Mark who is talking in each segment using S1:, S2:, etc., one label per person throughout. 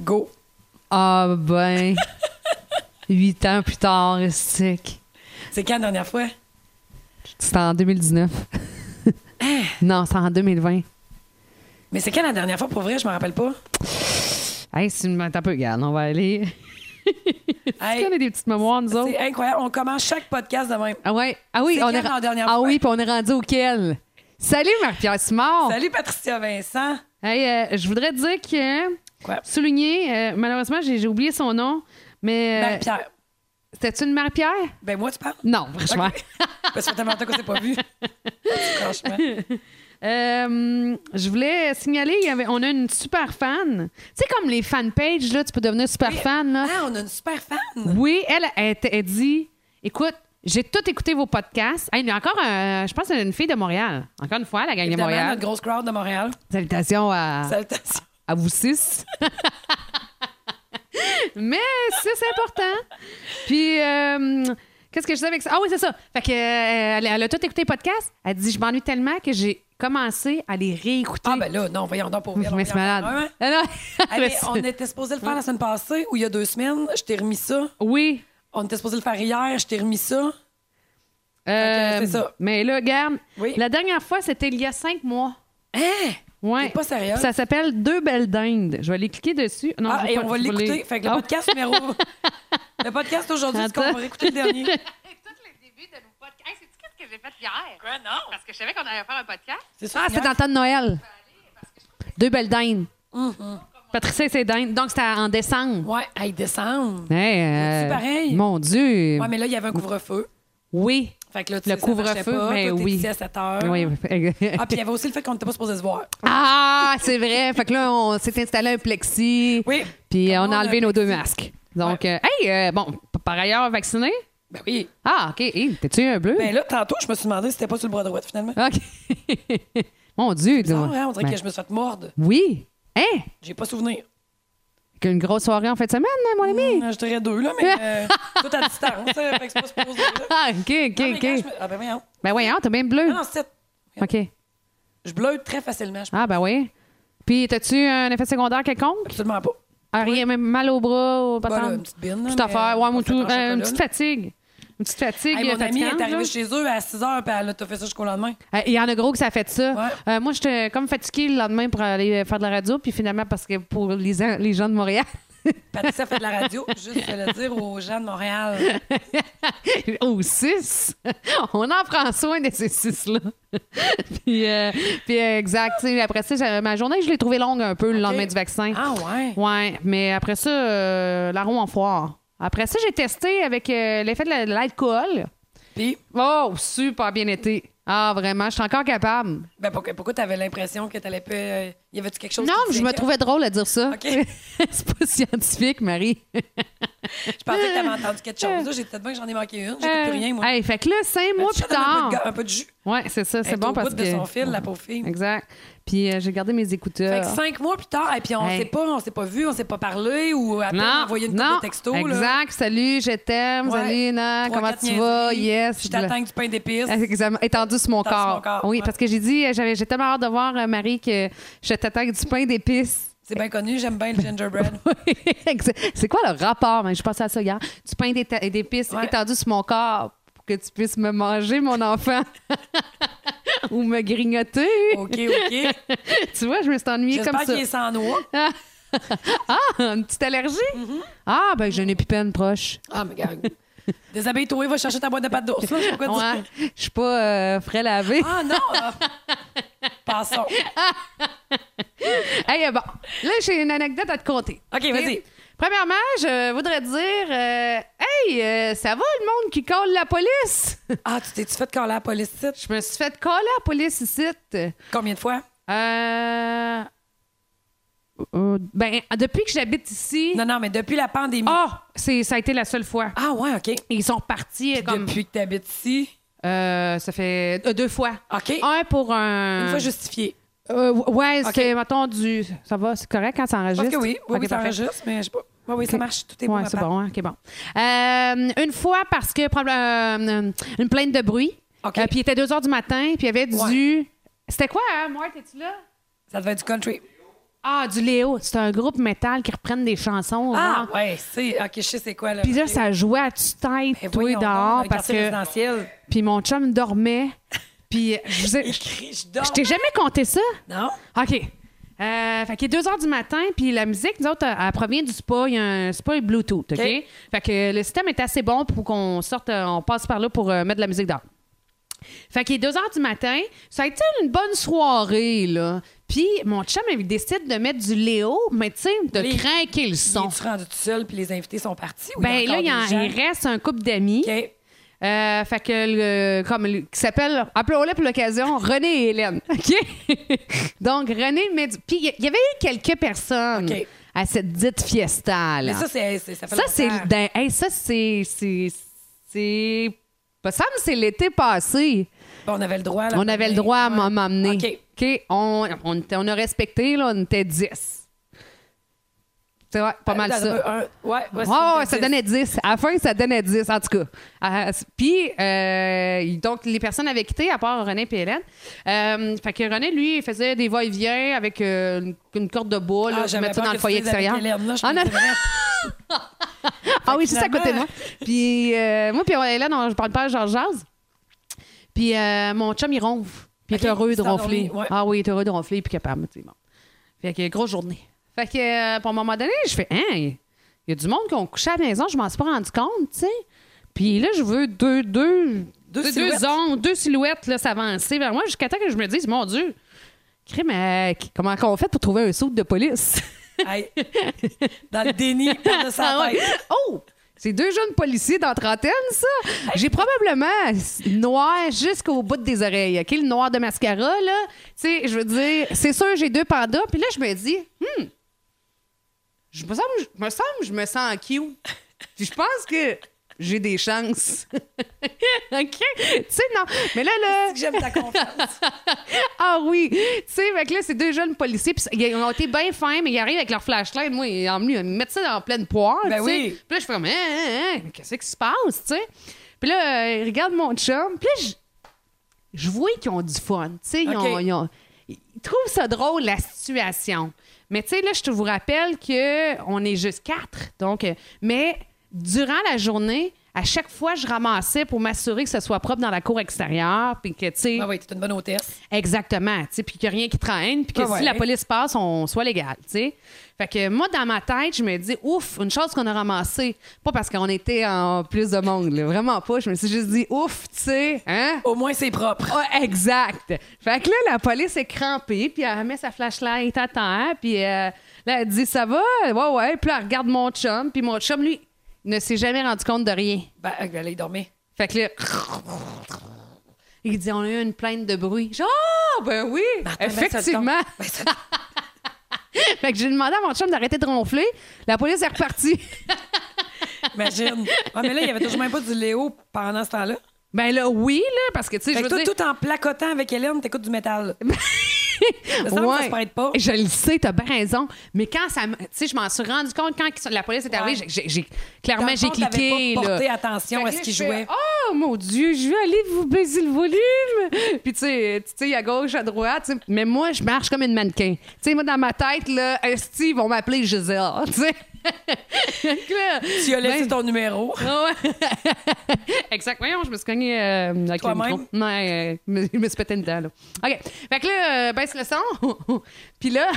S1: Go.
S2: Ah ben. Huit ans plus tard, stick.
S1: C'est quand la dernière fois?
S2: C'était en 2019. non, c'est en 2020.
S1: Mais c'est quand la dernière fois, pour vrai? Je me rappelle pas.
S2: Hey, c'est une t'as un peu garde, on va aller.
S1: Hey,
S2: Est-ce qu'on a des petites mémoires, nous autres?
S1: c'est incroyable. On commence chaque podcast de même.
S2: Ah ouais. Ah oui,
S1: C'est
S2: on
S1: quelle
S2: est ra-
S1: la dernière
S2: Ah
S1: fois?
S2: oui, puis on est rendu auquel? Salut Marc-Pierre Simard.
S1: Salut, Patricia Vincent.
S2: Hey, euh, je voudrais dire que hein,
S1: Quoi?
S2: souligner, euh, malheureusement, j'ai j'ai oublié son nom, mais euh,
S1: Marie-Pierre.
S2: c'était une Marie-Pierre?
S1: Ben, moi, tu parles?
S2: Non, franchement.
S1: Parce que ça fait tellement longtemps qu'on s'est pas vu. Franchement.
S2: Euh, je voulais signaler, il y avait- on a une super fan. Tu sais, comme les fanpages, là, tu peux devenir super fan. Là.
S1: Ah, on a une super fan.
S2: Oui, elle, elle, t- elle dit Écoute, j'ai tout écouté vos podcasts. Hey, il y a encore, un- je pense, qu'il y a une fille de Montréal. Encore une fois, elle a gagné
S1: Évidemment,
S2: Montréal. Ah.
S1: notre grosse crowd de Montréal.
S2: Salutations à,
S1: Salutations.
S2: à vous six. Mais ça, c'est important. Puis, euh, qu'est-ce que je disais avec ça? Ah oui, c'est ça. Fait que, euh, elle, elle a tout écouté les podcasts. Elle dit Je m'ennuie tellement que j'ai commencé à les réécouter.
S1: Ah, ben là, non, voyons donc pour
S2: Mais c'est
S1: on vient en
S2: malade.
S1: faire un, hein?
S2: Ah non.
S1: Hey,
S2: Mais
S1: mais
S2: c'est-
S1: on était supposé le faire la semaine passée ou il y a deux semaines. Je t'ai remis ça.
S2: Oui.
S1: On était supposé le faire hier. Je t'ai remis ça.
S2: euh,
S1: c'est ça.
S2: Mais là, regarde,
S1: Oui.
S2: la dernière fois, c'était il y a cinq mois.
S1: Hein?
S2: Ouais.
S1: T'es pas sérieux?
S2: Ça s'appelle Deux belles dindes. Je vais aller cliquer dessus. Non, je
S1: ah,
S2: vais
S1: et
S2: pas-
S1: on va
S2: je vais
S1: l'écouter.
S2: les-
S1: Fait que le
S2: Ah.
S1: podcast numéro. le podcast aujourd'hui, c'est qu'on
S2: Attends.
S1: va écouter le dernier. Quoi, non?
S3: Parce que je savais qu'on allait faire un podcast.
S1: C'est ça.
S2: Ah, c'est dans le temps de Noël. Deux belles dindes.
S1: Mm-hmm.
S2: Patricia et ses dindes. Donc, c'était en décembre.
S1: Ouais, hey, décembre.
S2: Hey, euh,
S1: C'est pareil.
S2: Mon Dieu.
S1: Ouais, mais là, il y avait un couvre-feu.
S2: Oui.
S1: Fait que là, tu
S2: Le
S1: sais, ça marchait
S2: couvre-feu,
S1: pas.
S2: mais
S1: Toi, t'es
S2: oui.
S1: ici à 7 heures.
S2: Oui.
S1: Ah, puis il y avait aussi le fait qu'on n'était pas supposé se voir.
S2: Ah, c'est vrai. Fait que là, on s'est installé un plexi.
S1: Oui.
S2: Puis euh,
S1: Comment
S2: on a
S1: on a
S2: enlevé nos deux
S1: plexi?
S2: masques. Donc, euh, hey, euh, bon, p- par ailleurs, vacciné?
S1: Ben oui.
S2: Ah, OK. Hey, T'es-tu un bleu?
S1: Ben là, tantôt, je me suis demandé si c'était pas sur le bras droit, finalement.
S2: OK. Mon Dieu.
S1: Non,
S2: dis-moi.
S1: hein, on dirait
S2: Ben,
S1: que je me suis fait mordre.
S2: Oui. Hein?
S1: J'ai pas souvenir.
S2: Une grosse soirée en fin de semaine, hein, mon ami?
S1: Mm, je dirais deux, là, mais euh, tout à distance. hein, fait que c'est pas supposé. là.
S2: Ah, OK,
S1: Non,
S2: OK,
S1: mais quand
S2: OK.
S1: je me- Ah, ben voyons.
S2: Ben voyons, t'es bien bleu.
S1: Non, non, c'est.
S2: OK.
S1: Je bleute très facilement. Je
S2: Ah, ben oui. Puis, t'as-tu un effet secondaire quelconque?
S1: absolument pas.
S2: Ah, rien, même mal au bras, au
S1: Bah, là,
S2: patente?
S1: une petite bine. là,
S2: Tout
S1: mais,
S2: à fait. Ouais,
S1: euh,
S2: moi, tout-
S1: pas fait en
S2: euh, une
S1: chocolat,
S2: petite
S1: là.
S2: fatigue. Une petite fatigue.
S1: Hey, mon
S2: euh,
S1: amie est
S2: fatigante, là.
S1: arrivée chez eux à 6 h, puis elle a t'as fait ça jusqu'au lendemain.
S2: Euh, Il y en a gros que ça a fait ça.
S1: Ouais.
S2: Euh, moi, j'étais comme fatiguée le lendemain pour aller faire de la radio, puis finalement, parce que pour les, en- les gens de Montréal,
S1: Patricia fait de la radio, juste de le dire aux gens de Montréal.
S2: aux six, on en prend soin de ces six-là. puis, euh, puis, euh, exact. tu sais, Après ça, j'avais- ma journée, je l'ai trouvée longue un peu le lendemain du vaccin.
S1: Ah ouais.
S2: Ouais, mais après ça, euh, la roue en foire. Après ça, j'ai testé avec euh, l'effet de la- de l'alcool.
S1: Puis,
S2: Oh, super bien été. Ah, vraiment, je suis encore capable.
S1: ben, pourquoi, pourquoi t'avais l'impression que t'allais pas. euh, y avait-tu quelque chose
S2: Non,
S1: qui
S2: je
S1: disait
S2: me
S1: que-
S2: trouvais drôle à dire ça.
S1: OK.
S2: C'est pas scientifique, Marie.
S1: Je pensais que t'avais entendu quelque chose. Là, j'ai peut-être bien que j'en ai manqué une. J'écoute plus rien, moi.
S2: Euh, Hey, fait que là, cinq mois
S1: Tu
S2: plus
S1: sais, donne Un
S2: tard.
S1: peu, de, ga- un peu de jus.
S2: Ouais, c'est ça,
S1: Elle est
S2: c'est bon
S1: au
S2: parce
S1: bout
S2: que.
S1: de son fil, la pauvre fille.
S2: Exact. Puis euh, j'ai gardé mes
S1: Fait
S2: écouteurs.
S1: que cinq mois plus tard, et puis on
S2: Hey.
S1: s'est pas, on s'est pas vu, on s'est pas parlé ou à peine envoyé une couple
S2: non,
S1: de textos. Là.
S2: Exact. Salut, je t'aime.
S1: Ouais.
S2: Salut, Nan.
S1: Trois,
S2: Comment
S1: quatre
S2: tu vas?
S1: niaiseries.
S2: Yes.
S1: Je t'attends avec du pain d'épices.
S2: Exactement. Étendu sur mon
S1: Étendu sur
S2: corps.
S1: mon corps,
S2: Oui,
S1: ouais.
S2: parce que j'ai dit, euh, j'avais, j'ai tellement hâte de voir euh, Marie que je t'attends avec du pain d'épices.
S1: C'est bien connu, j'aime bien le gingerbread.
S2: Exact. c'est quoi le rapport? man? je suis passée à ça hier. Du pain d'éta- d'épices
S1: Ouais.
S2: étendu sur mon corps pour que tu puisses me manger, mon enfant. Ou me grignoter.
S1: OK, OK.
S2: Tu vois, je me suis ennuyée comme
S1: J'espère
S2: ça.
S1: qu'il est sans noix.
S2: Ah, une petite allergie? Ah, ben j'ai une épipène proche.
S1: Mm-hmm. Ah, mais regarde. Déshabille-toi, va chercher ta boîte de pâtes d'ours. là, je sais pas quoi
S2: Ouais,
S1: dire.
S2: je suis pas euh, frais lavé.
S1: Ah non! ah. Passons.
S2: Hey, euh, bon, là, j'ai une anecdote à te conter.
S1: OK, vas-y.
S2: Premièrement, je voudrais dire euh, Hey, euh, ça va le monde qui colle la police?
S1: Ah, tu t'es-tu fait coller à la police titre?
S2: je me suis fait coller la police ici. Euh,
S1: Combien de fois?
S2: euh, ben, depuis que j'habite ici.
S1: Non, non, mais depuis la pandémie.
S2: Ah, c'est ça a été la seule fois.
S1: Ah ouais, OK.
S2: Ils sont repartis comme.
S1: Depuis que t'habites ici.
S2: Euh, ça fait euh, deux fois.
S1: OK.
S2: Un pour un.
S1: Une fois justifié.
S2: Euh, ouais,
S1: Ok.
S2: c'est, mettons, du. Ça va, c'est correct quand ça
S1: Je
S2: enregistre?
S1: pense que oui. Oui,
S2: Ok,
S1: oui, ça
S2: parfait.
S1: enregistre, mais je sais pas. Oui, oui, ça
S2: Ok.
S1: marche. Tout est bon.
S2: Ouais,
S1: ma
S2: c'est
S1: part.
S2: bon, hein, ok, bon. Euh, une fois parce que probablement, euh, une plainte de bruit.
S1: Ok.
S2: Euh, puis il était 2 h du matin, puis il y avait du.
S1: Ouais.
S2: C'était quoi, hein, Mort, es-tu là?
S1: Ça devait être du country.
S2: Ah, du Léo. C'est un groupe métal qui reprennent des chansons.
S1: Ah,
S2: genre.
S1: ouais, c'est. Ok, je sais c'est quoi, là.
S2: Puis là,
S1: Ok.
S2: ça jouait à tue-tête,
S1: Ben
S2: toi,
S1: voyons donc, dans
S2: dehors,
S1: le
S2: parce
S1: quartier
S2: que...
S1: résidentiel.
S2: Puis mon chum dormait. Puis je vous ai-
S1: Il
S2: je
S1: crie, je dors.
S2: je t'ai jamais compté ça.
S1: Non?
S2: OK. Euh, fait qu'il est 2 h du matin, puis la musique, nous autres, elle, elle provient du spa. Il y a un spa Bluetooth, OK?
S1: OK.
S2: Fait que le système est assez bon pour qu'on sorte, euh, on passe par là pour euh, mettre de la musique dehors. Fait qu'il est 2 h du matin. Ça a été une bonne soirée, là. Puis mon chum, il décide de mettre du Léo, mais tu sais, de
S1: Les-
S2: craquer le
S1: Son.
S2: son.
S1: Es-tu rendu tout seul puis les invités sont partis? ou
S2: Ben
S1: il y a encore
S2: là, il, y en-
S1: des gens?
S2: il reste un couple d'amis.
S1: OK.
S2: Euh, fait que, le- comme, le- qui s'appelle, appelons-le pour l'occasion, René et Hélène. OK? Donc, René met du- Puis, il y- il y avait eu quelques personnes
S1: OK.
S2: à cette dite fiesta,
S1: Mais
S2: là.
S1: ça, c'est, c'est- ça fait
S2: Ça, c'est.
S1: longtemps.
S2: dans- hey, ça, c'est. C'est. C'est. pas Ça me c'est l'été passé.
S1: On avait le droit. là,
S2: On avait le droit à
S1: ben, ouais.
S2: m'en- m'emmener.
S1: OK.
S2: OK? On, on, était- on a respecté, là, on était 10. C'est vrai, pas mal
S1: Dans
S2: ça.
S1: Euh, un- un- ouais, ouais, c'est
S2: Oh,
S1: une
S2: ça
S1: dix.
S2: donnait 10. À la fin, ça donnait 10, en tout cas. Ah, c- Puis, euh, donc, les personnes avaient quitté, à part René et Hélène. Euh, fait que René, lui, il faisait des va-et-vient avec euh, une, une corde de bois, là,
S1: Ah,
S2: je
S1: j'avais
S2: mettais ça
S1: peur
S2: dans
S1: que
S2: le
S1: tu
S2: foyer
S1: dises avec
S2: extérieur.
S1: Hélène, là, je
S2: Ah,
S1: me
S2: non,
S1: dirais,
S2: ah oui, juste à côté de
S1: finalement-
S2: moi. Puis, euh, moi, puis Hélène, on, je parle pas, genre jase. Puis, euh, mon chum, il ronfle. Puis, il est
S1: Ok,
S2: heureux
S1: il
S2: de
S1: s'est
S2: ronfler.
S1: endormi, ouais.
S2: Ah oui, il est heureux de ronfler, puis capable, tu sais, bon. Fait que, grosse journée. Fait que, euh, pour un moment donné, je fais, hein, il y a du monde qui ont couché à la maison, je m'en suis pas rendu compte, tu sais. Puis là, je veux deux, deux,
S1: Deux
S2: deux,
S1: silhouettes.
S2: ondes, deux silhouettes, là, s'avancer vers moi jusqu'à temps que je me dise, mon Dieu, crime, euh, comment qu'on fait pour trouver un saut de police?
S1: Aïe. Dans le déni par de
S2: Ah
S1: sa
S2: ouais.
S1: tête.
S2: Oh! C'est deux jeunes policiers dans trentaine, ça? J'ai probablement noir jusqu'au bout des oreilles. OK? Le noir de mascara, là. Tu sais, je veux dire, c'est sûr, j'ai deux pandas. Puis là, je me dis, hmm, je me semble, je me, semble, je me sens cute. Puis je pense que j'ai des chances. OK? Tu sais, non. Mais là, là.
S1: C'est que J'aime ta confiance.
S2: Ah oui! Tu sais, fait que là, c'est deux jeunes policiers, puis ils ont été bien fins, mais ils arrivent avec leur flashlight. Moi, ils ont venu me mettre ça en pleine poire,
S1: Ben
S2: tu sais.
S1: oui.
S2: Puis là, je fais comme, hein, hein, hein, qu'est-ce qui se passe, tu sais? Puis là, euh, ils regardent mon chum, puis là, je, je vois qu'ils ont du fun, tu sais.
S1: OK.
S2: Ils, ont- ils ont- ils trouvent ça drôle, la situation. Mais tu sais, là, je te vous rappelle que on est juste quatre, donc... euh, Mais durant la journée... À chaque fois, je ramassais pour m'assurer que ce soit propre dans la cour extérieure, puis que, tu sais,
S1: Ah oui, t'es une bonne hôtesse.
S2: Exactement, tu sais, puis qu'il n'y a rien qui traîne, puis que
S1: Ah ouais.
S2: si la police passe, on soit légal, tu sais. Fait que moi, dans ma tête, je me dis, ouf, une chose qu'on a ramassée. Pas parce qu'on était en plus de monde, là, vraiment pas. Je me suis juste dit, ouf, tu sais, hein?
S1: Au moins, c'est propre.
S2: Ah, exact. Fait que là, la police est crampée, puis elle met sa flashlight à terre, puis euh, là, elle dit, ça va? Ouais, ouais. Puis là, elle regarde mon chum, puis mon chum, lui, ne s'est jamais rendu compte de rien.
S1: Ben, euh, ben, allez dormir.
S2: Fait que là, il dit on a eu une plainte de bruit. Genre, ah, ben oui,
S1: Martin, ben, ça tombe.
S2: effectivement.
S1: Ben, ça-
S2: fait que j'ai demandé à mon chum d'arrêter de ronfler. La police est repartie.
S1: Imagine. Ah, mais là, il y avait toujours même pas du Léo pendant ce temps-là.
S2: ben là, oui, là, parce que tu sais, je
S1: Fait que toi,
S2: veux dire.
S1: tout en placotant avec Hélène, t'écoutes du métal. Ça semble que ça se prête pas.
S2: Je le sais, t'as bien raison. Mais quand ça. me- Tu sais, je m'en suis rendu compte quand la police est arrivée.
S1: Ouais.
S2: j'ai- j'ai- j'ai-
S1: Dans
S2: clairement,
S1: le
S2: j'ai
S1: fond, t'avais
S2: cliqué.
S1: pas
S2: là.
S1: porté attention
S2: Fait
S1: à
S2: que
S1: ce
S2: là,
S1: qu'il
S2: je
S1: jouait.
S2: fais, oh mon Dieu, je vais aller vous baiser le volume. Puis tu sais, tu sais, à gauche, à droite. tu sais. Mais moi, je marche comme une mannequin. Tu sais, moi, dans ma tête, là, Esti, ils vont m'appeler Gisèle. Tu sais. Fait que là,
S1: Tu as laissé
S2: ben,
S1: ton numéro.
S2: ah ouais. exact. Voyons, je me suis cognée euh, avec le
S1: Toi-même?
S2: micro. Ouais, euh, je me- je me suis pété une dent, là. OK. Fait que là, euh, baisse le son. Puis là,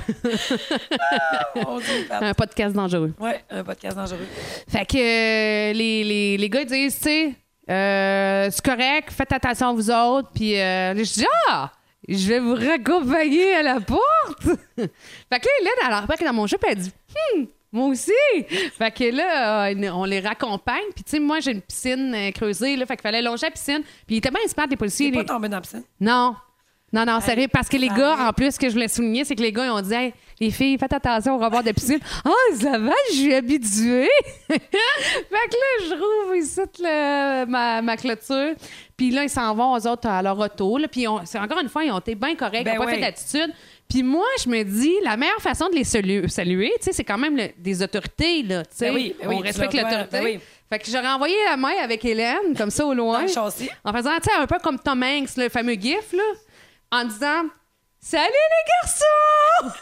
S1: On dit, pardon.
S2: un podcast dangereux.
S1: ouais, un podcast dangereux.
S2: Fait que euh, les, les, les gars ils disent, tu sais, euh, c'est correct, faites attention à vous autres. Puis euh, je dis, ah, je vais vous raccompagner à la porte. fait que là, Hélène, elle embarque dans mon jeu, puis elle dit, hum, moi aussi. Fait que là, euh, on les raccompagne. Puis tu sais, moi, j'ai une piscine euh, creusée, là, fait qu'il fallait longer la piscine. Puis ils étaient bien smart, les policiers.
S1: T'es pas
S2: les-
S1: tombé dans la piscine.
S2: Non. Non, non, sérieux, parce que les
S1: ça
S2: gars,
S1: arrive.
S2: en plus, ce que je voulais souligner, c'est que les gars, ils ont dit, Hey, les filles, faites attention au rebord de piscine. Ah, ça va, je suis habituée. fait que là, je rouvre ici le- ma, ma clôture. Puis là, ils s'en vont, aux autres, à leur auto. Là. Puis on- c'est encore une fois, ils ont été bien corrects,
S1: Ben
S2: ils n'ont pas
S1: ouais.
S2: fait d'attitude. Puis moi, je me dis, la meilleure façon de les salu- saluer, tu sais, c'est quand même le- des autorités, là. tu sais.
S1: Ben oui, ben oui,
S2: on
S1: tu
S2: respecte
S1: leur dois,
S2: l'autorité.
S1: ben oui.
S2: Fait que j'aurais envoyé la main avec Hélène, comme ça, au
S1: Dans
S2: loin.
S1: le châssis.
S2: En faisant, tu sais, un peu comme Tom Hanks, le fameux gif, là, en disant Salut les garçons!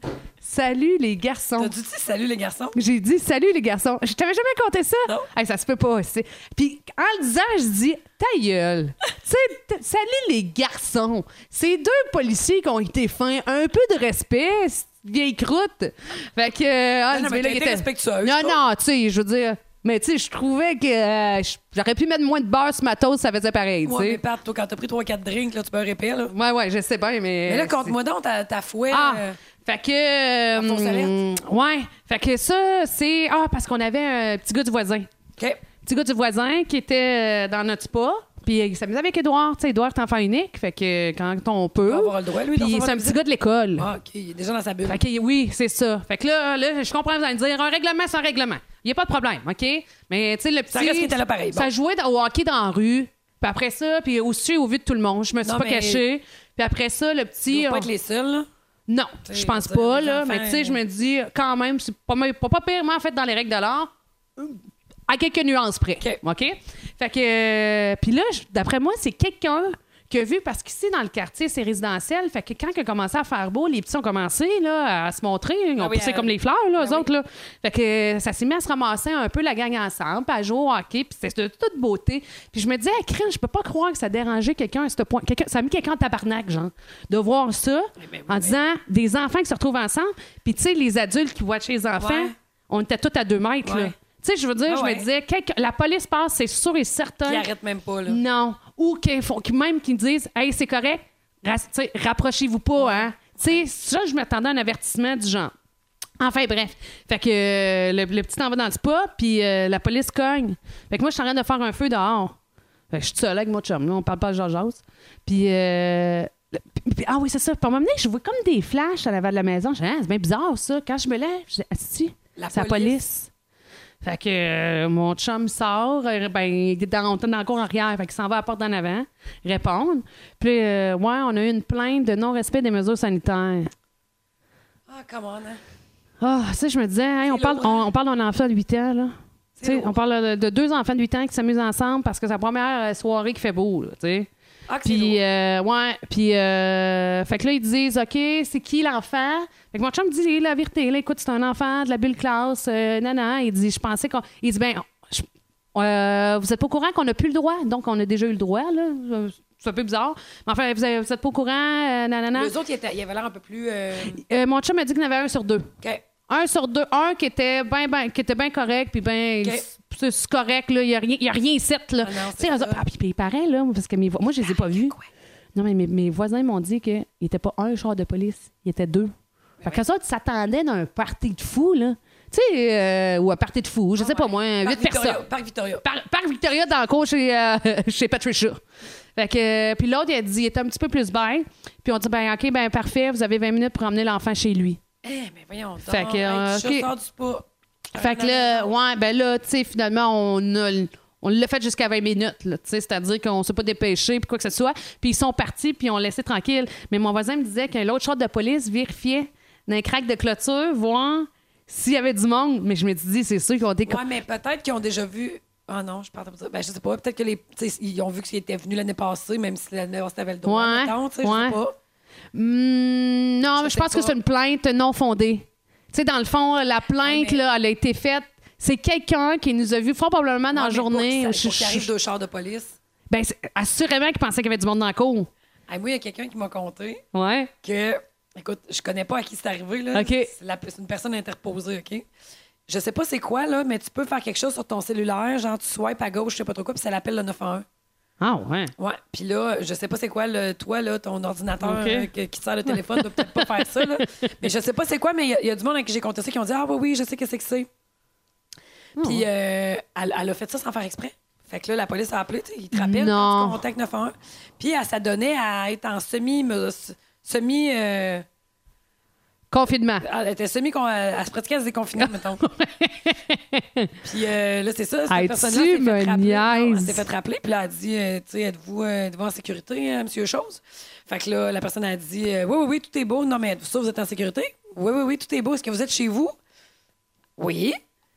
S2: Salut les garçons.
S1: T'as-tu dit salut les garçons?
S2: J'ai dit salut les garçons. Je t'avais jamais compté ça.
S1: Non.
S2: Hey, ça se peut pas. c'est- Puis en le disant, je dis ta gueule. tu sais, t- salut les garçons. Ces deux policiers qui ont été fins, un peu de respect, cette vieille croûte. Fait que. euh, ah,
S1: Non, non, mais
S2: tu vois, là,
S1: t'as
S2: il
S1: été respectueuse,
S2: Non,
S1: toi.
S2: non, tu sais, je veux dire. Mais tu sais, je trouvais que euh, je- j'aurais pu mettre moins de beurre sur ma toast, ça faisait pareil. tu
S1: Moi, mais
S2: sais.
S1: Pat, toi, quand t'as pris 3-4 drinks, là, tu peux répéter. Là.
S2: Ouais, ouais, je sais bien, mais.
S1: Mais là,
S2: c'est-
S1: compte-moi donc ta, ta fouet.
S2: Ah,
S1: euh,
S2: fait que.
S1: Dans ton
S2: euh, ouais, fait que ça, c'est. Ah, parce qu'on avait un petit gars du voisin.
S1: OK.
S2: Petit gars du voisin qui était euh, dans notre spa. Puis il s'amusait avec Édouard. Tu sais, Édouard est enfant unique. Fait que euh, quand on
S1: On
S2: peut.
S1: va avoir le droit, lui, d'en
S2: Puis
S1: savoir
S2: c'est un
S1: plus
S2: petit gars de l'école.
S1: Ah, OK. Il est déjà dans sa bulle.
S2: Fait que oui, c'est ça. Fait que là, là, je comprends, vous allez me dire, un règlement, c'est un règlement. Il n'y a pas de problème, OK? Mais tu sais, le petit.
S1: Ça reste qu'il était là pareil, bon.
S2: Ça jouait au hockey dans la rue. Puis après ça, puis aussi au vu de tout le monde, je me suis
S1: Non,
S2: pas
S1: mais-
S2: cachée. Puis après ça, le petit.
S1: Il faut
S2: on-
S1: pas être les seuls. là.
S2: non,
S1: T'sais,
S2: je pense
S1: je veux dire,
S2: pas,
S1: les
S2: là.
S1: enfants,
S2: Mais tu sais, je me dis, quand même, c'est pas, mal- pas, pas pire, mais en fait, dans les règles de l'art, à quelques nuances près.
S1: OK.
S2: OK? Fait que. euh, Puis là, je- d'après moi, c'est quelqu'un qui a vu, parce qu'ici, dans le quartier, c'est résidentiel. Fait que quand il a commencé à faire beau, les petits ont commencé, là, à se montrer. Ils ont
S1: Ah oui,
S2: poussé
S1: à-
S2: comme les fleurs, là, eux
S1: oui.
S2: autres, là. Fait que euh, ça s'est mis à se ramasser un peu, la gang ensemble, puis à jouer au hockey, puis c'était de toute beauté. Puis je me disais, ah, crème, je peux pas croire que ça dérangeait quelqu'un à ce point. Quelqu'un- ça a mis quelqu'un en tabarnak, genre, de voir ça
S1: Eh ben oui,
S2: en
S1: ben.
S2: disant des enfants qui se retrouvent ensemble, puis tu sais, les adultes qui watchent les enfants,
S1: Ouais.
S2: on était tous à deux mètres, là.
S1: Ouais.
S2: Tu sais, je veux dire,
S1: Ah
S2: je
S1: ouais.
S2: me disais, quelque- la police passe, c'est sûr et certain.
S1: Qui arrêtent même pas. Là.
S2: Non. Ou qu'ils font- qu'ils- même qu'ils disent, hey, c'est correct, ra- tu sais, rapprochez-vous pas, hein. Tu sais, ça, je m'attendais à un avertissement du genre. Enfin, bref. Fait que euh, le, le petit en va dans le spa, puis euh, la police cogne. Fait que moi, je suis en train de faire un feu dehors. Fait que je suis seule avec mon chum, là, on parle pas de Georges Haas. Puis, euh, le- puis- puis- ah oui, c'est ça. Puis à un moment donné, je vois comme des flashs à l'avant de la maison. Je dis, ah, c'est bien bizarre, ça. Quand je me lève, je dis, ah, si,
S1: La
S2: c'est la
S1: police.
S2: police. Fait que euh, mon chum sort, euh, ben, il est dans, on était dans le cours arrière, fait qu'il s'en va à la porte d'en avant, répondre. Puis, euh, ouais, on a eu une plainte de non-respect des mesures sanitaires.
S1: Ah, come on. hein.
S2: Ah, ça, je me disais, hey, on,
S1: C'est
S2: parle,
S1: lourd, hein?
S2: on, on parle d'un enfant de 8 ans, là.
S1: C'est
S2: Tu sais,
S1: lourd.
S2: on parle de, de deux enfants de 8 ans qui s'amusent ensemble parce que c'est la première euh, soirée qui fait beau, là, tu sais.
S1: Ah, que c'est
S2: Puis,
S1: lourd.
S2: euh, ouais, puis, euh, fait que là, ils disent, OK, c'est qui l'enfant? Fait que mon chum dit la vérité, là, écoute, c'est un enfant de la bulle classe, euh, nana. Il dit, je pensais qu'on. Il dit, ben, je- euh, vous êtes pas au courant qu'on n'a plus le droit, donc on a déjà eu le droit, là. Euh, C'est un peu bizarre. Mais enfin, vous, avez- vous êtes pas au courant, euh, nanana.
S1: Les autres, ils, étaient- ils avaient l'air un peu plus. euh,
S2: Euh, mon chum m'a dit qu'il y en avait un sur deux
S1: OK.
S2: un sur deux, un qui était bien ben, qui était ben correct, puis ben
S1: Ok.
S2: c'est c'est correct, là, il n'y a, rien- il y a rien ici, là.
S1: Ah non,
S2: Tu sais,
S1: c'est
S2: eux
S1: ça.
S2: autres- ah, puis, puis il paraît, là, parce que mes vo- moi, je les ai pas vus. Non, mais mes, mes voisins m'ont dit qu'il n'était pas un char de police, il était deux.
S1: Ben
S2: Fait que ça, tu s'attendais d'un party de fous, là. Tu sais, euh, ou un party de fous, je sais pas moi,
S1: Ah Parc
S2: huit
S1: Victoria,
S2: personnes.
S1: Parc Victoria.
S2: Par, par Victoria dans le cours chez, euh, chez Patricia. Fait que, euh, puis l'autre, il a dit, il était un petit peu plus bien. Puis on dit, ben, OK, ben, parfait, vous avez 20 minutes pour emmener l'enfant chez lui.
S1: Eh, mais voyons. donc,
S2: Fait que,
S1: hey,
S2: euh,
S1: tu
S2: ok.
S1: sors du spa.
S2: Fait que là, ouais, ben là, tu sais, finalement, on a l- on l'a fait jusqu'à 20 minutes, là, tu sais, c'est-à-dire qu'on s'est pas dépêché, puis quoi que ce soit. Puis ils sont partis, puis on laissé tranquille. Mais mon voisin me disait qu'un autre char de police vérifiait dans les craques de clôture, voir s'il y avait du monde. Mais je me suis dit, c'est sûr qu'ils ont été... co-
S1: Ouais, mais peut-être qu'ils ont déjà vu. Ah non, je parle de ça. Ben, je sais pas. Peut-être que les. tu sais, Ils ont vu qu'ils étaient venus l'année passée, même si l'année passée avait le droit.
S2: Ouais,
S1: mettons, tu sais,
S2: ouais.
S1: Je sais pas.
S2: Hmm, non,
S1: Je
S2: mais je
S1: sais
S2: pense que
S1: pas.
S2: c'est une plainte non fondée. Tu sais, dans le fond, la plainte,
S1: mais-
S2: là, elle a été faite... C'est quelqu'un qui nous a vus fort probablement dans la
S1: Ouais, mais
S2: journée.
S1: Pour
S2: Je-
S1: qu'ils pour qu'ils
S2: je-
S1: arrivent deux chars de police.
S2: ben, c'est- assurément qu'il pensait qu'il y avait du monde dans la cour.
S1: Hey, moi, il y a quelqu'un qui m'a conté
S2: Ouais.
S1: que. Écoute, je connais pas à qui c'est arrivé. là.
S2: OK.
S1: C'est la- c'est une personne interposée, OK? Je sais pas c'est quoi, là, mais tu peux faire quelque chose sur ton cellulaire, genre tu swipes à gauche, je sais pas trop quoi, puis ça l'appelle le 911.
S2: Ah ouais.
S1: Ouais, puis là, je sais pas c'est quoi, le, toi, là, ton ordinateur
S2: Ok.
S1: euh, que- qui te sert le téléphone, doit peut-être pas faire ça, là. Mais je sais pas c'est quoi, mais il y a- il y, a du monde à qui j'ai compté ça qui ont dit Ah, oui, oui, je sais que c'est que c'est.
S2: Hmm.
S1: Puis euh, elle, elle a fait ça sans faire exprès. Fait que là, la police a appelé, tu sais, ils te rappellent,
S2: Non.
S1: tu contactes 911. Puis elle s'adonnait à être en semi. me- semi euh,
S2: Confinement.
S1: elle était semi. qu'on- Elle, elle se pratiquait à se déconfiner, mettons. Puis euh, là, c'est ça.
S2: Hey,
S1: Cette personne-là
S2: tu
S1: s'est
S2: me
S1: fait rappeler. Non, elle
S2: niaises.
S1: s'est fait rappeler. Puis là, elle a dit euh, Tu sais, êtes-vous euh, êtes-vous en sécurité, hein, monsieur Chose Fait que là, la personne a dit euh, Oui, oui, oui, tout est beau. Non, mais êtes-vous sûr que vous êtes en sécurité Oui, oui, oui, tout est beau. Est-ce que vous êtes chez vous Oui.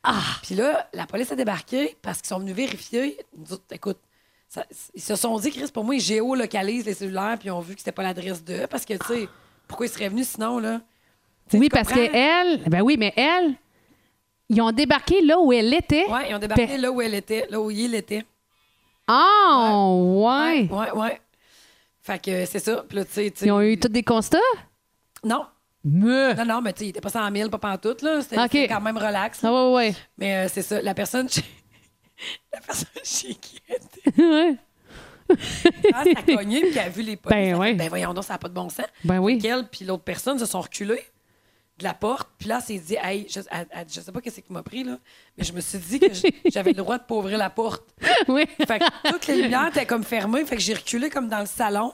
S1: Ah Puis là, la police a débarqué parce qu'ils sont venus vérifier. Nous autres, écoute. ça- ils se sont dit, Chris, pour moi, ils géolocalisent les cellulaires, puis ils ont vu que c'était pas l'adresse d'eux. Parce que, tu sais, pourquoi ils seraient venus sinon, là? Tu sais,
S2: oui,
S1: tu
S2: parce
S1: comprends?
S2: qu'elle, ben oui, mais elle, ils ont débarqué là où elle était.
S1: Ouais, ils ont débarqué
S2: Pe-
S1: là où elle était, là où il était.
S2: Oh, ouais.
S1: Ouais, ouais. ouais. Fait que euh, c'est ça. Puis là, tu sais. tu-
S2: Ils ont eu tous des constats?
S1: Non.
S2: Meuh.
S1: Non, non, mais tu sais, il était pas 100 000, pas pantoute, là. C'était
S2: Ok.
S1: c'était quand même relax. là.
S2: Ah, ouais, ouais.
S1: Mais euh, c'est ça. La personne chez... La personne chez qui elle était,
S2: ouais.
S1: quand ça a cogné puis qu'elle a vu les polices.
S2: Ben
S1: elle a fait,
S2: ouais.
S1: ben voyons donc, ça n'a pas de bon sens.
S2: Ben oui.
S1: Fait qu'elle puis l'autre personne se sont reculés de la porte. Puis là, elle s'est dit, hey, je, elle- elle- je sais pas qu'est-ce qui m'a pris, là, mais je me suis dit que j- j'avais le droit de pas ouvrir la porte.
S2: oui.
S1: Fait que toutes les lumières étaient comme fermées. Fait que j'ai reculé comme dans le salon.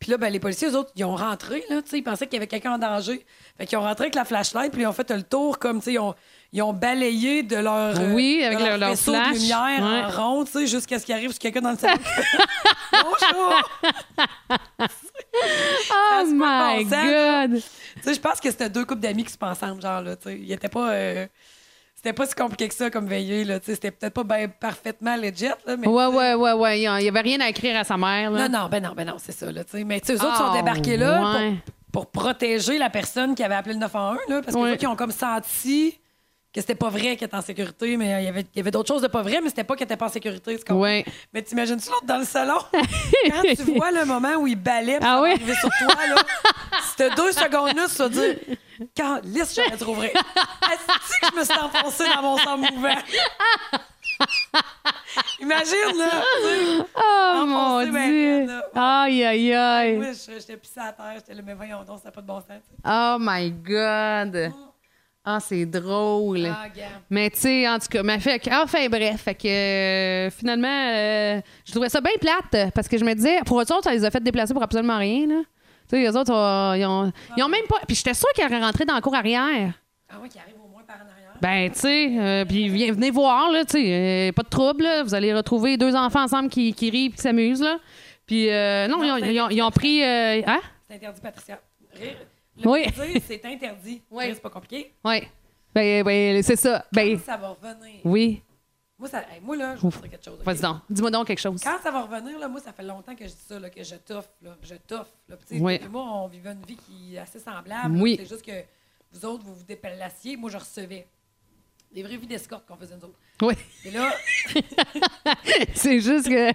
S1: Puis là, ben, les policiers, eux autres, ils ont rentré. Là, tu sais, ils pensaient qu'il y avait quelqu'un en danger. Fait qu'ils ont rentré avec la flashlight, puis ils ont fait le tour comme, tu sais, ils ont, ils ont balayé de leur, euh,
S2: Oui,
S1: de
S2: avec leur- leur
S1: faisceau
S2: flash.
S1: de lumière
S2: Ouais.
S1: en rond, tu sais, jusqu'à ce qu'il arrive sur quelqu'un dans le salon. Bonjour!
S2: Oh
S1: se peut pas,
S2: my
S1: on sent,
S2: God!
S1: Tu sais, je pense que c'était deux couples d'amis qui se pensaient ensemble, genre, là, tu sais. Ils étaient pas... euh, c'était pas si compliqué que ça comme veillée, là, tu sais. C'était peut-être pas ben parfaitement legit, là, mais...
S2: Ouais, ouais, ouais, ouais. Il n'y avait rien à écrire à sa mère. Là.
S1: Non, non, ben non, ben non, c'est ça, là, tu sais. Mais, tu sais, eux autres
S2: Ah,
S1: sont débarqués là pour-
S2: ouais.
S1: pour, protéger la personne qui avait appelé le 911, là, parce
S2: Ouais.
S1: que qu'ils ont comme senti que c'était pas vrai qu'elle était en sécurité, mais euh, il y avait, il y avait d'autres choses de pas vrai, mais c'était pas qu'elle était pas en sécurité, tu comprends?
S2: Ouais.
S1: Mais t'imagines-tu l'autre dans le salon? Quand tu vois le moment où il balaie pour
S2: Ah oui?
S1: arriver sur toi, là, si t'as deux secondes-là, tu vas dire « Quand liste, j'aurais dû ouvrir. Est-ce que je me suis enfoncée dans mon sang mouvant? » Imagine, là! tu sais.
S2: Oh mon
S1: Enfoncé, ben,
S2: Dieu!
S1: là.
S2: Aïe, aïe, aïe!
S1: Moi, je- j'étais pissée à terre. J'étais là, mais voyons donc, ça n'a pas de bon sens. tu sais.
S2: Oh my God! Ah, c'est drôle!
S1: Ah, gars.
S2: Mais tu sais, en tout cas, mais fait, que- enfin bref, fait que euh, finalement, euh, je trouvais ça bien plate parce que je me disais, pour eux autres, ça les a fait déplacer pour absolument rien. Là. Tu sais, les autres, euh, ils, ont, ils ont même pas. Puis j'étais sûre qu'ils auraient rentré dans la cour arrière.
S1: Ah oui, qui arrive au moins par en arrière.
S2: Ben, tu sais, euh, puis viens- venez voir, là, tu sais, euh, pas de trouble, là. vous allez retrouver deux enfants ensemble qui, qui rient qui s'amusent, là. Puis, euh, non,
S1: Non,
S2: ils, ont,
S1: c'est-
S2: ils ont- ils ont pris. euh, hein?
S1: C'est interdit, Patricia. Rire. Le
S2: Oui.
S1: plaisir, c'est interdit.
S2: Oui.
S1: Rire, C'est pas compliqué.
S2: Oui. Ben, ben, c'est ça. Ben,
S1: Ça va revenir.
S2: oui.
S1: Moi, ça, hey, moi là, je vous montrerai quelque chose. ok?
S2: Vas-y donc, dis-moi donc quelque chose.
S1: Quand ça va revenir, là, moi, ça fait longtemps que je dis ça, là, que je toffe, là, je toffe. Là. Puis, tu sais,
S2: Oui.
S1: toi et Moi, on vivait une vie qui est assez semblable.
S2: Oui.
S1: là. C'est juste que vous autres, vous vous déplaciez. Moi, je recevais des vraies vies d'escorte qu'on faisait nous autres.
S2: Oui,
S1: Et là,
S2: c'est juste que.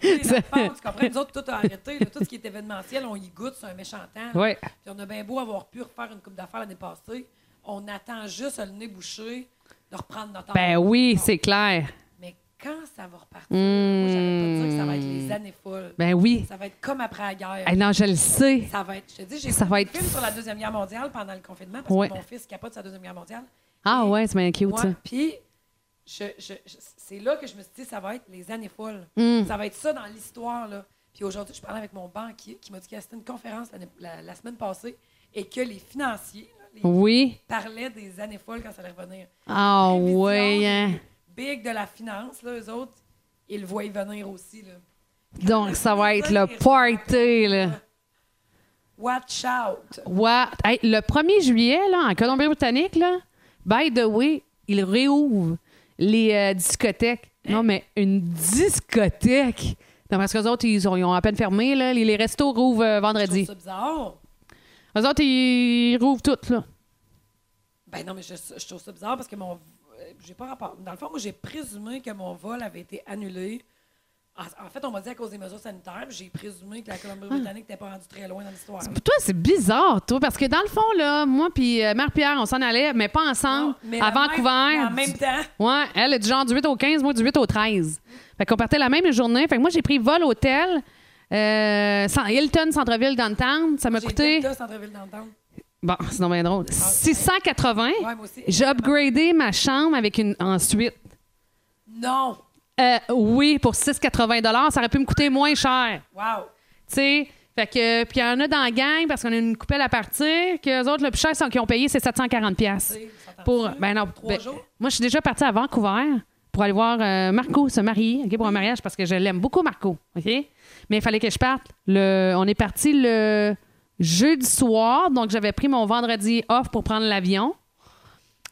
S1: les enfants, tu comprends, nous autres, tout a arrêté. là. tout ce qui est événementiel, on y goûte, c'est un méchant temps. là.
S2: Oui.
S1: Puis on a bien beau avoir pu refaire une coupe d'affaires l'année passée. On attend juste le nez bouché de reprendre notre
S2: Ben
S1: heure.
S2: oui, c'est clair.
S1: Mais quand ça va repartir, moi, j'arrête pas de dire que ça va être les années folles.
S2: Ben oui.
S1: Ça va être comme après la guerre.
S2: Hey, non, je le sais.
S1: Ça va être, je te dis, j'ai
S2: Ça
S1: vu
S2: va
S1: un
S2: être-
S1: film sur la Deuxième Guerre mondiale pendant le confinement parce
S2: Ouais.
S1: que mon fils capote sa Deuxième Guerre mondiale.
S2: Ah
S1: Et
S2: ouais, c'est bien cute,
S1: moi,
S2: ça.
S1: Puis, je- je- je- c'est là que je me suis dit, ça va être les années folles.
S2: Hmm.
S1: Ça va être ça dans l'histoire. là. Puis aujourd'hui, je parlais avec mon banquier qui m'a dit qu'il assistait à une conférence l'année- la, la semaine passée et que les financiers là, les-
S2: Oui.
S1: parlaient des années folles quand ça allait revenir.
S2: Ah
S1: Prévision
S2: ouais,
S1: des
S2: hein.
S1: Big de la finance, là, eux autres, ils le voient venir aussi. Là.
S2: Donc, ça va être le party, là.
S1: Watch out!
S2: Ouais. Hey, le 1er juillet, là, en Colombie-Britannique, là, by the way, ils réouvrent les euh, discothèques. Non, mais une discothèque! Non, parce qu'eux autres, ils ont, ils ont à peine fermé, là. Les, les restos rouvrent euh,
S1: Je trouve
S2: vendredi.
S1: ça bizarre.
S2: Eux autres, ils rouvrent toutes, là.
S1: Ben non, mais je, je trouve ça bizarre parce que mon. euh, J'ai pas rapport. Dans le fond, moi, j'ai présumé que mon vol avait été annulé. En, en fait, on m'a dit à cause des mesures sanitaires, puis j'ai présumé que la Colombie-Britannique n'était pas rendue très loin dans l'histoire.
S2: Pour toi, c'est bizarre, toi, parce que dans le fond, là, moi puis euh, Marie-Pierre, on s'en allait, mais pas ensemble,
S1: Non, mais la
S2: à
S1: même-
S2: Vancouver.
S1: mais en même temps.
S2: Ouais, elle est du genre du 8 au 15, moi du 8 au 13. Fait qu'on partait la même journée. Fait que moi, j'ai pris vol hôtel, euh, sans- Hilton, Centre-Ville, Downtown. Ça m'a
S1: J'ai Ah,
S2: coûté.
S1: Delta, centre-ville d'antan.
S2: Bon, c'est donc bien drôle. 680.
S1: Ouais, moi aussi.
S2: J'ai upgradé ma chambre avec une ensuite.
S1: Non!
S2: Euh, oui, pour 680 ça aurait pu me coûter moins cher.
S1: Wow!
S2: Tu sais, fait que puis il y en a dans la gang parce qu'on a une coupelle à partir que les autres le plus cher sont qui ont payé c'est 740 pièces.
S1: Tu sais, ça t'en
S2: Pour
S1: tue?
S2: ben non,
S1: Trois
S2: ben,
S1: jours?
S2: moi je suis déjà partie à Vancouver pour aller voir euh, Marco se marier, OK, pour un mariage parce que je l'aime beaucoup Marco, OK? Mais il fallait que je parte. Le on est parti le jeudi soir, donc j'avais pris mon vendredi off pour prendre l'avion.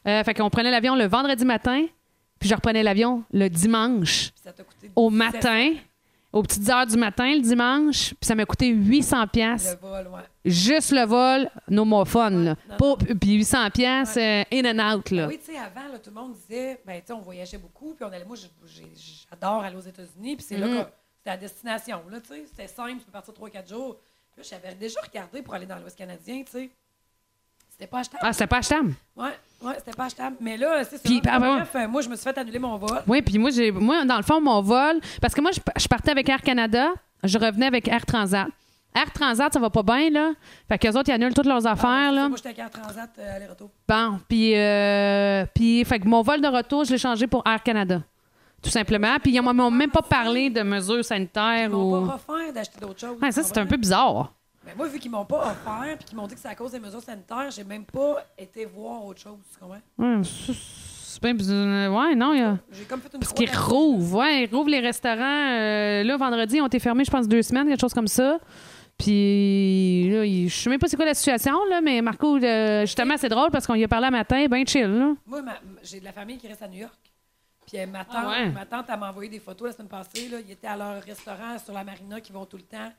S2: Euh, fait qu'on prenait l'avion le vendredi matin, puis je reprenais l'avion le dimanche
S1: Puis ça t'a coûté.
S2: au
S1: 17.
S2: matin aux petites heures du matin le dimanche, puis ça m'a coûté 800 pièces
S1: Le vol, ouais.
S2: juste le vol, no more fun là.
S1: non,
S2: Pas- puis 800 pièces euh, in and out là.
S1: Oui, tu sais, avant, là, tout le monde disait, ben, tu sais, on voyageait beaucoup, puis on allait, moi, j'ai- j'ai- j'adore aller aux États-Unis, puis c'est
S2: Mm-hmm.
S1: là que c'était à destination, là, tu sais, c'était simple, tu peux partir 3-4 jours. Puis Là, j'avais déjà regardé pour aller dans l'Ouest canadien, tu sais. C'était pas achetable.
S2: Ah, c'était pas achetable.
S1: Ouais, ouais, c'était pas achetable. Mais là, c'est ça.
S2: Puis, ah, vraiment.
S1: Bref, euh, moi, je me suis fait annuler mon vol.
S2: Oui, puis moi, j'ai, moi, dans le fond, mon vol, parce que moi, je, je partais avec Air Canada, je revenais avec Air Transat. Air Transat, ça va pas bien, là. Fait qu'eux autres, ils annulent toutes
S1: Ah,
S2: leurs affaires, là.
S1: Moi, j'étais à Air Transat euh, aller-retour.
S2: Bon, puis, euh, puis, fait que mon vol de retour, je l'ai changé pour Air Canada. Tout simplement. Puis, ils m'ont m'ont même pas parlé de mesures
S1: Ils
S2: sanitaires
S1: m'ont
S2: ou.
S1: pas offert d'acheter d'autres choses.
S2: Oh. Ouais, ça,
S1: tu
S2: c'est un
S1: comprends?
S2: peu bizarre.
S1: Mais moi, vu qu'ils m'ont pas offert, puis qu'ils m'ont dit que c'est à cause des mesures sanitaires, j'ai même pas été voir autre chose, tu comprends?
S2: Ouais, ça, c'est bien bizarre. Ouais, non, il y a.
S1: J'ai comme fait une
S2: Parce qu'ils
S1: croix-
S2: rouvrent, ouais, ils rouvrent les restaurants. Euh, là, vendredi, ils ont été fermés, je pense, deux semaines, quelque chose comme ça. Puis là, il- je sais même pas c'est quoi la situation, là, mais Marco, euh, justement, c'est drôle parce qu'on y a parlé un matin, ben chill, là.
S1: Moi, ma- j'ai de la famille qui reste à New York. Puis euh, ma tante,
S2: Ah ouais.
S1: ma tante, elle m'a envoyé des photos la semaine passée. Là. Ils étaient à leur restaurant sur la marina qui vont tout le temps.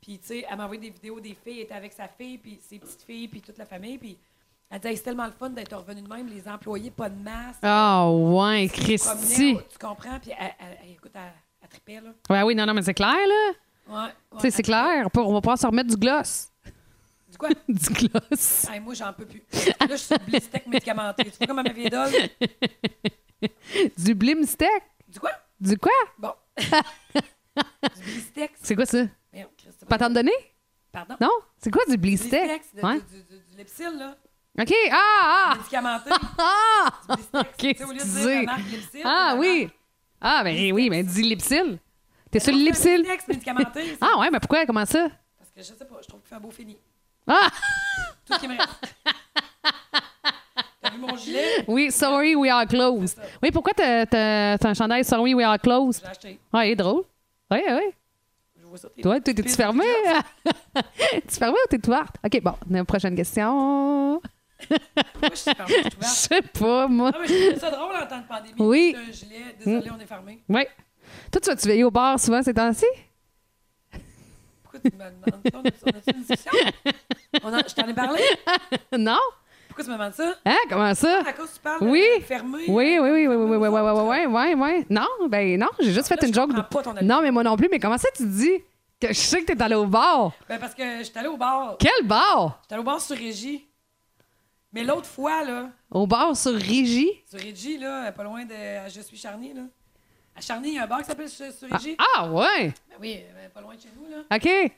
S1: Puis, tu sais, elle m'a envoyé des vidéos des filles. Elle était avec sa fille, puis ses petites filles, puis toute la famille. Puis, elle disait, Hey, c'est tellement le fun d'être revenu de même. Les employés, pas de masque.
S2: Ah, ouais,
S1: Ils se promenaient,
S2: Christy.
S1: Tu comprends? Puis, elle, elle- elle- écoute, elle, elle tripait, là.
S2: Ouais, oui, non, non, mais c'est clair, là.
S1: Ouais, ouais,
S2: Tu sais, c'est
S1: elle
S2: clair. Pour- On va pouvoir se remettre du gloss.
S1: tripait. Du quoi?
S2: du gloss.
S1: Hey, moi, j'en peux plus. Là, je suis blistec médicamenté. Tu vois comme ma vieille idole?
S2: Du blimsteak.
S1: Du quoi?
S2: Du quoi?
S1: Bon. du blistec.
S2: C'est quoi ça?
S1: Merde, Christ, c'est oh, pas-
S2: Patente donnée?
S1: Pardon?
S2: Non? C'est quoi du blimsteak?
S1: Blistex,
S2: Ouais.
S1: du, du, du, du Lepsil, là.
S2: OK. Ah,
S1: Médicamenté.
S2: ah,
S1: du
S2: ah!
S1: Blistex.
S2: OK,
S1: Tu sais, au lieu de dire
S2: excusez.
S1: la marque Lepsil.
S2: Ah
S1: la
S2: oui!
S1: marque-
S2: Ah, ben oui, mais dis Lipsil. T'es sur
S1: Non,
S2: le
S1: c'est un
S2: Lipsil?
S1: Blistex médicamenté.
S2: Ah ouais, mais pourquoi? Comment ça?
S1: Parce que je sais pas, je trouve que fait un beau fini.
S2: Ah!
S1: Tout ce qui me reste. T'as vu mon gilet?
S2: Oui, sorry, we are closed.
S1: C'est ça.
S2: Oui, pourquoi t'as, t'as- t'as un chandail sorry, we are
S1: Je
S2: closed?
S1: l'ai acheté.
S2: Ah, il est drôle. Oui, oui.
S1: Je vois ça. t'es-
S2: Toi, t'es- t'es-tu
S1: Pire
S2: fermé?
S1: que
S2: tu fermé ou t'es ouverte? OK, bon, la prochaine
S1: Moi,
S2: question.
S1: je suis fermée, je suis
S2: Je
S1: ouverte.
S2: sais pas, moi.
S1: Ah, mais je trouve ça drôle en temps de pandémie.
S2: Oui.
S1: C'est un gilet. Désolé, on est fermé.
S2: Oui. Toi, tu vas-tu veiller au bar souvent ces temps-ci?
S1: Pourquoi tu me demandes ça? On a- On a-tu une discussion? On en- Je t'en ai parlé.
S2: Non?
S1: Pourquoi tu me demandes ça?
S2: Hein? Comment ça?
S1: À cause que tu parles
S2: Oui.
S1: de euh, fermé.
S2: Oui, oui, oui, oui, oui, oui, oui,
S1: Nous
S2: oui,
S1: autres,
S2: oui, oui, oui, oui. Non, ben non, j'ai juste
S1: Là,
S2: fait une
S1: je
S2: joke.
S1: comprends pas ton avis.
S2: Non, mais moi non plus, mais comment ça tu dis que je sais que t'es allé au bar?
S1: Ben, parce que je suis allée au bar.
S2: Quel bar?
S1: J'étais allée au bar sur Régie. Mais l'autre fois, là,
S2: Au bar sur Régie?
S1: sur Régie, là, pas loin de à Je suis Charny, là. À Charny, il y a un bar qui s'appelle Sur sur Régie.
S2: Ah ouais!
S1: Ben oui, euh, pas loin de chez nous, là.
S2: OK.
S1: Ouais.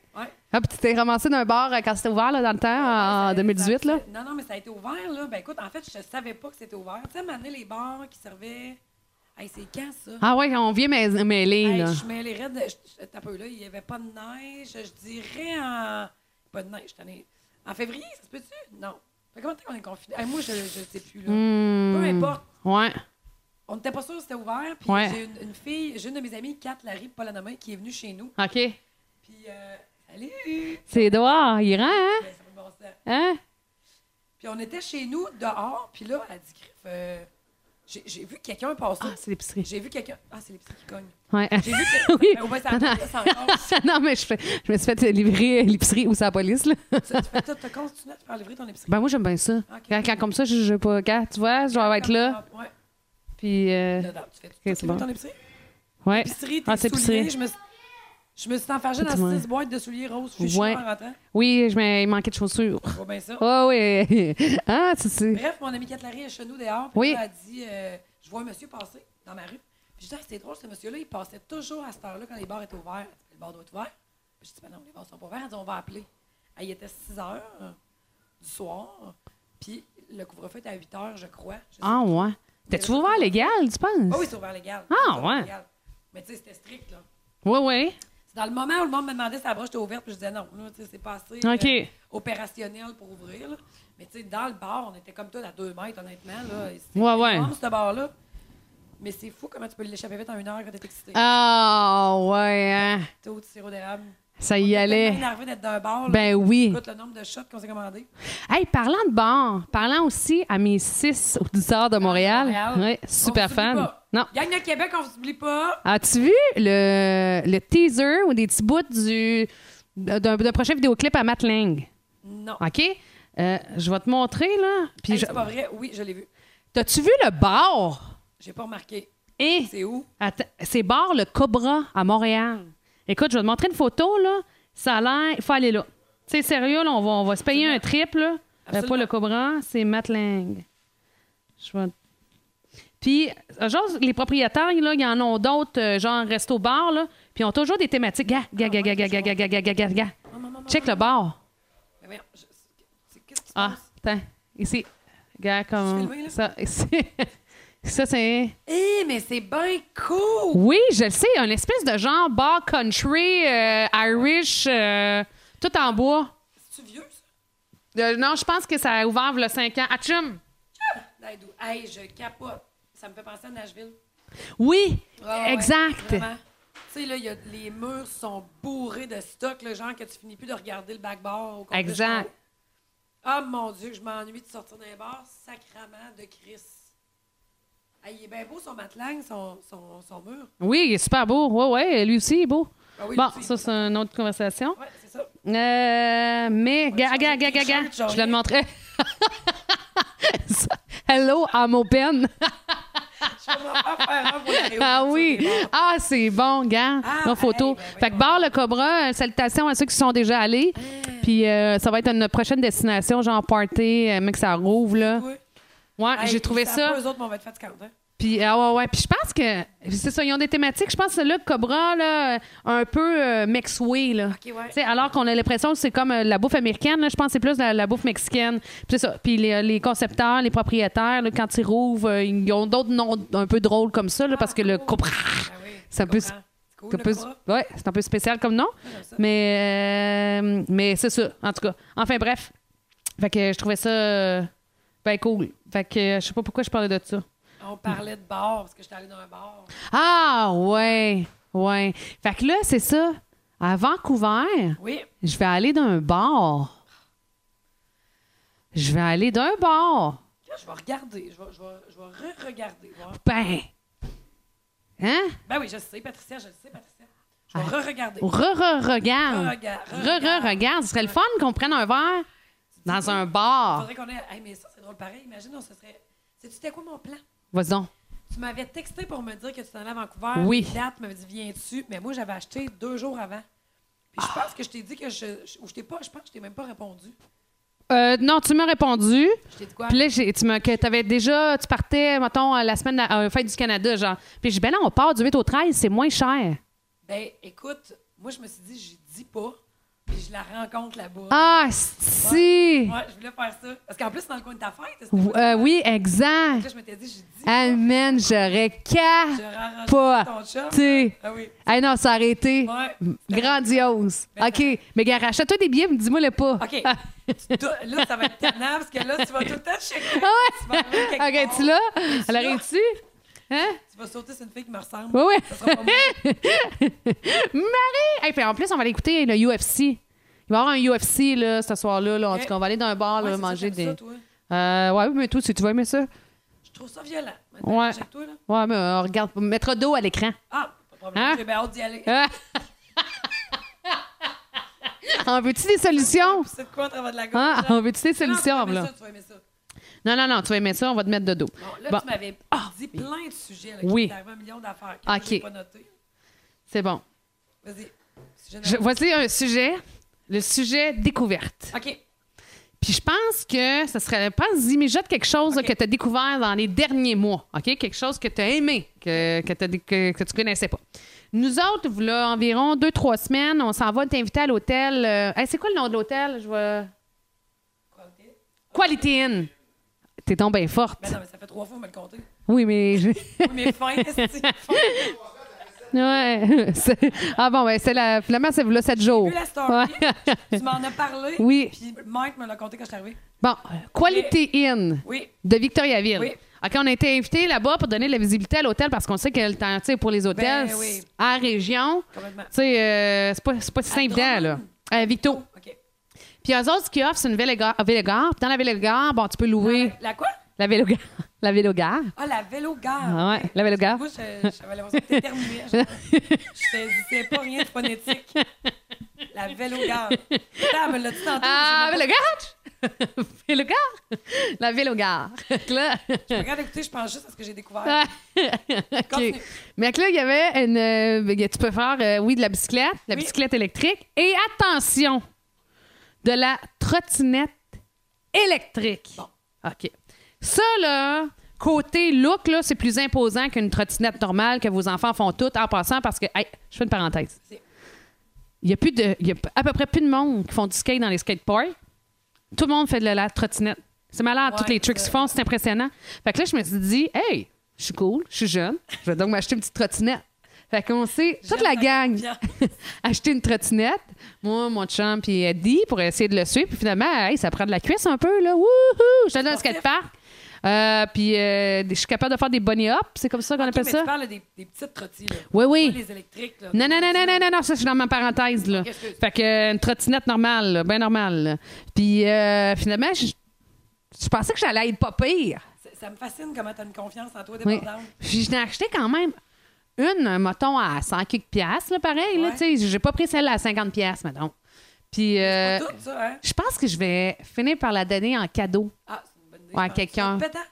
S2: Ah, puis tu t'es ramassé d'un bar euh, quand c'était ouvert là, dans le temps, en
S1: Ça-
S2: 2018,
S1: ça-
S2: là?
S1: Non, non, mais ça a été ouvert, là. Ben écoute, en fait, je savais pas que c'était ouvert. Tu sais, à un moment donné, les bars qui servaient. Hey, c'est quand ça?
S2: Ah ouais, on vient mais- mêler,
S1: Hey,
S2: là.
S1: je mets les raides. je- je- T'as peu, là, il n'y avait pas de neige. Je dirais en. Pas de neige, t'en ai. En février, ça se peut-tu? Non. Fait combien de temps qu'on est confiné? Hey, moi, je ne sais plus, là.
S2: Hmm.
S1: Peu importe.
S2: Ouais.
S1: On n'était pas sûr que c'était ouvert. Puis
S2: Ouais.
S1: j'ai une, une fille, j'ai une de mes amies, Kat Larry, pas la nommer, qui est venue chez nous.
S2: OK.
S1: Puis, euh, salut!
S2: C'est Edouard, il rend, hein?
S1: Ben, ça fait bon sens.
S2: Hein?
S1: Puis on était chez nous, dehors. Puis là, elle dit, Griff, euh, j'ai j'ai vu quelqu'un passer.
S2: Ah, c'est l'épicerie.
S1: j'ai vu quelqu'un. Ah, c'est les petits qui cognent.
S2: Ouais.
S1: J'ai vu quelqu'un.
S2: Oui.
S1: Ben, au moins, ça passe, ça encore.
S2: non, mais je, fais- je me suis fait livrer l'épicerie ou sa police, là.
S1: Tu, tu fais tout, tu continues à te faire livrer ton épicerie.
S2: Ben moi j'aime bien ça.
S1: Ok.
S2: Quand, quand comme ça, je, je pas. Quand, tu vois, je vais être là.
S1: Ah, Ouais.
S2: Puis euh,
S1: Non, non, tu fais tout,
S2: c'est
S1: tu livres
S2: bon.
S1: ton épicerie.
S2: ouais.
S1: Épicerie, tes
S2: Ah, c'est
S1: souliers.
S2: épicerie.
S1: Je me, suis- je me suis enfargée
S2: Dis-moi.
S1: dans six boîtes de souliers roses. Je suis
S2: Ouais.
S1: chère en rentrant.
S2: Oui, je m'ai- il manquait de chaussures.
S1: Je vois bien ça.
S2: Ah oui. Ah, tu sais.
S1: Bref, mon ami Catlerie est chez nous dehors. Puis
S2: Oui.
S1: là, elle dit euh, Je vois un monsieur passer dans ma rue. Puis je dis Ah, C'est drôle, ce monsieur-là, il passait toujours à cette heure-là quand les bars étaient ouverts. Elle dit, Le bar doit être ouvert. Puis je dis Ben non, les bars sont pas ouverts. Elle dit On va appeler. Elle, il était 6 heures euh, du soir. Puis le couvre-feu était à 8 heures, je crois. Je sais
S2: Ah
S1: pas.
S2: ouais. T'as-tu ouvert légal, tu penses?
S1: Ah oui, c'est ouvert légal.
S2: Ah,
S1: C'est ouvert
S2: ouais.
S1: légal. Mais tu sais, c'était strict, là.
S2: Oui, oui.
S1: C'est dans le moment où le monde me demandait si la broche était ouverte, puis je disais non, là, tu sais, c'est passé
S2: OK.
S1: opérationnel pour ouvrir. là. Mais tu sais, dans le bar, on était comme toi à deux mètres, honnêtement. Là. Et C'était
S2: Ouais, ouais.
S1: énorme, ce bar-là. Mais c'est fou comment tu peux l'échapper vite en une heure quand t'es excité.
S2: Ah ouais. hein.
S1: Taux de sirop d'érable.
S2: Ça Ah, y
S1: tellement
S2: allait.
S1: énervé d'être d'un bar. là.
S2: Ben oui.
S1: Écoute le nombre de shots qu'on s'est commandés.
S2: Hey, parlant de bar, parlant aussi à mes six auditeurs de Ah, Montréal.
S1: Montréal.
S2: Ouais, super
S1: On vous oublie
S2: fan.
S1: pas.
S2: Non.
S1: Gang de Québec, on vous oublie pas.
S2: As-tu vu le, le teaser ou des petits bouts du, d'un, d'un prochain vidéoclip à Matt Lang?
S1: Non.
S2: OK? Euh, je vais te montrer, là. Puis
S1: Hey,
S2: je-
S1: C'est pas vrai. Oui, je l'ai vu.
S2: T'as-tu vu le bar?
S1: J'ai pas remarqué.
S2: Et
S1: C'est où?
S2: Attends, c'est bar le Cobra à Montréal. Écoute, je vais te montrer une photo, là. Ça a l'air. Il faut aller là. C'est sérieux, là, on va, on va se payer un trip, là. Euh,
S1: Absolument.
S2: pas le Cobra, c'est Matling. Je vais. Puis, euh, genre, les propriétaires, là, il y en ont d'autres, euh, genre resto-bar, là. Puis, ils ont toujours des thématiques. Ga, ga,
S1: Ah,
S2: ga, ga, ga, ga, ga, ga, ga, ga, ga, ga.
S1: Non, non, non, non,
S2: Check
S1: non.
S2: le bar.
S1: Mais voyons, je- c'est- Qu'est-ce qui se
S2: Ah,
S1: passe?
S2: attends. Ici. Gars,
S1: Je suis
S2: comme.
S1: filmée, là?
S2: Ça, ici. ça, c'est.
S1: Eh, mais c'est ben cool!
S2: Oui, je le sais, un espèce de genre bar country, euh, Irish, euh, tout en bois.
S1: C'est-tu vieux, ça?
S2: Euh, non, je pense que ça a ouvert le 5 ans. Achum!
S1: Daidou. Ah! Hey, je capote. Ça me fait penser à Nashville.
S2: Oui,
S1: Ah ouais,
S2: exact.
S1: vraiment. Tu sais, là, il y a- les murs sont bourrés de stock, le genre que tu finis plus de regarder le backboard au complet
S2: Exact.
S1: jusqu'en haut. Ah mon Dieu, que je m'ennuie de sortir d'un bar, sacrament de Chris. Ah, il est bien beau son matelang, son, son, son mur.
S2: oui, il est super beau. Oui, oui, lui aussi, il est beau.
S1: Ah oui,
S2: bon,
S1: lui aussi.
S2: ça, c'est une autre conversation.
S1: Ouais, c'est ça.
S2: Euh, mais,
S1: changer
S2: gaga, gaga,
S1: de
S2: gaga,
S1: t-shirt,
S2: je le
S1: Jean-Yves.
S2: montrais. Hello, I'm
S1: Je
S2: open.
S1: vais m'en faire un pour la
S2: Ah
S1: réouverture
S2: oui!
S1: des bars.
S2: Ah, c'est bon, gars!
S1: Ah,
S2: Nos photos.
S1: hey, ben
S2: fait que Bar le Cobra, euh, salutations à ceux qui sont déjà allés. Puis euh, ça va être une prochaine destination, genre party, euh, mais que ça rouvre, là.
S1: Ouais.
S2: Ouais,
S1: Hey,
S2: Ah, j'ai trouvé
S1: ils savent
S2: ça.
S1: pas, Eux autres, mais on va être fatigants. Hein?
S2: Puis, ah ouais, ouais. Puis je pense que, c'est ça, ils ont des thématiques. Je pense que là, Cobra, là, un peu euh, mexoué, là.
S1: Ok, ouais.
S2: Tu sais, alors qu'on a l'impression que c'est comme euh, la bouffe américaine, là, je pense que c'est plus la, la bouffe mexicaine. Puis c'est ça. Puis les, les concepteurs, les propriétaires, là, quand ils rouvrent, euh, ils ont d'autres noms un peu drôles comme ça, là, parce que le Cobra,
S1: Ah oui,
S2: c'est un
S1: je
S2: peu-
S1: comprends. C'est cool,
S2: c'est un
S1: le
S2: peu-
S1: bras.
S2: ouais, c'est un peu spécial comme nom.
S1: J'aime ça.
S2: Mais, euh, mais c'est ça, en tout cas. Enfin, bref. Fait que je trouvais ça euh, ben cool. Fait que euh, je sais pas pourquoi je parlais de ça.
S1: On parlait de bar, parce que j'étais allée dans un bar.
S2: Ah, ouais, ouais. Fait que là, c'est ça. À Vancouver,
S1: Oui,
S2: je vais aller dans un bar. Je vais aller dans un bar.
S1: je vais regarder, je vais, je vais, je vais re-regarder. voir.
S2: Ben. Hein?
S1: Ben oui, je le sais, Patricia, je le sais, Patricia. Je vais re-regarder.
S2: Re-re-regarde.
S1: Re-regarde, re-regarde.
S2: Ah. Re-re-regarde. Ce serait le fun qu'on prenne un verre dans un bar.
S1: Faudrait qu'on ait. Hey, mais ça, c'est drôle pareil. Imagine, on se serait. Sais-tu, c'était quoi mon plan?
S2: Vas-y donc.
S1: Tu m'avais texté pour me dire que tu t'en allais à Vancouver.
S2: Oui.
S1: les dates, tu m'avais dit, viens-tu? Mais moi, j'avais acheté deux jours avant. Puis
S2: Ah.
S1: je pense que je t'ai dit que je. je- Ou je t'ai pas, je pense que je t'ai même pas répondu.
S2: Euh, non, tu m'as répondu.
S1: Je t'ai dit quoi?
S2: Puis là, j'ai- tu m'as- que t'avais déjà, tu partais, mettons, à la semaine, à la fête du Canada, genre. Puis j'ai dit, ben non, on part du 8 au 13, c'est moins cher.
S1: Ben, écoute, moi, je me suis dit, j'y dis pas, puis je la rencontre là-bas.
S2: Ah,
S1: Ouais,
S2: si!
S1: je voulais faire ça. Parce qu'en plus, dans le coin de ta fête, c'était
S2: W-
S1: pas-
S2: euh, oui,
S1: Là,
S2: exact.
S1: je m'étais dit, j'ai dit.
S2: Amen, j'aurais
S1: Je
S2: qu'à
S1: rarrange
S2: pas.
S1: ton chum.
S2: Tu sais.
S1: Ah oui.
S2: Ah non, ça a arrêté.
S1: Ouais. Ben,
S2: Grandiose. OK. Mais gars, achète-toi des billets, mais dis-moi le pas.
S1: OK. Tu dois- là, ça va être tannant parce que là, tu vas tout le temps checker. Tu vas arriver quelque
S2: Ah OK,
S1: part,
S2: tu l'as? Elle arrive-tu? Hein?
S1: Tu vas sauter sur une fille qui me ressemble.
S2: Oui, oui.
S1: Ça sera pas moi.
S2: Marie! Hey, puis en plus, on va aller écouter le UFC. Il va y avoir un UFC là, ce soir-là. là. En
S1: Ok.
S2: tout cas, on va aller dans un bar
S1: Ouais,
S2: là,
S1: c'est
S2: manger
S1: ça, t'aimes
S2: des.
S1: ça, toi.
S2: Euh, ouais, mais toi, si tu vas aimer ça.
S1: Je trouve ça violent.
S2: Ouais.
S1: Maintenant, Avec toi, là.
S2: Ouais, mais euh, regarde, on mettra d'eau à l'écran.
S1: Ah, pas de problème.
S2: Hein?
S1: J'ai bien hâte d'y aller.
S2: Ah! en veux-tu des solutions?
S1: C'est de quoi en travers de la gorge?
S2: Hein?
S1: là?
S2: En veux-tu des
S1: Non, tu vas
S2: solutions?
S1: aimer
S2: Là?
S1: ça, tu vas aimer ça.
S2: Non, non, non, tu vas aimer ça, on va te mettre de dos.
S1: Bon, là,
S2: Bon. Ah,
S1: tu m'avais dit plein de sujets. Là,
S2: Oui.
S1: qui t'arrivaient un million d'affaires. que moi,
S2: OK.
S1: j'ai pas noté.
S2: C'est bon.
S1: Vas-y. Sujet
S2: Je-
S1: numéro-
S2: voici un sujet, le sujet découverte.
S1: OK.
S2: Puis je pense que ce serait, pense-y, mais jette quelque chose là,
S1: OK.
S2: que tu as découvert dans les derniers mois, OK? Quelque chose que tu as aimé, que, que, t'as dé- que, que tu connaissais pas. Nous autres, voilà environ deux, trois semaines, on s'en va t'inviter à l'hôtel. euh, hey, c'est quoi le nom de l'hôtel? Je vois...
S1: Qualité.
S2: Quality Inn. T'es donc bien forte.
S1: Ben non, mais ça fait trois fois que vous me le comptez.
S2: Oui, mais... je-
S1: Oui, mais fin, est-ce que- fin.
S2: ouais. c'est- Ah bon, ben, c'est la... finalement, c'est là sept jours.
S1: J'ai vu la story.
S2: Oh. Ouais.
S1: Tu m'en as parlé.
S2: Oui.
S1: Puis Mike me l'a compté quand je suis arrivée.
S2: Bon, Quality Inn
S1: Oui.
S2: de Victoriaville.
S1: Oui.
S2: OK, on a été invités là-bas pour donner de la visibilité à l'hôtel parce qu'on sait que le temps, tu sais, pour les hôtels,
S1: Ben oui.
S2: à région, tu
S1: Complètement.
S2: sais, euh, c'est pas, c'est pas si simple évident, là.
S1: Drummond?
S2: À Victo.
S1: OK.
S2: Puis eux autres, ce qu'ils offrent, c'est une vélogare. vélogare. Puis dans la vélogare, bon, tu peux louer
S1: Euh, La, la quoi?
S2: la vélogare. La vélogare.
S1: Ah, la vélo-gare.
S2: Ah ouais, la vélogare.
S1: Moi, je, je savais l'impression que c'était terminé. Je je saisissais pas rien de phonétique. La vélo-gare. Putain, me l'a-tu tantôt?
S2: Ah,
S1: j'ai même
S2: vélogare! vélogare! La vélogare. Fait que là-
S1: pas- Regarde, écoutez, je pense juste à ce que j'ai découvert.
S2: Ah, OK.
S1: Continue.
S2: Mais que là, il y avait une. euh, tu peux faire, euh, oui, de la bicyclette, la
S1: Oui.
S2: bicyclette électrique. Et attention, de la trottinette électrique.
S1: Bon.
S2: OK. Ça, là, côté look, là, c'est plus imposant qu'une trottinette normale que vos enfants font toutes en passant parce que. Hey, je fais une parenthèse.
S1: C'est-
S2: Il y a plus de. Il y a à peu près plus de monde qui font du skate dans les skateparks. Tout le monde fait de la trottinette. C'est malade,
S1: Ouais,
S2: tous les tricks
S1: c'est
S2: qu'ils font, c'est impressionnant. Fait que là, je me suis dit, hey, je suis cool, je suis jeune, je vais donc m'acheter une petite trottinette. Fait qu'on sait,
S1: J'aime
S2: toute la
S1: ta
S2: gang,
S1: confiance.
S2: acheter une trottinette, moi, mon chum, puis Eddie, pour essayer de le suivre. Puis finalement, hey, ça prend de la cuisse un peu, là. Wouhou! Je dans un
S1: Sportif.
S2: skatepark. Euh, puis euh, je suis capable de faire des bunny hops, c'est comme ça qu'on
S1: Mais
S2: appelle
S1: tu
S2: ça?
S1: parles des, des petites trottis, là.
S2: Oui, oui.
S1: Pas les électriques, là.
S2: Non, non, non, non, non, non, non, ça, je suis dans ma parenthèse, là.
S1: Ok, excuse.
S2: Fait que euh, une trottinette normale, là, bien normale. là. Puis euh, finalement, je, je pensais que j'allais être pas pire.
S1: Ça, ça me fascine comment t'as une confiance en toi,
S2: Oui.
S1: dépendante.
S2: Puis je l'ai acheté quand même une, un moton à 100 quelques piastres, là, pareil. Là,
S1: Ouais.
S2: tu sais, j'ai pas pris celle à 50 piastres, mettons. Puis euh,
S1: C'est Pas tout, ça, hein?
S2: je pense que je vais finir par la donner en cadeau,
S1: Ah, c'est une bonne idée.
S2: Ouais,
S1: je pense.
S2: quelqu'un.
S1: Tu vas te péter.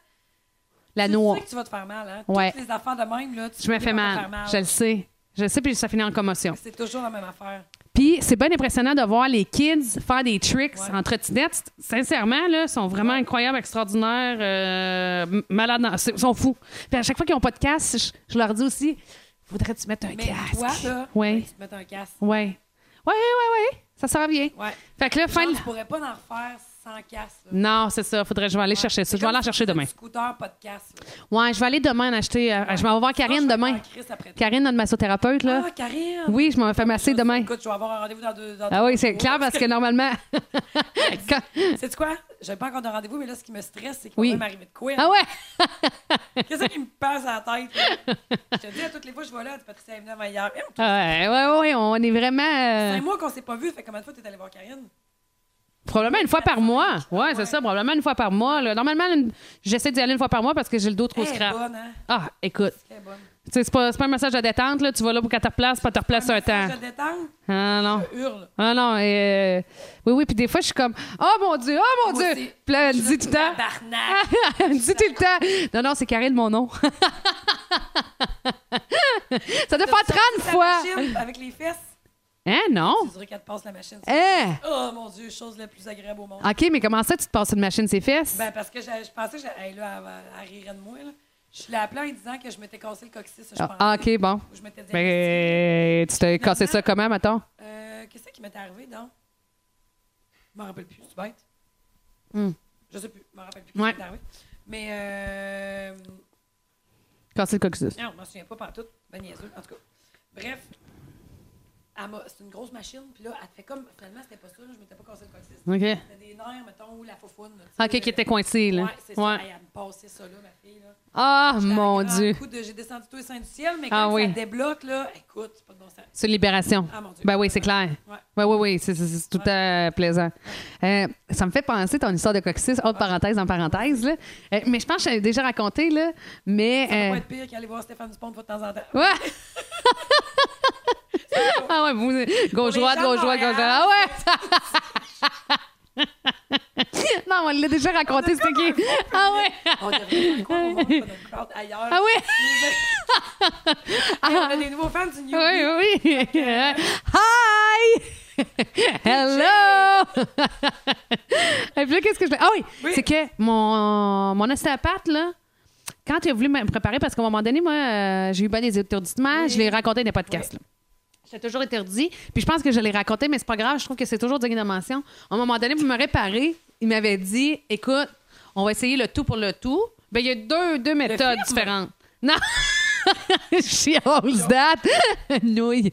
S2: la
S1: Tu
S2: noix.
S1: sais que tu vas te faire mal, hein?
S2: Ouais.
S1: Toutes les affaires de même, là, tu
S2: Je me
S1: finis
S2: fais
S1: par te
S2: mal.
S1: faire
S2: Je le sais. Je le sais, puis ça finit en commotion.
S1: C'est toujours la même affaire.
S2: Puis c'est bien impressionnant de voir les kids faire des tricks
S1: Ouais.
S2: en trottinette. C'est- Sincèrement, là, ils sont vraiment incroyables, extraordinaires, euh, m- malades. dans- c'est- Ils sont fous. Puis à chaque fois qu'ils n'ont pas de casque, je, je leur dis aussi Faudrait-tu mettre un
S1: Mais
S2: casque
S1: toi, là,
S2: Ouais.
S1: tu te mets un casque.
S2: Ouais. Ouais, ouais, ouais, ouais. Ça sert bien.
S1: Ouais.
S2: Fait que là, fin
S1: Genre,
S2: de-
S1: tu pourrais pas en refaire sans casque. là.
S2: Non, c'est ça. Faudrait que je vais aller
S1: Ouais.
S2: chercher ça.
S1: C'est
S2: Je vais
S1: comme
S2: aller en
S1: si
S2: chercher
S1: tu fais
S2: demain.
S1: du scooter, pas de casque. là.
S2: Ouais, je vais aller demain en acheter. euh, Je vais voir Karine
S1: Sinon, je vais
S2: demain.
S1: faire Chris après toi.
S2: Karine, notre massothérapeute, là.
S1: Ah, Karine!
S2: Oui, je m'en fais masser
S1: Je-
S2: demain.
S1: Écoute, je vais avoir un rendez-vous dans deux dans
S2: Ah oui,
S1: deux
S2: c'est
S1: jours.
S2: clair parce que normalement. Quand-
S1: Sais-tu quoi? J'ai pas encore de rendez-vous, mais là, ce qui me stresse, c'est qu'il
S2: Oui.
S1: va m'arriver de quoi?
S2: Ah ouais!
S1: Qu'est-ce qui me passe à la tête? là? je te dis, à toutes les fois, je vois là, Patricia est venue avant hier. Hum,
S2: ah Ouais, ouais, ouais, on est vraiment. euh,
S1: C'est un mois qu'on s'est pas vu. Fait combien de fois t'es allé voir Karine?
S2: probablement une fois par mois. Ouais, c'est ça, probablement une fois par mois. là. Normalement, une- j'essaie d'y aller une fois par mois parce que j'ai le dos trop
S1: Elle est
S2: scrap.
S1: bonne, hein?
S2: Ah, écoute.
S1: Elle est bonne.
S2: Tu sais, C'est pas, c'est pas un message de détente, là. Tu vas là pour qu'elle te replace, pas te replace un temps.
S1: Je détends,
S2: Ah non.
S1: je hurle.
S2: Ah non. et, euh, oui, oui. Puis des fois, je suis comme Oh mon Dieu, oh mon
S1: Moi
S2: Dieu.
S1: aussi.
S2: Puis là, elle
S1: Je
S2: dit
S1: suis
S2: tout le
S1: là,
S2: temps. Ah,
S1: tabarnak.
S2: Elle me dit tout le temps. Non, non, c'est Karine, mon nom. ça doit faire 30
S1: Sa
S2: fois.
S1: machine Avec les fesses,
S2: Hein, non?
S1: je dirais qu'elle te passe la machine.
S2: Hein?
S1: Oh mon Dieu, chose la plus agréable au monde.
S2: OK, mais comment ça, tu te passes une machine ses fesses?
S1: Ben, parce que j'ai- je pensais que j'ai- hey, là, elle, va- elle rirait de moi. Là. Je l'ai appelée en lui disant que je m'étais cassé le coccyx. Je Ben,
S2: Ah,
S1: pensais.
S2: ah, OK, bon.
S1: Je m'étais dit.
S2: Mais tu t'es cassé ça comment, mettons?
S1: Euh, Qu'est-ce qui m'était arrivé, donc? Je m'en rappelle plus, c'est bête.
S2: Hmm.
S1: Je sais plus, je m'en rappelle plus
S2: Ouais.
S1: ce qui m'est arrivé. Mais, euh,
S2: Cassé le coccyx.
S1: non, je m'en souviens pas pantoute. Ben niaiseux, en tout cas. Bref, elle m'a- c'est une grosse machine, puis là, elle te fait comme, finalement, c'était pas ça, là, je m'étais pas cassé le coccyx.
S2: OK.
S1: C'était des nerfs, mettons, ou la faufoune. là, tu sais,
S2: Ah, OK, qui était coincé, là.
S1: Ouais, c'est
S2: Ouais.
S1: ça. Hey, elle me passait ça, là, ma fille, là.
S2: Ah,
S1: J'étais
S2: mon
S1: arrivée en
S2: Dieu.
S1: coup de- J'ai descendu tout les seins du ciel, mais
S2: Ah
S1: quand
S2: oui.
S1: ça débloque, là, écoute, c'est pas de bon sens.
S2: C'est une libération.
S1: Ah, mon Dieu.
S2: Ben oui, c'est clair.
S1: Ouais.
S2: Oui, oui, oui, c'est, c'est- c'est tout à fait plaisant. Euh, ça me fait penser ton histoire de coccyx, autre
S1: Ah.
S2: parenthèse en parenthèse. Là. Euh, mais je pense que je l'avais déjà raconté, là. Mais.
S1: Ça va
S2: euh,
S1: pas être pire qu'aller voir Stéphane Dupont de fois de temps en temps.
S2: Ouais! ah ouais, vous, gauche
S1: les
S2: droite,
S1: gens de
S2: gauche droite, gauche droite.
S1: Montréal.
S2: Ah ouais! non, on l'a déjà raconté, c'était qui? Ah ouais!
S1: On devrait faire quoi au monde pour notre crowd ailleurs?
S2: Ah ouais! Ah.
S1: Hey, on a des nouveaux fans du New York.
S2: Oui, oui. Hi! Hello! Et puis là, qu'est-ce que je... Ah oui,
S1: Oui.
S2: c'est que mon, mon ostéopathe, là, quand il a voulu me préparer, parce qu'à un moment donné, moi, euh, j'ai eu bien des étourdissements,
S1: Oui.
S2: je l'ai raconté dans les podcasts. J'ai toujours interdit. Puis je pense que je l'ai raconté, mais c'est pas grave. Je trouve que c'est toujours digne de mention. À un moment donné, pour me réparer, il m'avait dit écoute, on va essayer le tout pour le tout. Ben, il y a deux, deux méthodes
S1: film?
S2: différentes. Non! She holds that. Nouille.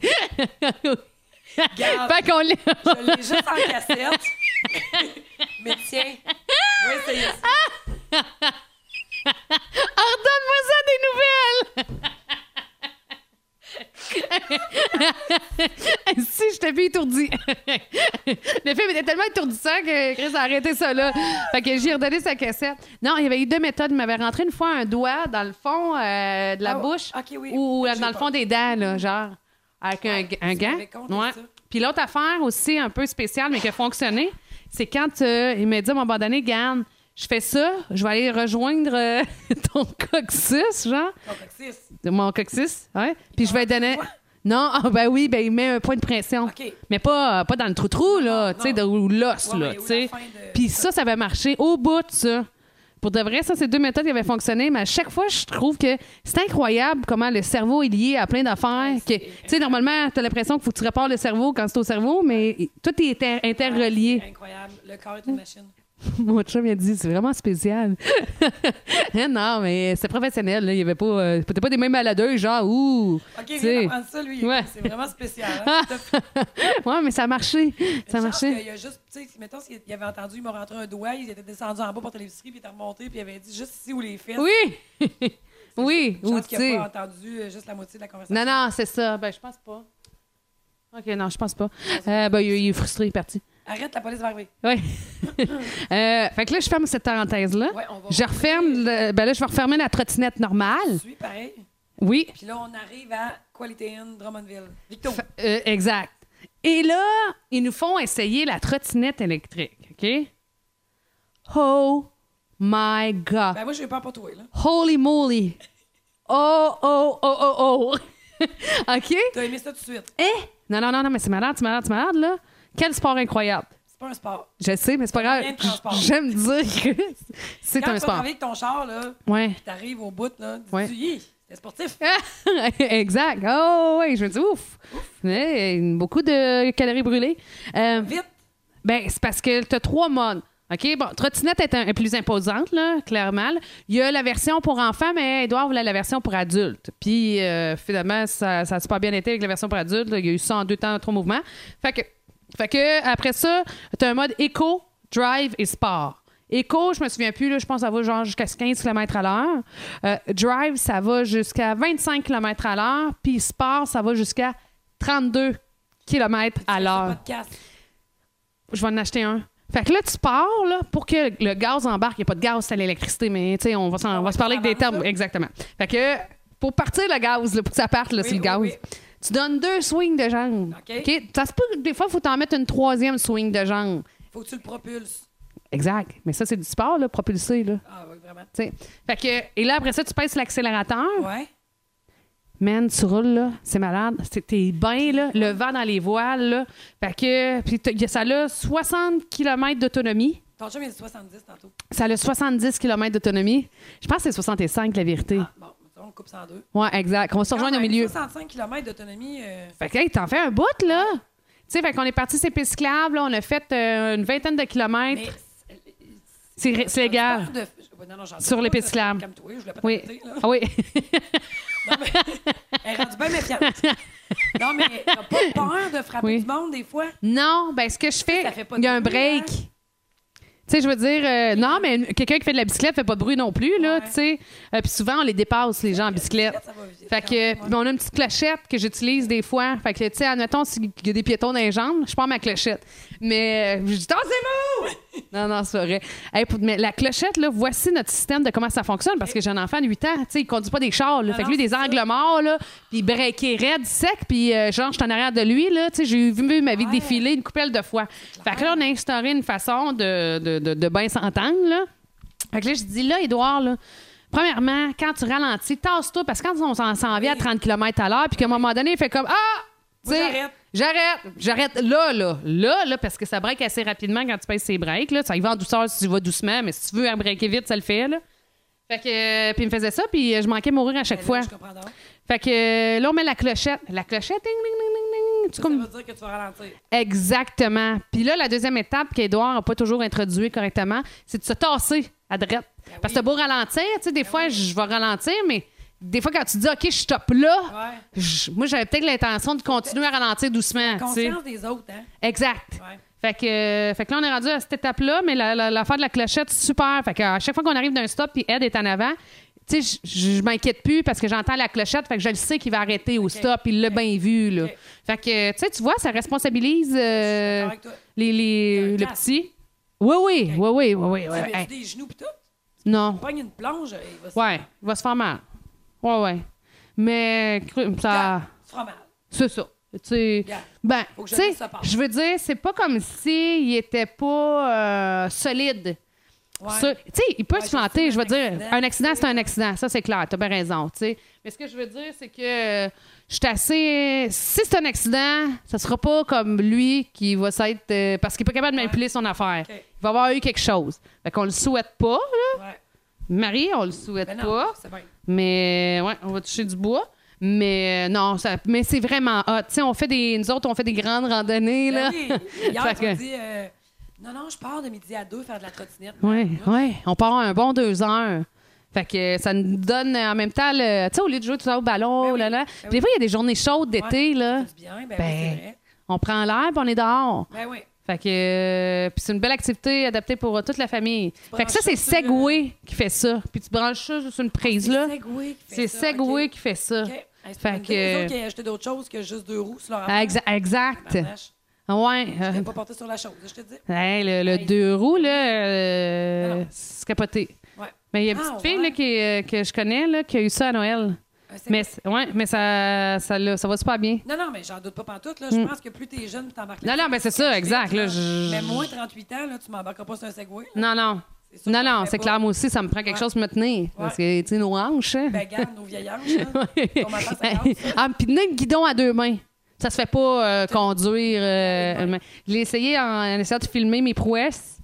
S1: Garde.
S2: fait qu'on l'a.
S1: Je l'ai juste en
S2: Ah,
S1: cassette. Mais tiens, on va essayer ça.
S2: Ordonne-moi ça des nouvelles! si, j'étais bien étourdie. le film était tellement étourdissant que Chris a arrêté ça là. Fait que j'ai redonné sa cassette. Non, il y avait eu deux méthodes. Il m'avait rentré une fois un doigt dans le fond euh, de la
S1: Ah,
S2: bouche
S1: ok, oui.
S2: ou euh,
S1: J'ai
S2: dans le
S1: peur.
S2: fond des dents, là, genre, avec un,
S1: Ouais,
S2: gu- un
S1: tu
S2: gant.
S1: m'avais conté
S2: Ouais.
S1: ça.
S2: Puis l'autre affaire aussi un peu spéciale, mais qui a fonctionné, c'est quand euh, il m'a dit à un moment donné, Garde, je fais ça, je vais aller rejoindre euh, ton coccyx, genre,
S1: Complexiste.
S2: mon coccyx, ouais, puis je vais donner. Non, ah ben oui, ben il met un point de pression.
S1: Ah, OK.
S2: Mais pas, euh, pas dans le trou-trou, là,
S1: Non,
S2: tu sais,
S1: non.
S2: de- ou l'os,
S1: Ouais,
S2: là,
S1: ouais,
S2: tu
S1: ou
S2: sais.
S1: la fin de-
S2: Puis ça, ça avait marché au bout de ça. Pour de vrai, ça, c'est deux méthodes qui avaient fonctionné, mais à chaque fois, je trouve que c'est incroyable comment le cerveau est lié à plein d'affaires. que- Tu sais, normalement, t'as l'impression qu'il faut que tu répares le cerveau quand c'est au cerveau, mais i- tout est inter- interrelié.
S1: Incroyable. Le corps
S2: Mmh.
S1: est une machine.
S2: Mon chum, il a dit, c'est vraiment spécial. Eh non, mais c'est professionnel, là. Il y avait pas... euh, T'es pas des mêmes maladeux, genre, ouh...
S1: Ok,
S2: tu
S1: viens
S2: sais.
S1: d'apprendre ça, lui.
S2: Ouais.
S1: C'est vraiment spécial.
S2: Ah!
S1: hein. T'as-
S2: ouais, mais ça a marché. Ça a
S1: Une chance
S2: marché.
S1: qu'il y a juste, tu sais, mettons, s'il avait entendu, il m'a rentré un doigt, il était descendu en bas pour l'épicerie, puis il était remonté, puis il avait dit juste ici où les fesses.
S2: Oui! oui,
S1: Je
S2: ou
S1: pense
S2: tu
S1: qu'il n'a
S2: sais.
S1: pas entendu euh, juste la moitié de la conversation.
S2: Non, non, c'est ça. Ben, je pense pas. OK, non, je pense pas. Euh, ben, il, il est frustré, il est parti.
S1: Arrête, la police va arriver.
S2: Oui. Euh, fait que là, je ferme cette parenthèse-là.
S1: Ouais, on va-
S2: je referme. le- ben là, je vais refermer la trottinette
S1: Je
S2: normale.
S1: suis pareil.
S2: Oui.
S1: Puis là, on arrive à Quality Inn, Drummondville. Victo.
S2: F- euh, exact. Et là, ils nous font essayer la trottinette électrique. OK? Oh my God.
S1: Ben, moi, je vais pas pour toi, là.
S2: Holy moly. Oh, oh, oh, oh, oh. OK?
S1: T'as aimé ça tout de suite.
S2: Eh? Non, non, non, non, mais c'est malade, c'est malade, c'est malade, là. Quel sport incroyable.
S1: C'est pas un sport.
S2: Je sais, mais c'est pas grave.
S1: Moyen de transport.
S2: J'aime dire que c'est
S1: Quand tu
S2: un
S1: vas
S2: sport.
S1: travailler avec ton char, là,
S2: Ouais.
S1: puis t'arrives au bout, là,
S2: Ouais.
S1: dis-tu, Hi, c'était sportif.
S2: exact. Oh, oui, je me dis ouf. Mais, euh, beaucoup de calories brûlées. Euh,
S1: Vite.
S2: ben, c'est parce que t'as trois modes. OK? Bon, trottinette est, un- est plus imposante, là, clairement. Il y a la version pour enfants, mais Edouard voulait la version pour adultes. Puis, euh, finalement, ça, ça a super bien été avec la version pour adultes. là. Il y a eu ça en deux temps, trois mouvements. Fait que, fait que après ça, t'as un mode éco, drive et sport. Éco, je me souviens plus, là, je pense que ça va genre jusqu'à 15 km à l'heure. Euh, drive, ça va jusqu'à 25 km à l'heure. Puis sport, ça va jusqu'à 32 km à l'heure
S1: Podcast.
S2: je vais en acheter un. Fait que là, tu pars, là, pour que le gaz embarque. Il n'y a pas de gaz, c'est à l'électricité, mais tu sais, on va, s'en- on va se parler avec des
S1: Ça avance,
S2: termes.
S1: là.
S2: Exactement. Fait que pour partir le gaz, là, pour que ça parte, là,
S1: Oui,
S2: c'est le
S1: oui,
S2: gaz,
S1: oui.
S2: tu donnes deux swings de jambe.
S1: OK.
S2: OK? Ça se peut que des fois, il faut t'en mettre une troisième swing de jambe.
S1: Faut que tu le propulses.
S2: Exact. Mais ça, c'est du sport, là, propulsé, là.
S1: Ah, oui, vraiment.
S2: Tu sais. Fait que, et là, après ça, tu pèses l'accélérateur.
S1: Ouais.
S2: Man, tu roules, là. C'est malade. C'est- T'es bien, là. Le vent dans les voiles, là. Fait que, puis t'as- y a- ça a 60 km d'autonomie.
S1: Ton chum, il a dit 70 tantôt.
S2: Ça a 70 km d'autonomie. Je pense que c'est 65, la vérité.
S1: Ah, bon, on le coupe ça en deux.
S2: Ouais, exact. On se
S1: Quand
S2: rejoint au
S1: même,
S2: milieu.
S1: 65 km d'autonomie. euh,
S2: Fait que, hey, t'en fais un bout, là. Tu sais, fait qu'on est parti, c'est cyclable. là. On a fait euh, une vingtaine de kilomètres.
S1: mais
S2: C'est ré- c'est légal.
S1: Tu parles de- Ouais, non, non, j'en
S2: Sur
S1: doute
S2: les
S1: pas,
S2: pistes cyclables.
S1: Calme-toi, je voulais pas
S2: Oui.
S1: t'arrêter, là.
S2: Ah oui.
S1: Non, mais... Elle est rendue bien méfiante. Non, mais t'as pas peur de frapper
S2: Oui.
S1: du monde, des fois?
S2: non, ben, ce que je fais,
S1: Ça fait pas de
S2: il y a un
S1: bruit,
S2: break.
S1: hein?
S2: Tu sais, je veux dire, euh, non, mais quelqu'un qui fait de la bicyclette fait pas de bruit non plus, là,
S1: Ouais.
S2: tu sais. Euh, Puis souvent, on les dépasse, les gens en bicyclette.
S1: Ça va vite.
S2: Fait que, puis on a une petite clochette que j'utilise des fois. Fait que, tu sais, admettons, s'il y a des piétons dans les jambes, je prends ma clochette. Mais euh, je dis, tassez-vous! non, non, c'est pas vrai. Hey, pour- mais la clochette, là, voici notre système de comment ça fonctionne parce que j'ai un enfant de 8 ans. Tu sais, il conduit pas des chars, là.
S1: Non,
S2: fait que
S1: Ah non,
S2: lui, des
S1: c'est ça.
S2: angles morts, là, puis braqué raide, sec, puis euh, genre, je suis en arrière de lui, là. Tu sais, j'ai vu ma vie
S1: Ouais.
S2: défiler une coupelle de fois. Fait que là, on a instauré une façon de, de, de, de bien s'entendre, là. Fait que là, je dis, là, Édouard, là, premièrement, quand tu ralentis, tasse-toi, parce que quand on s'en s'en vient à 30 km à l'heure, puis qu'à un moment donné, il fait comme Ah! Tu
S1: Moi,
S2: sais,
S1: j'arrête.
S2: J'arrête. J'arrête là, là. Là, là, parce que ça break assez rapidement quand tu pèses ses breaks. Là. Ça y va en douceur si tu vas doucement, mais si tu veux en breaker vite, ça le fait, là. Fait que, euh, puis il me faisait ça, puis euh, je manquais mourir à chaque fois.
S1: Je comprends donc.
S2: Fait que euh, là, on met la clochette. La clochette, ding, ding, ding, ding, ding. Tu
S1: Ça,
S2: comme-
S1: ça veut dire que tu vas ralentir.
S2: Exactement. Puis là, la deuxième étape qu'Edouard n'a pas toujours introduit correctement, c'est de se tasser à droite.
S1: Ben
S2: Parce que t'as beau ralentir, tu sais, des fois, je vais ralentir, mais des fois, quand tu dis, OK, je stoppe là,
S1: Ouais.
S2: je- moi, j'avais peut-être l'intention de continuer à ralentir doucement, Ah, tu sais.
S1: Conscience des autres, hein?
S2: Exact.
S1: Ouais.
S2: Fait que, euh, fait que là, on est rendu à cette étape-là, mais l'affaire la, l'affaire de la clochette, super. Fait que à chaque fois qu'on arrive d'un stop puis Ed est en avant, tu sais, je je m'inquiète plus parce que j'entends la clochette, fait que je le sais qu'il va arrêter au stop, il l'a bien vu, là.
S1: Ok.
S2: Fait que, tu sais, tu vois, ça responsabilise euh,
S1: d'accord avec toi.
S2: les, les,
S1: Il y a un
S2: le
S1: casque.
S2: petit. Oui, oui, oui, oui, oui, oui.
S1: Tu
S2: oui.
S1: avais
S2: Hey,
S1: des genoux pis tout.
S2: non.
S1: Pogne une plonge, il va se
S2: Ouais, il va se faire mal. Ouais, ouais. Mais cru- ça,
S1: Tu te feras mal.
S2: c'est ça. Tu sais,
S1: Regarde,
S2: ben,
S1: faut que je
S2: tu sais,
S1: laisse ça part.
S2: je veux dire, c'est pas comme si il était pas euh, solide.
S1: Ouais.
S2: Ça- Tu sais, il peut
S1: Ouais,
S2: se
S1: j'ai
S2: planter,
S1: fait
S2: je veux
S1: un
S2: dire.
S1: accident,
S2: Un accident,
S1: tu sais.
S2: c'est un accident. Ça, c'est clair. T'as bien raison, tu sais. Mais ce que je veux dire, c'est que euh, je suis assez... Si c'est un accident, ça sera pas comme lui qui va s'être... euh, parce qu'il est pas capable de manipuler son affaire.
S1: Ok.
S2: Il va avoir eu quelque chose. Fait qu'on le souhaite pas, là.
S1: Ouais.
S2: Marie, on le souhaite
S1: Ben
S2: pas.
S1: non, c'est bien.
S2: Mais ouais, on va toucher du bois. Mais euh, non, ça, mais c'est vraiment hot. Tu sais, on fait des, nous autres, on fait des grandes randonnées là.
S1: Ben oui, hier,
S2: Fait
S1: tu m'as
S2: que-
S1: dit, euh, non, non, je pars de midi à deux faire de la trottinette.
S2: Ouais,
S1: Là,
S2: ouais, on part un bon deux heures. Fait que euh, ça nous donne euh, en même temps, le- tu sais, au lieu de jouer tout ça au ballon,
S1: Ben oui,
S2: là,
S1: ben
S2: là. Puis
S1: oui.
S2: des fois, il y a des journées chaudes d'été
S1: ouais,
S2: là.
S1: ça fait du bien, ben, oui, c'est
S2: Ben,
S1: vrai.
S2: on prend l'air, puis on est dehors.
S1: Ben oui.
S2: Fait que euh, puis c'est une belle activité adaptée pour euh, toute la famille. Fait que ça, c'est
S1: branches ça sur le- Ah,
S2: Segway qui fait ça. Puis tu branches ça sur une prise là.
S1: C'est Segway qui fait
S2: C'est
S1: ça,
S2: Segway
S1: ok.
S2: qui fait ça.
S1: Ok. Hey, c'est
S2: Fait
S1: pas une
S2: que-
S1: idée. Les autres qui ont acheté d'autres choses que juste deux roues sur leur
S2: Ah,
S1: affaire.
S2: exa- exact.
S1: Tabarnache.
S2: Ouais.
S1: hein. Je
S2: euh,
S1: l'ai pas porté sur la chose, je te dis.
S2: Hey, le, le
S1: Hey.
S2: deux roues, là, euh,
S1: Ah non.
S2: c'est capoté.
S1: Ouais.
S2: Mais il y a une petite
S1: Ah,
S2: fille
S1: ouais.
S2: là, qui, euh, que je connais là, qui a eu ça à Noël.
S1: Ah, c'est
S2: Mais,
S1: vrai.
S2: c'est- ouais, mais ça, ça, l'a- ça va super bien.
S1: Non, non, mais j'en doute pas pantoute. Là. Je pense que plus t'es jeune, plus t'embarques
S2: Mm. Non,
S1: là-dessus.
S2: non, mais c'est ça, exact, là, je-
S1: Mais moins 38 ans, là, tu m'embarqueras pas sur un Segway. là.
S2: Non, non.
S1: C'est sûr
S2: Non,
S1: que
S2: non,
S1: je
S2: c'est
S1: fais
S2: clair,
S1: pas.
S2: moi aussi, ça me prend quelque
S1: Ouais.
S2: chose pour me tenir. Parce que, tu sais, nos hanches. hein.
S1: Ben, garde nos vieilles hanches. là. On m'entend, ça casse, ça.
S2: ah, puis tenir le guidon à deux mains. Ça se fait pas euh, conduire. euh, une main. je l'ai essayé en, en essayant de filmer mes prouesses.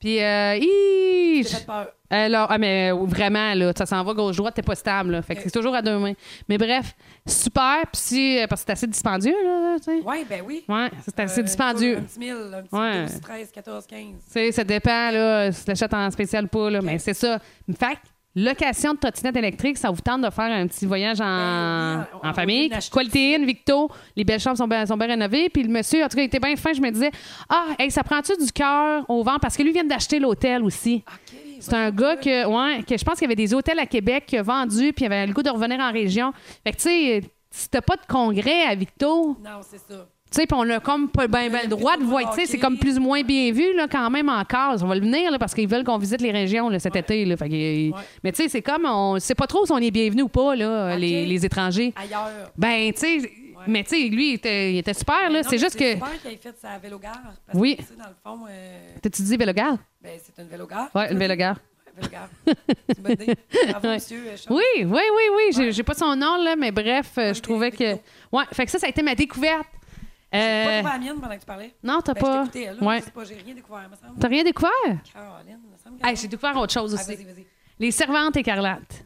S2: Puis, euh, hi,
S1: J'ai fait peur.
S2: Alors, ah, mais euh, vraiment, là, ça s'en va gauche-droite, t'es pas stable. là. Fait que
S1: Ok.
S2: c'est toujours à deux mains. Mais bref, super, puis si, euh, parce que c'est assez dispendieux, là, tu sais.
S1: Ouais, ben oui.
S2: Ouais, c'est assez
S1: Euh,
S2: dispendieux.
S1: Un petit 1000, un petit
S2: Ouais.
S1: 12, 13, 14, 15.
S2: Tu sais, ça dépend, là, si tu l'achètes en spécial ou pas, là, mais c'est ça. Fait que, location de trottinette électrique, ça vous tente de faire un petit voyage en,
S1: Ben oui, en-
S2: en
S1: en
S2: famille.
S1: ligne achetée.
S2: Qualité Inn, Victo, les belles chambres sont bien, sont bien rénovées. Puis le monsieur, en tout cas, il était bien fin, je me disais, ah, hey, ça prend-tu du cœur au vent? Parce que lui vient d'acheter l'hôtel aussi.
S1: OK.
S2: C'est un gars que, ouais, que je pense qu'il y avait des hôtels à Québec qui a vendu, puis il avait le goût de revenir en région. Fait que, tu sais, si t'as pas de congrès à Victo,
S1: Non, c'est ça.
S2: tu sais, puis on a comme pas ben, ben le droit de voir, tu sais, c'est comme plus ou moins bien vu, là, quand même, en case. On va le venir, là, parce qu'ils veulent qu'on visite les régions, là, cet été, là. Fait que- euh,
S1: Ouais.
S2: Mais tu sais, c'est comme, on sait pas trop si on est bienvenu ou pas, là,
S1: Ok.
S2: les, les étrangers.
S1: Ailleurs.
S2: Ben, tu sais, mais tu sais, lui, il était, il était super, là.
S1: Non,
S2: C'est
S1: mais
S2: juste que...
S1: C'est super qu'il ait fait sa vélogare. Parce
S2: Oui.
S1: que, tu sais, dans le fond, euh,
S2: T'as-tu dit Vélogare?
S1: ben, c'est une vélogare.
S2: Ouais, le Vélogare.
S1: Vélogare. Ben, c'est une bonne idée. Bravo,
S2: Ouais.
S1: monsieur. euh, Charles.
S2: Oui, oui, oui, oui. J'ai- J'ai pas son nom, là, mais bref, euh,
S1: Ok,
S2: je trouvais que.
S1: Victo.
S2: Ouais, fait que ça, ça a été ma découverte.
S1: J'ai pas
S2: Euh,
S1: trouvé la mienne pendant que tu parlais.
S2: non, t'as
S1: Ben,
S2: pas.
S1: Je t'écoutais, là.
S2: ouais.
S1: Je sais pas, j'ai rien découvert, il me semble.
S2: T'as rien découvert?
S1: Caroline, il me semble.
S2: Hey, j'ai découvert autre chose
S1: Ah, vas-y,
S2: aussi.
S1: vas-y.
S2: Les servantes écarlates.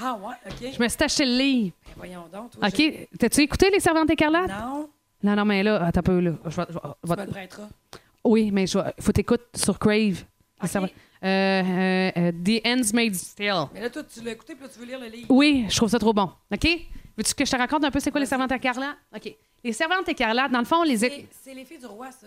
S1: Ah, ouais, OK.
S2: Je me suis acheté le livre.
S1: Ben, voyons donc. Toi, j'ai-
S2: OK. T'as-tu écouté Les servantes écarlates?
S1: Non,
S2: Non, non, mais là, attends un peu, là. Je vais- je vais- je
S1: tu
S2: vais-
S1: me le prêteras.
S2: Oui, mais je vais- faut t'écouter sur Crave. Les
S1: OK.
S2: servantes- Euh, euh, euh, The Handmaid's Tale.
S1: Mais là, toi, tu l'as écouté, puis là, tu veux lire le livre.
S2: Oui, je trouve ça trop bon. OK? Veux-tu que je te raconte un peu c'est quoi les servantes écarlates? OK. Les servantes écarlates, dans le fond, les. é-
S1: C'est- C'est les filles du roi, ça.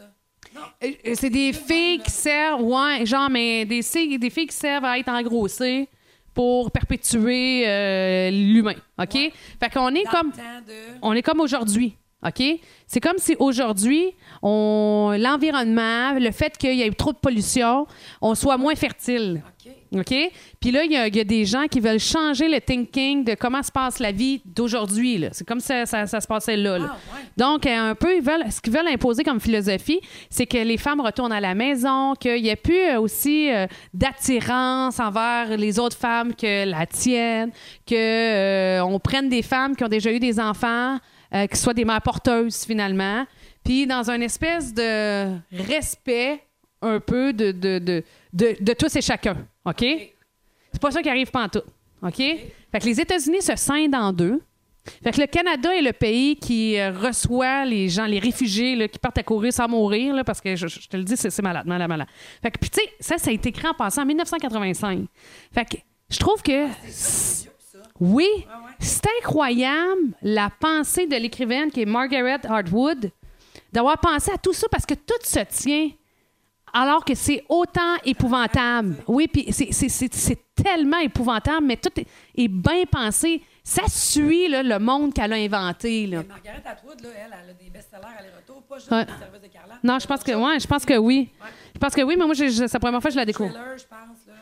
S1: Non.
S2: Euh, euh, C'est des filles qui servent, ouais, genre, mais des, filles- des filles qui servent à être engrossées pour perpétuer euh, l'humain, OK?
S1: Ouais.
S2: Fait qu'on est
S1: Dans
S2: comme,
S1: le temps de...
S2: on est comme aujourd'hui, OK? C'est comme si aujourd'hui, on, l'environnement, le fait qu'il y ait eu trop de pollution, on soit moins fertile.
S1: OK.
S2: OK? Puis là, il y, a- il y a des gens qui veulent changer le thinking de comment se passe la vie d'aujourd'hui. là. C'est comme ça, ça, ça se passait là. là.
S1: Ah, ouais.
S2: Donc, euh, un peu, ils veulent, ce qu'ils veulent imposer comme philosophie, c'est que les femmes retournent à la maison, qu'il n'y a plus euh, aussi euh, d'attirance envers les autres femmes que la tienne, que euh, on prenne des femmes qui ont déjà eu des enfants, euh, qui soient des mères porteuses finalement, puis dans un espèce de respect un peu de, de, de, de, de tous et chacun, OK? C'est pas ça qui arrive pas en tout, OK? Fait que les États-Unis se scindent en deux. Fait que le Canada est le pays qui euh, reçoit les gens, les réfugiés là, qui partent à courir sans mourir, là, parce que je, je te le dis, c'est c'est malade, malade, malade. Fait que, puis tu sais, ça, ça a été écrit en passant en 1985. Fait que je trouve que,
S1: Dieu, Ah, ça.
S2: oui,
S1: Ah, ouais.
S2: c'est incroyable la pensée de l'écrivaine qui est Margaret Hartwood d'avoir pensé à tout ça parce que tout se tient alors que c'est autant
S1: Ah,
S2: épouvantable. Oui, puis c'est- c'est- c'est c'est tellement épouvantable, mais tout est, est bien pensé. Ça suit là, le monde qu'elle a inventé. Là.
S1: Mais Margaret Atwood, là, elle, elle a des best-sellers aller-retour, pas juste
S2: Ouais.
S1: des services de Carla.
S2: Non, je pense que ouais, je pense que oui. Je pense que oui, mais moi, j'ai- c'est la première fois que je la découvre.
S1: Thriller, je pense. Là.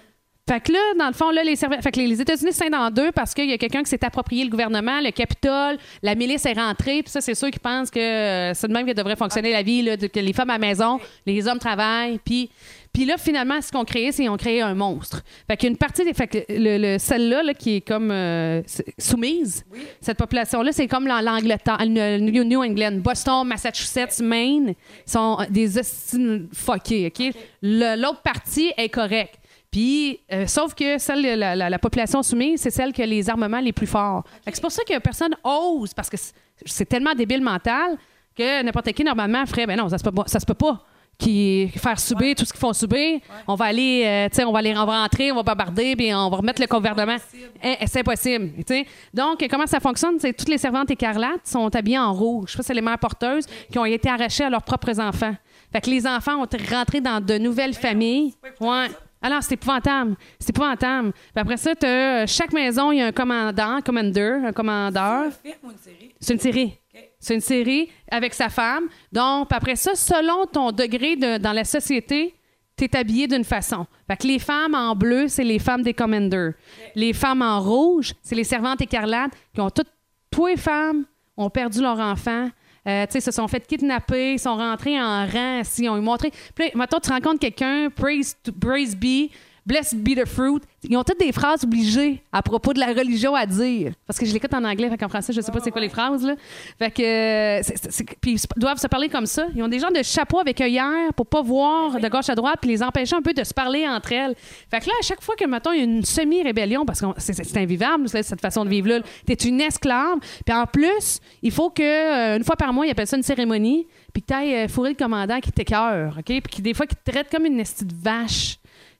S2: Fait que là, dans le fond, là, les, servi- fait que les- les États-Unis scindent en deux parce qu'il y a quelqu'un qui s'est approprié le gouvernement, le Capitole, la milice est rentrée, puis ça, c'est sûr qu'ils pensent que euh, c'est de même que devrait fonctionner la vie, là, de- que les femmes à la maison, les hommes travaillent, puis. Puis là, finalement, ce qu'on crée, c'est qu'on crée un monstre. Fait qu'il y a une partie des. Fait que le, le- celle-là, là, qui est comme euh, s- soumise,
S1: Oui.
S2: cette population-là, c'est comme l'An- l'Angleterre, le- le New New England, Boston, Massachusetts, Maine, sont des hosties fuckés, OK? Le- L'autre partie est correcte. Puis, euh, sauf que celle, la, la- la population soumise, c'est celle qui a les armements les plus forts. Fait que C'est pour ça que personne ose, parce que c'est- c'est tellement débile mental que n'importe qui, normalement, ferait, ben non, ça se peut pas. Ça se peut pas qui faire subir tout ce qu'ils font subir, on va aller, euh, tu sais, on va aller on va rentrer, on va bombarder, puis on va remettre le gouvernement. Eh, eh, C'est impossible. tu sais. Donc, comment ça fonctionne? C'est toutes les servantes écarlates sont habillées en rouge. Je sais c'est les mères porteuses qui ont été arrachées à leurs propres enfants. Fait que les enfants ont été rentrés dans de nouvelles familles. Ouais. Alors, c'est épouvantable. C'est épouvantable. Puis après ça, t'as, euh, chaque maison, il y a un commandant, un commander, un commandeur.
S1: Un film ou une série?
S2: C'est une série.
S1: OK.
S2: C'est une série avec sa femme. Donc, après ça, selon ton degré de- dans la société, t'es habillé d'une façon. Fait que les femmes en bleu, c'est les femmes des commanders. Les femmes en rouge, c'est les servantes écarlates qui ont toutes, toutes les femmes ont perdu leur enfant. Euh, tu sais, se sont fait kidnapper, sont rentrés en rang, si on lui montré. Puis là, mettons, tu rencontres quelqu'un, praise, to- praise be, blessed be the fruit. Ils ont toutes des phrases obligées à propos de la religion à dire. Parce que je l'écoute en anglais, fait qu'en français, je sais pas c'est quoi les phrases, là. Fait que, euh, c'est- c'est- c'est- puis ils se- doivent se parler comme ça. Ils ont des gens de chapeau avec œillères pour pas voir de gauche à droite, puis les empêcher un peu de se parler entre elles. Fait que là, à chaque fois que, mettons, il y a une semi-rébellion, parce que c'est- c'est c'est invivable, ça, cette façon de vivre-là, t'es une esclave, puis en plus, il faut que, euh, une fois par mois, ils appellent ça une cérémonie, puis que t'ailles euh, fourrer le commandant qui t'écœure, OK? Puis qui, des fois, qui te traite comme une estie de vache.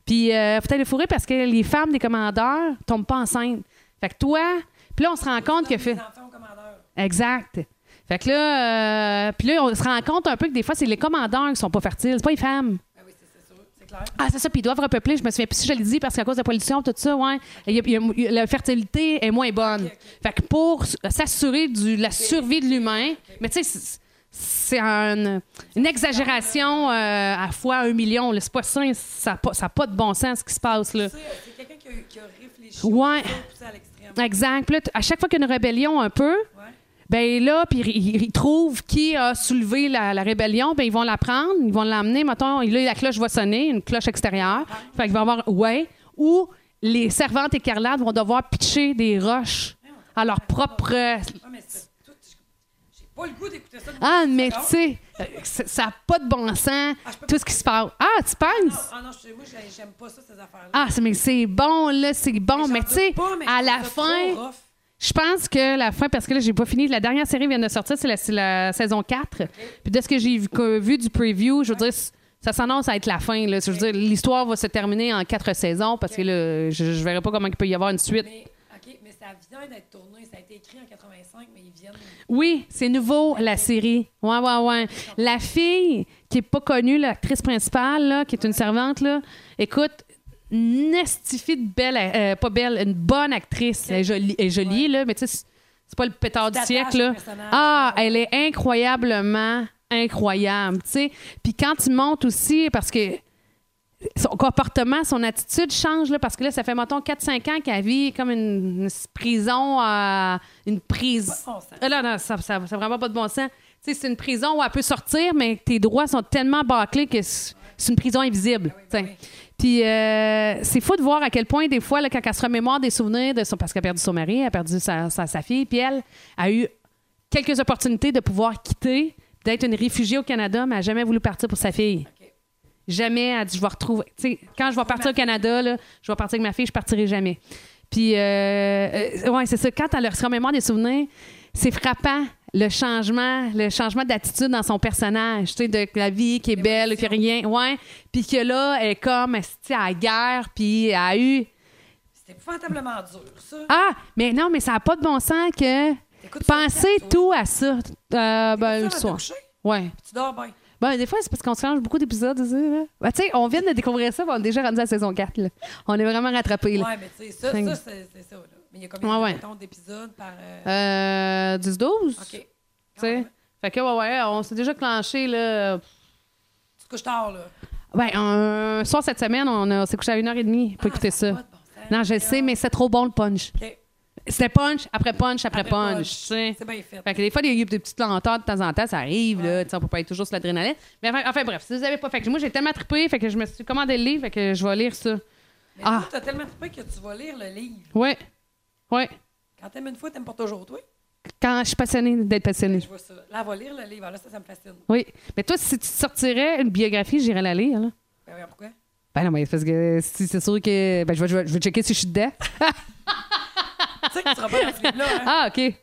S2: Puis euh, faut aller fourrer parce que les femmes des commandeurs tombent pas enceintes. Fait que toi, puis là, on se rend compte que... fait-
S1: Les enfants au commandeur.
S2: Exact. Fait que là, euh, puis là, on se rend compte un peu que des fois, c'est les commandants qui sont pas fertiles, c'est pas les femmes.
S1: Ah oui, c'est c'est sûr, c'est clair.
S2: Ah, c'est ça, puis ils doivent repeupler. Je me souviens plus si je l'ai dit parce qu'à cause de la pollution, tout ça, ouais, il y a- il y a- il y a- la fertilité est moins bonne. Fait que pour s- s'assurer de la survie de l'humain, mais tu sais, c'est- c'est un- une exagération euh, à fois un million. là. C'est pas sain, ça n'a pas, ça a pas de bon sens ce qui se passe. Là.
S1: Tu sais, C'est quelqu'un qui, a- qui a réfléchi
S2: Ouais.
S1: au poussé à l'extrême.
S2: Exact. Puis là, t- à chaque fois qu'il y a une rébellion un peu,
S1: Ouais.
S2: ben là, puis ils ils trouvent qui a soulevé la, la rébellion, ben ils vont la prendre, ils vont l'emmener, mettons, et là, la cloche va sonner, une cloche extérieure.
S1: Ah.
S2: Fait qu'il va y avoir, ouais, ou les servantes écarlates vont devoir pitcher des roches à leur propre...
S1: Ouais, mais c'est tout. J'ai pas le goût d'écouter ça.
S2: Ah, mais tu
S1: Non.
S2: sais, euh, ça ça a pas de bon sens,
S1: Ah, je peux
S2: tout ce qui se passe. Ah, tu
S1: Non,
S2: penses?
S1: ah non, je- moi, j'ai- j'aime pas ça, ces affaires-là.
S2: Ah, c'est- mais c'est bon, là, c'est bon,
S1: J'en
S2: mais tu
S1: doute
S2: sais,
S1: pas, mais
S2: à
S1: je
S2: la
S1: trouve ça
S2: fin...
S1: trop rough.
S2: Je pense que la fin, parce que là, j'ai pas fini. La dernière série vient de sortir, c'est la, c'est la saison 4. Puis de ce que j'ai vu, que- vu du preview, je veux dire, c- ça s'annonce à être la fin. Là. Je veux dire, l'histoire va se terminer en quatre saisons parce que là, je, je verrai pas comment il peut y avoir une suite.
S1: Mais, OK, mais ça vient d'être tourné. Ça a été écrit en 85, mais ils viennent.
S2: Oui, c'est nouveau, la série. Ouais, ouais, ouais. La fille qui est pas connue, l'actrice principale, là, qui est une servante, là, écoute, nestifie de belle, euh, pas belle, une bonne actrice. Elle est jolie, elle est jolie, là, mais tu sais, c'est- c'est pas le pétard Ah, du
S1: t'attaches
S2: siècle,
S1: au
S2: là.
S1: personnage.
S2: Ah, elle est incroyablement incroyable, tu sais. Puis quand il monte aussi, parce que son comportement, son attitude change, là, parce que là, ça fait, mettons, 4-5 ans qu'elle vit comme une, une prison, à une prise...
S1: Pas de bon sens.
S2: Ah, là, non, ça n'a vraiment pas de bon sens. Tu sais, c'est une prison où elle peut sortir, mais tes droits sont tellement bâclés que c'est c'est une prison invisible.
S1: Ah oui, ben
S2: tu sais. Puis euh, c'est fou de voir à quel point, des fois, là, quand elle se remémore des souvenirs de son. Parce qu'elle a perdu son mari, elle a perdu sa, sa- sa fille, puis elle a eu quelques opportunités de pouvoir quitter, d'être une réfugiée au Canada, mais elle n'a jamais voulu partir pour sa fille.
S1: OK.
S2: Jamais, elle dit, je vais retrouver. Tu sais, quand je vais partir au Canada, là, je vais partir avec ma fille, je partirai jamais. Puis, euh, euh, ouais, c'est ça. Quand elle se remémore des souvenirs, c'est frappant le changement, le changement d'attitude dans son personnage, tu sais, de la vie qui est belle, qui rien, ouais. Puis que là, elle est comme, esti, à la guerre, puis elle a eu.
S1: C'est épouvantablement dur, ça.
S2: Ah, mais non, mais ça n'a pas de bon sens que.
S1: T'écoutes ça le
S2: Pensez
S1: soir, toi?
S2: tout à ça, euh, ben, le
S1: T'écoutes ça avant de te
S2: soir.
S1: coucher?
S2: Ouais, Ouais.
S1: Tu dors bien.
S2: Ben, des fois, c'est parce qu'on se change beaucoup d'épisodes. aussi, là. Ben, tu sais, on vient de découvrir ça, ben, on est déjà rendu à la saison 4. là. On est vraiment rattrapés. là.
S1: Ouais, mais tu sais, ça,
S2: Cinq.
S1: ça c'est c'est ça. Là. Mais il y a combien
S2: Ouais, ouais.
S1: mettons, d'épisodes par. euh,
S2: Euh, 10-12.
S1: OK.
S2: Ah,
S1: Ah,
S2: Tu
S1: Quand
S2: sais.
S1: même.
S2: Fait que, ouais, ouais, on s'est déjà clenché, là.
S1: Tu te couches tard, là.
S2: Ouais, un soir cette semaine, on, a- on s'est couché à 1h30 pour
S1: Ah,
S2: écouter
S1: ça a
S2: ça.
S1: pas de bon sens.
S2: Non, je le sais, mais c'est trop bon le punch.
S1: OK.
S2: C'était punch après punch après,
S1: Après
S2: punch.
S1: punch.
S2: tu sais.
S1: C'est bien fait.
S2: Fait que des fois, il y a des petites lenteurs de temps en temps, ça arrive, là. Tu sais, on peut pas être toujours sur l'adrénaline. Mais enfin, enfin, bref, si vous avez pas. Fait que moi, j'ai tellement trippé, fait que je me suis commandé le livre, fait que je vais lire ça.
S1: Mais
S2: Ah.
S1: toi, t'as tellement trippé que tu vas lire le livre.
S2: Ouais. Ouais.
S1: Quand t'aimes une fois, t'aimes pas toujours, toi.
S2: Quand je suis passionnée d'être passionnée.
S1: Je vois ça. Là, elle va lire le livre. Alors là, ça, ça me fascine.
S2: Oui. Mais toi, si tu sortirais une biographie, j'irais la lire, là.
S1: Ben, regarde pourquoi?
S2: Ben non, mais parce que si c'est sûr que. Ben, je vais, je vais- je vais checker si je suis dedans.
S1: tu sais que tu seras pas dans ce livre-là. Hein?
S2: Ah, OK.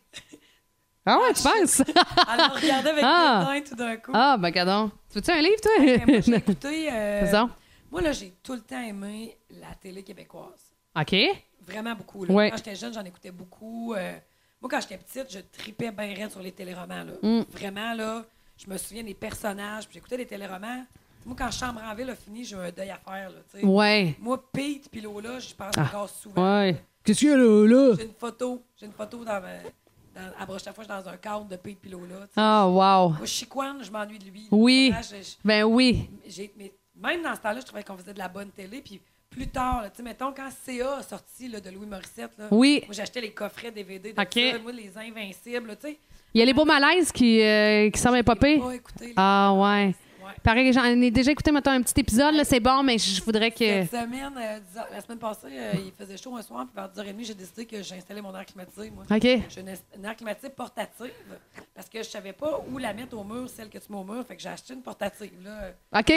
S2: Ah ouais, tu penses?
S1: Elle me regardait avec
S2: Ah.
S1: des dents tout d'un coup.
S2: Ah, ben, cadon. Tu veux-tu un livre,
S1: Mais moi, j'ai
S2: toi?
S1: écouté. euh,
S2: Faisons.
S1: moi, là, j'ai tout le temps aimé la télé québécoise.
S2: OK.
S1: Vraiment beaucoup. là.
S2: Ouais.
S1: Quand j'étais jeune, j'en écoutais beaucoup. euh, moi, quand j'étais petite, je tripais bien raide sur les téléromans. Là.
S2: Mm.
S1: Vraiment, là, je me souviens des personnages. puis J'écoutais des téléromans. Moi, quand Chambre en ville a fini, j'ai eu un deuil à faire. Là, tu sais.
S2: Ouais. Ah.
S1: Moi, Pete puis Lola, je pense encore souvent.
S2: Ouais. Qu'est-ce qu'il y a là, là?
S1: J'ai une photo. J'ai une photo dans, ma- dans- à broche à Fourche, dans un cadre de Pete puis Lola. tu sais.
S2: Ah, wow.
S1: Moi, Chicoine, je m'ennuie de lui. là.
S2: Oui.
S1: Vraiment, je- je-
S2: Ben oui.
S1: j'ai- mais même dans ce temps-là, je trouvais qu'on faisait de la bonne télé. Puis plus tard, là, tu sais, mettons, quand CA a sorti là, de Louis Morissette, là,
S2: Oui.
S1: moi, j'achetais les coffrets DVD de
S2: OK.
S1: ça, moi, les Invincibles, là, tu sais. Oh,
S2: Il y a les beaux malaises qui, euh, qui semblent
S1: J'ai
S2: popper.
S1: pas écouté. les-
S2: Ah, ouais.
S1: Ouais.
S2: Pareil, j'en ai déjà écouté, maintenant un petit épisode, là, c'est bon, mais je voudrais que.
S1: Cette semaine, euh, dix heures- la semaine passée, euh, il faisait chaud un soir, puis vers 10h30, j'ai décidé que j'installais mon air climatisé, moi.
S2: OK.
S1: J'ai une, une air climatisée portative, parce que je savais pas où la mettre au mur, celle que tu mets au mur, fait que j'ai acheté une portative, là. euh,
S2: OK.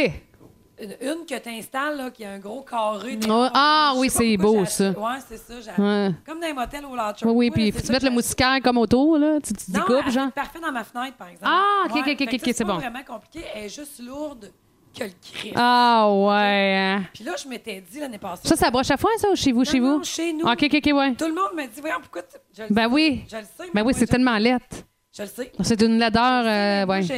S1: Une, une que tu installes, là, qui a un gros carré. de-
S2: Ouais, ah
S1: Je
S2: oui,
S1: sais
S2: c'est
S1: pas pourquoi
S2: beau,
S1: j'ai acheté-
S2: ça.
S1: Ouais, c'est ça. j'ai-
S2: Ouais.
S1: Comme dans les motels au large.
S2: Oui, oui, puis faut tu mettre le moustiquaire comme autour, là. Tu te
S1: Non,
S2: découpes,
S1: elle
S2: genre.
S1: fit parfait dans ma fenêtre, par exemple.
S2: Ah, ok, ok,
S1: fait
S2: ok,
S1: que
S2: ok,
S1: tu sais,
S2: c'est bon.
S1: pas vraiment compliqué. Elle est juste lourde que le cri.
S2: Ah, ouais. hein.
S1: Puis là, je m'étais dit l'année passée.
S2: Ça, ça broche à foin, ça, ou chez vous,
S1: Non,
S2: chez
S1: non,
S2: vous?
S1: chez nous.
S2: OK, OK, OK, ouais.
S1: Tout le monde me dit, voyons, pourquoi tu. Je le
S2: Ben
S1: sais,
S2: oui.
S1: Je le sais. mais
S2: Ben
S1: moi,
S2: oui, c'est
S1: je-
S2: tellement lettre.
S1: Je le sais.
S2: C'est une laideur,
S1: Mais
S2: euh,
S1: moi,
S2: ouais.
S1: je,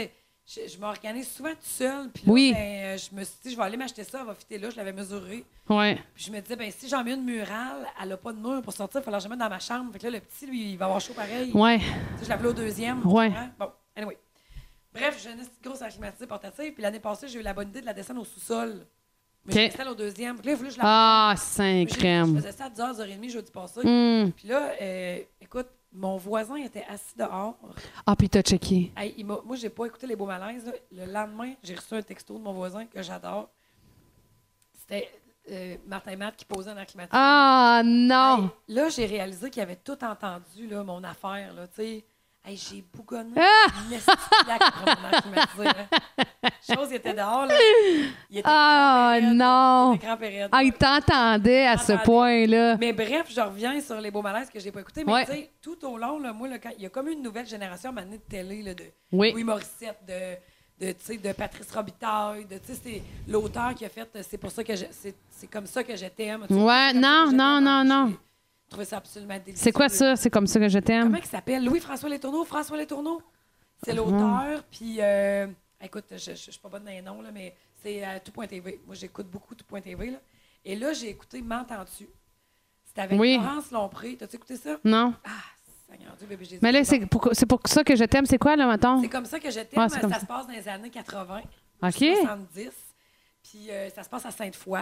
S1: je- je m'organise souvent toute seule. Puis là,
S2: Oui.
S1: ben, euh, je me suis dit, je vais aller m'acheter ça, elle va fitter là, je l'avais mesuré.
S2: Ouais.
S1: Puis je me disais, ben si j'en mets une murale, elle n'a pas de mur pour sortir, il falloir que je la mette dans ma chambre. Fait que là, le petit, lui, il va avoir chaud pareil.
S2: Ouais.
S1: Tu sais, Je l'avais au deuxième. tu
S2: Ouais.
S1: comprends? Bon, anyway. Bref, j'ai une petite grosse air climatisée portative. Puis l'année passée, j'ai eu la bonne idée de la descendre au sous-sol. Mais
S2: OK.
S1: je l'installe au deuxième. Puis là, il voulait que je la
S2: Ah,
S1: Mais
S2: cinq
S1: j'ai- Je
S2: crème.
S1: faisais ça à 10h, 10h30 jeudi passé.
S2: Hmm.
S1: Puis là, euh, écoute, mon voisin était assis dehors.
S2: Ah, puis t'as checké.
S1: Hey, il m'a- moi, j'ai pas écouté les beaux malaises. là. Le lendemain, j'ai reçu un texto de mon voisin que j'adore. C'était euh, Martin Matt qui posait un air climatisé.
S2: Ah, non.
S1: Hey, là, j'ai réalisé qu'il avait tout entendu, là, mon affaire, là, tu sais. Hey, j'ai bougonné.
S2: Ah!
S1: Une esti de claque vraiment qui m'a dit, là. Chose, il était dehors, là. Il était
S2: Ah,
S1: grand pérette,
S2: non.
S1: Il était grand pérette.
S2: Ah, il t'entendait à ce
S1: Entendait.
S2: point-là.
S1: Mais bref, je reviens sur les beaux malaises que j'ai pas écoutés. Mais
S2: Euh. Ouais.
S1: tu sais, tout au long, là, moi, là, quand- il y a comme une nouvelle génération à un moment donné de télé, là, de
S2: Oui.
S1: Louis Morissette, de, de, tu sais, de Patrice Robitaille, de, tu sais, c'est l'auteur qui a fait euh, C'est pour ça que je- c'est c'est comme ça que je t'aime. Tu sais,
S2: Ouais,
S1: c'est comme ça
S2: non,
S1: que je
S2: non,
S1: t'aime. hein,
S2: non, non.
S1: J'ai trouvé ça absolument délicieux.
S2: C'est quoi ça? C'est comme ça que je t'aime?
S1: Comment il s'appelle? Louis-François Letourneau? François Letourneau?
S2: Ah.
S1: C'est l'auteur, puis... euh, écoute, je- je je suis pas bonne dans les noms, là, mais c'est euh, à Tout.tv. Moi, j'écoute beaucoup Tout.tv, là. Et là, j'ai écouté M'entends-tu? C'était avec
S2: Oui.
S1: Laurence Lompré. T'as-tu écouté ça?
S2: Non.
S1: Ah, Seigneur Dieu, bébé Jésus.
S2: Mais là, c'est pour, c'est pour ça que je t'aime. C'est quoi, là, mettons?
S1: C'est comme ça que je t'aime.
S2: Ouais, c'est
S1: ça
S2: comme ça.
S1: se passe dans les années 80,
S2: OK.
S1: 70. Puis euh, ça se passe à Sainte-Foy.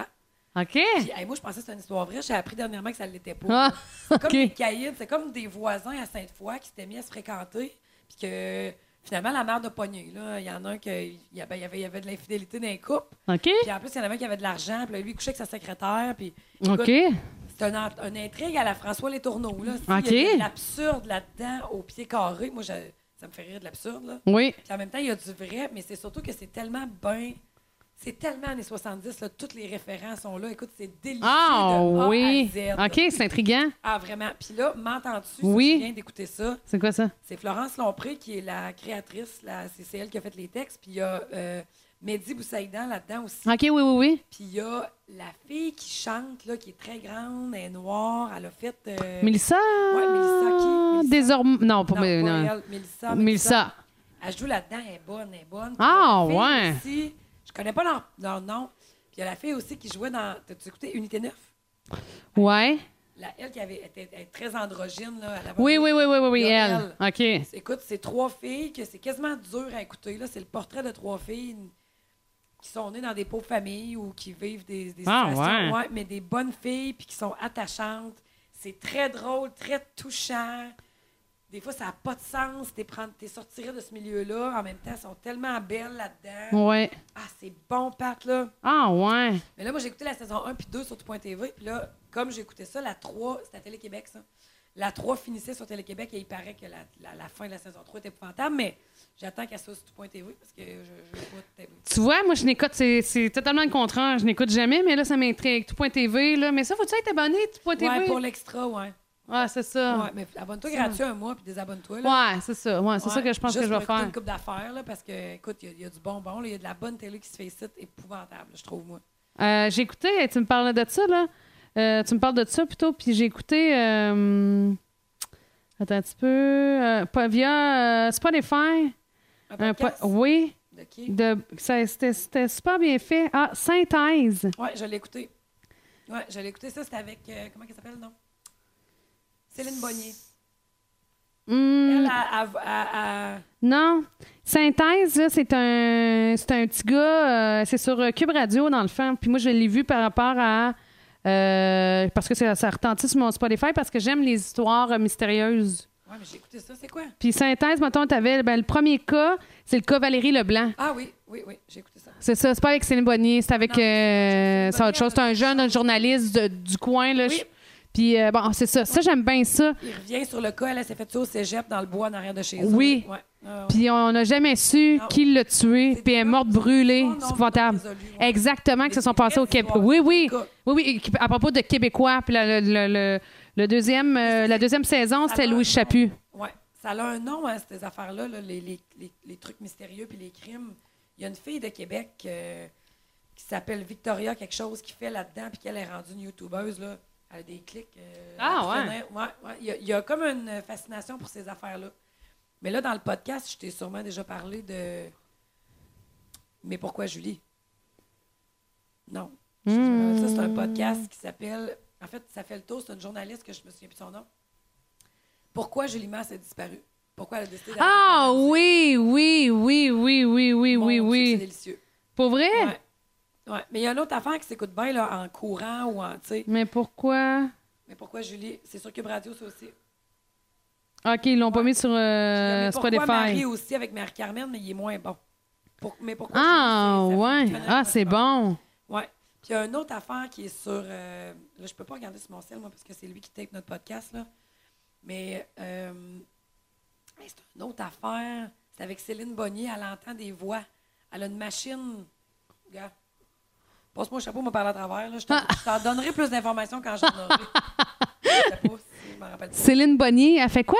S2: OK.
S1: Puis, hey, moi, je pensais que c'était une histoire vraie. J'ai appris dernièrement que ça ne l'était pas.
S2: Ah,
S1: C'est comme
S2: OK.
S1: des caïds. C'est comme des voisins à Sainte-Foy qui s'étaient mis à se fréquenter. Puis que finalement, la mère de pogné. Là, il y en a un qui il y avait, il y avait, il y avait de l'infidélité d'un couple.
S2: OK.
S1: Puis en plus, il y en avait un qui avait de l'argent. Puis là, lui, il couchait avec sa secrétaire. Puis écoute,
S2: OK.
S1: c'est un, ent- une intrigue à la François Les Tourneaux. Là.
S2: OK.
S1: Il y a de l'absurde là-dedans, au pied carré. Moi, je- ça me fait rire de l'absurde. Là.
S2: Oui.
S1: Puis en même temps, il y a du vrai, mais c'est surtout que c'est tellement bien. C'est tellement années 70, là, toutes les références sont là. Écoute, c'est délicieux
S2: Ah,
S1: de A
S2: oui.
S1: à Z.
S2: OK, c'est intriguant.
S1: Ah, vraiment. Puis là, m'entends-tu?
S2: Oui.
S1: Oui. Je viens d'écouter ça.
S2: C'est quoi ça?
S1: C'est Florence Lompré qui est la créatrice. La, c'est c'est elle qui a fait les textes. Puis il y a euh, Mehdi Boussaïdan là-dedans aussi.
S2: OK, oui, oui, oui.
S1: Puis il y a la fille qui chante, là, qui est très grande, elle est noire. Elle a fait... euh,
S2: Mélissa?
S1: Mélissa qui? Mélissa?
S2: Désormais. Non, pas,
S1: non,
S2: mais-
S1: pas
S2: non.
S1: elle, Mélissa.
S2: Mélissa.
S1: Elle joue là-dedans, elle est bonne, elle est bonne. Puis
S2: Ah,
S1: il y a une fille
S2: ouais.
S1: aussi, je connais pas leur, leur nom. Puis il y a la fille aussi qui jouait dans. T'as-tu écouté Unité 9?
S2: Ouais.
S1: La, elle qui avait, était, était très androgyne. Là, elle avait-
S2: Oui, oui, oui, oui, oui, oui,
S1: Il y a
S2: elle. OK.
S1: Écoute, c'est trois filles que c'est quasiment dur à écouter. Là, c'est le portrait de trois filles qui sont nées dans des pauvres familles ou qui vivent des, des
S2: Ah,
S1: situations,
S2: ouais.
S1: ouais, mais des bonnes filles puis qui sont attachantes. C'est très drôle, très touchant. Des fois, ça n'a pas de sens. T'es prendre- t'es sortirais de ce milieu-là. En même temps, elles sont tellement belles là-dedans.
S2: Ouais.
S1: Ah, c'est bon, Pat, là.
S2: Ah, ouais.
S1: Mais là, moi, j'ai écouté la saison 1 puis 2 sur tout.tv. Puis là, comme j'écoutais ça, la 3, c'était à Télé-Québec, ça. La 3 finissait sur Télé-Québec et il paraît que la, la- la fin de la saison 3 était épouvantable, mais j'attends qu'elle soit sur tout.tv parce que je, je veux pas t-
S2: Tu vois, moi, je n'écoute, c'est, c'est totalement le contraire. Je n'écoute jamais, mais là, ça m'intrigue. Tout.tv, là. Mais ça, faut-tu être abonné, Tout.tv?
S1: Ouais, pour l'extra, ouais.
S2: Ah, c'est ça.
S1: Ouais, mais abonne-toi gratuit un mois puis désabonne-toi.
S2: Ouais,
S1: là.
S2: c'est ça. Ouais, c'est ça
S1: Ouais,
S2: que je pense
S1: juste
S2: que
S1: pour
S2: je vais
S1: écouter
S2: faire.
S1: une coupe d'affaires, là, parce que, écoute, il y a- il y, a du bonbon, là, il y a de la bonne télé qui se fait ici, épouvantable, je trouve, moi.
S2: Euh, j'ai écouté, tu me parlais de ça, là. Euh, tu me parles de ça plutôt, puis j'ai écouté. euh, Attends un petit peu. euh, pas- via euh, Spotify.
S1: Un
S2: Un po-
S1: podcast
S2: oui.
S1: de qui?
S2: De, ça- c'était, c'était super bien fait. Ah, Synthèse.
S1: Ouais, je l'ai écouté. Ouais, je l'ai écouté. Ça, c'était avec. euh, comment elle s'appelle, non? Céline Bonnier.
S2: Hmm,
S1: Elle, a, a- a- a-
S2: non. Synthèse, là, c'est un, c'est un petit gars. euh, c'est sur euh, Cube Radio, dans le fond. Puis moi, je l'ai vu par rapport à. euh, parce que ça, ça retentit sur mon Spotify, parce que j'aime les histoires euh, mystérieuses.
S1: Ouais, mais j'ai écouté ça. C'est quoi?
S2: Puis synthèse, mettons, t'avais ben, le premier cas, c'est le cas Valérie Leblanc.
S1: Ah oui, oui, oui, j'ai écouté ça.
S2: C'est ça, c'est pas avec Céline Bonnier, c'est avec
S1: Non,
S2: euh,
S1: c'est
S2: c'est autre chose. C'est un jeune journaliste de- du coin, là.
S1: Oui.
S2: je- Puis euh, bon, c'est ça. Ça, j'aime bien ça.
S1: Il revient sur le cas. Elle, elle s'est fait tuer au cégep dans le bois en arrière de chez eux.
S2: Oui.
S1: Ouais. Ah, ouais.
S2: Puis on n'a jamais su
S1: Non.
S2: qui l'a tué,
S1: C'est
S2: puis elle est
S1: pas-
S2: morte brûlée.
S1: Oh Non, non,
S2: C'est épouvantable.
S1: c'est résolu, ouais.
S2: Exactement, que
S1: Mais
S2: se sont
S1: c'est
S2: passés au
S1: vrai,
S2: Québec.
S1: l'histoire.
S2: Oui, oui.
S1: C'est le cas.
S2: Oui, oui. et- À propos de Québécois, puis la- le, le- le- le deuxième, euh, la deuxième saison, c'était
S1: Alors,
S2: Louis
S1: non.
S2: Chaput.
S1: Ouais. Ça a un nom, hein, ces affaires-là, là, les, les- les- les trucs mystérieux puis les crimes. Il y a une fille de Québec euh, qui s'appelle Victoria, quelque chose, qui fait là-dedans, puis qu'elle est rendue une YouTubeuse. Là. Elle a des clics. euh,
S2: Ah,
S1: à
S2: ouais.
S1: finir. Ouais, ouais. Il, y a, il y a comme une fascination pour ces affaires-là. Mais là, dans le podcast, je t'ai sûrement déjà parlé de. Mais pourquoi Julie? Non.
S2: Hmm.
S1: Ça, c'est un podcast qui s'appelle. En fait, ça fait le tour. C'est une journaliste que je me souviens plus de son nom. Pourquoi Julie Masse a disparu? Pourquoi elle a décidé d'aller
S2: Ah
S1: faire un
S2: oui, oui, oui, oui, oui, oui,
S1: Mon
S2: oui,
S1: Dieu,
S2: oui.
S1: C'est délicieux.
S2: Pour vrai?
S1: Ouais. Ouais. Mais il y a une autre affaire qui s'écoute bien là, en courant ou en. tu sais.
S2: Mais pourquoi?
S1: Mais pourquoi Julie? C'est sûr que Radio, ça aussi.
S2: OK, ils l'ont pas mis sur
S1: Mais
S2: euh,
S1: pourquoi Marie
S2: Spotify.
S1: aussi avec Marie-Carmen, mais il est moins bon. Pour- Mais pourquoi
S2: Ah,
S1: Julie, c'est- ça
S2: ouais.
S1: fait
S2: Ah, c'est bon.
S1: Ouais. Puis il y a une autre affaire qui est sur. euh, là, je peux pas regarder sur mon ciel, moi, parce que c'est lui qui tape notre podcast, là. Mais euh, hey, c'est une autre affaire. C'est avec Céline Bonnier, elle entend des voix. Elle a une machine. Regarde. Passe-moi le chapeau, m'a parlé à travers. Là. Je t'en- je t'en donnerai plus d'informations quand j'en aurai. Je sais pas si je m'en rappelle pas.
S2: Céline Bonnier, elle fait quoi?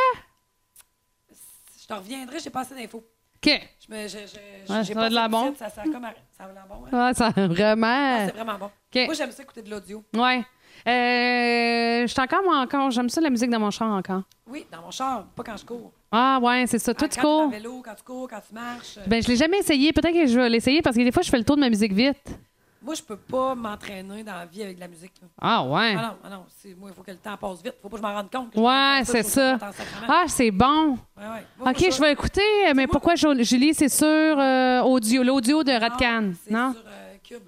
S1: Je t'en reviendrai, j'ai pas assez d'infos.
S2: OK.
S1: Je me- je- je-
S2: Ouais,
S1: j'ai
S2: ça a de
S1: pas
S2: l'air
S1: fait
S2: bon.
S1: site, Ça, ça, a comme à- ça a de l'air bon, hein?
S2: Ah, ça,
S1: Ah,
S2: vraiment.
S1: C'est vraiment bon.
S2: OK.
S1: Moi, j'aime ça écouter de l'audio.
S2: Ouais. Euh, je suis encore, moi, encore. J'aime ça, la musique dans mon char encore.
S1: Oui, dans mon char, pas quand je cours.
S2: Ah, ouais, c'est ça. Toi,
S1: Ah,
S2: tu
S1: quand t'es en
S2: cours?
S1: vélo, quand tu cours, quand tu marches. euh,
S2: Ben, je l'ai jamais essayé. Peut-être que je vais l'essayer parce que des fois, je fais le tour de ma musique vite.
S1: Moi, je peux pas m'entraîner dans la vie avec de la musique. là.
S2: Ah, ouais.
S1: Ah non, ah non, c'est- moi, il faut que le temps passe vite. Faut pas que je m'en rende compte. que je
S2: Ouais,
S1: fais
S2: c'est
S1: je
S2: ça.
S1: fais en sacrement.
S2: Ah, c'est
S1: Ouais,
S2: bon.
S1: ouais. Moi,
S2: OK,
S1: moi,
S2: je vais écouter. Mais
S1: moi-
S2: pourquoi Jo- Julie, c'est sur euh, audio, l'audio de
S1: Non,
S2: Radcan,
S1: c'est
S2: non?
S1: sur euh, Cube.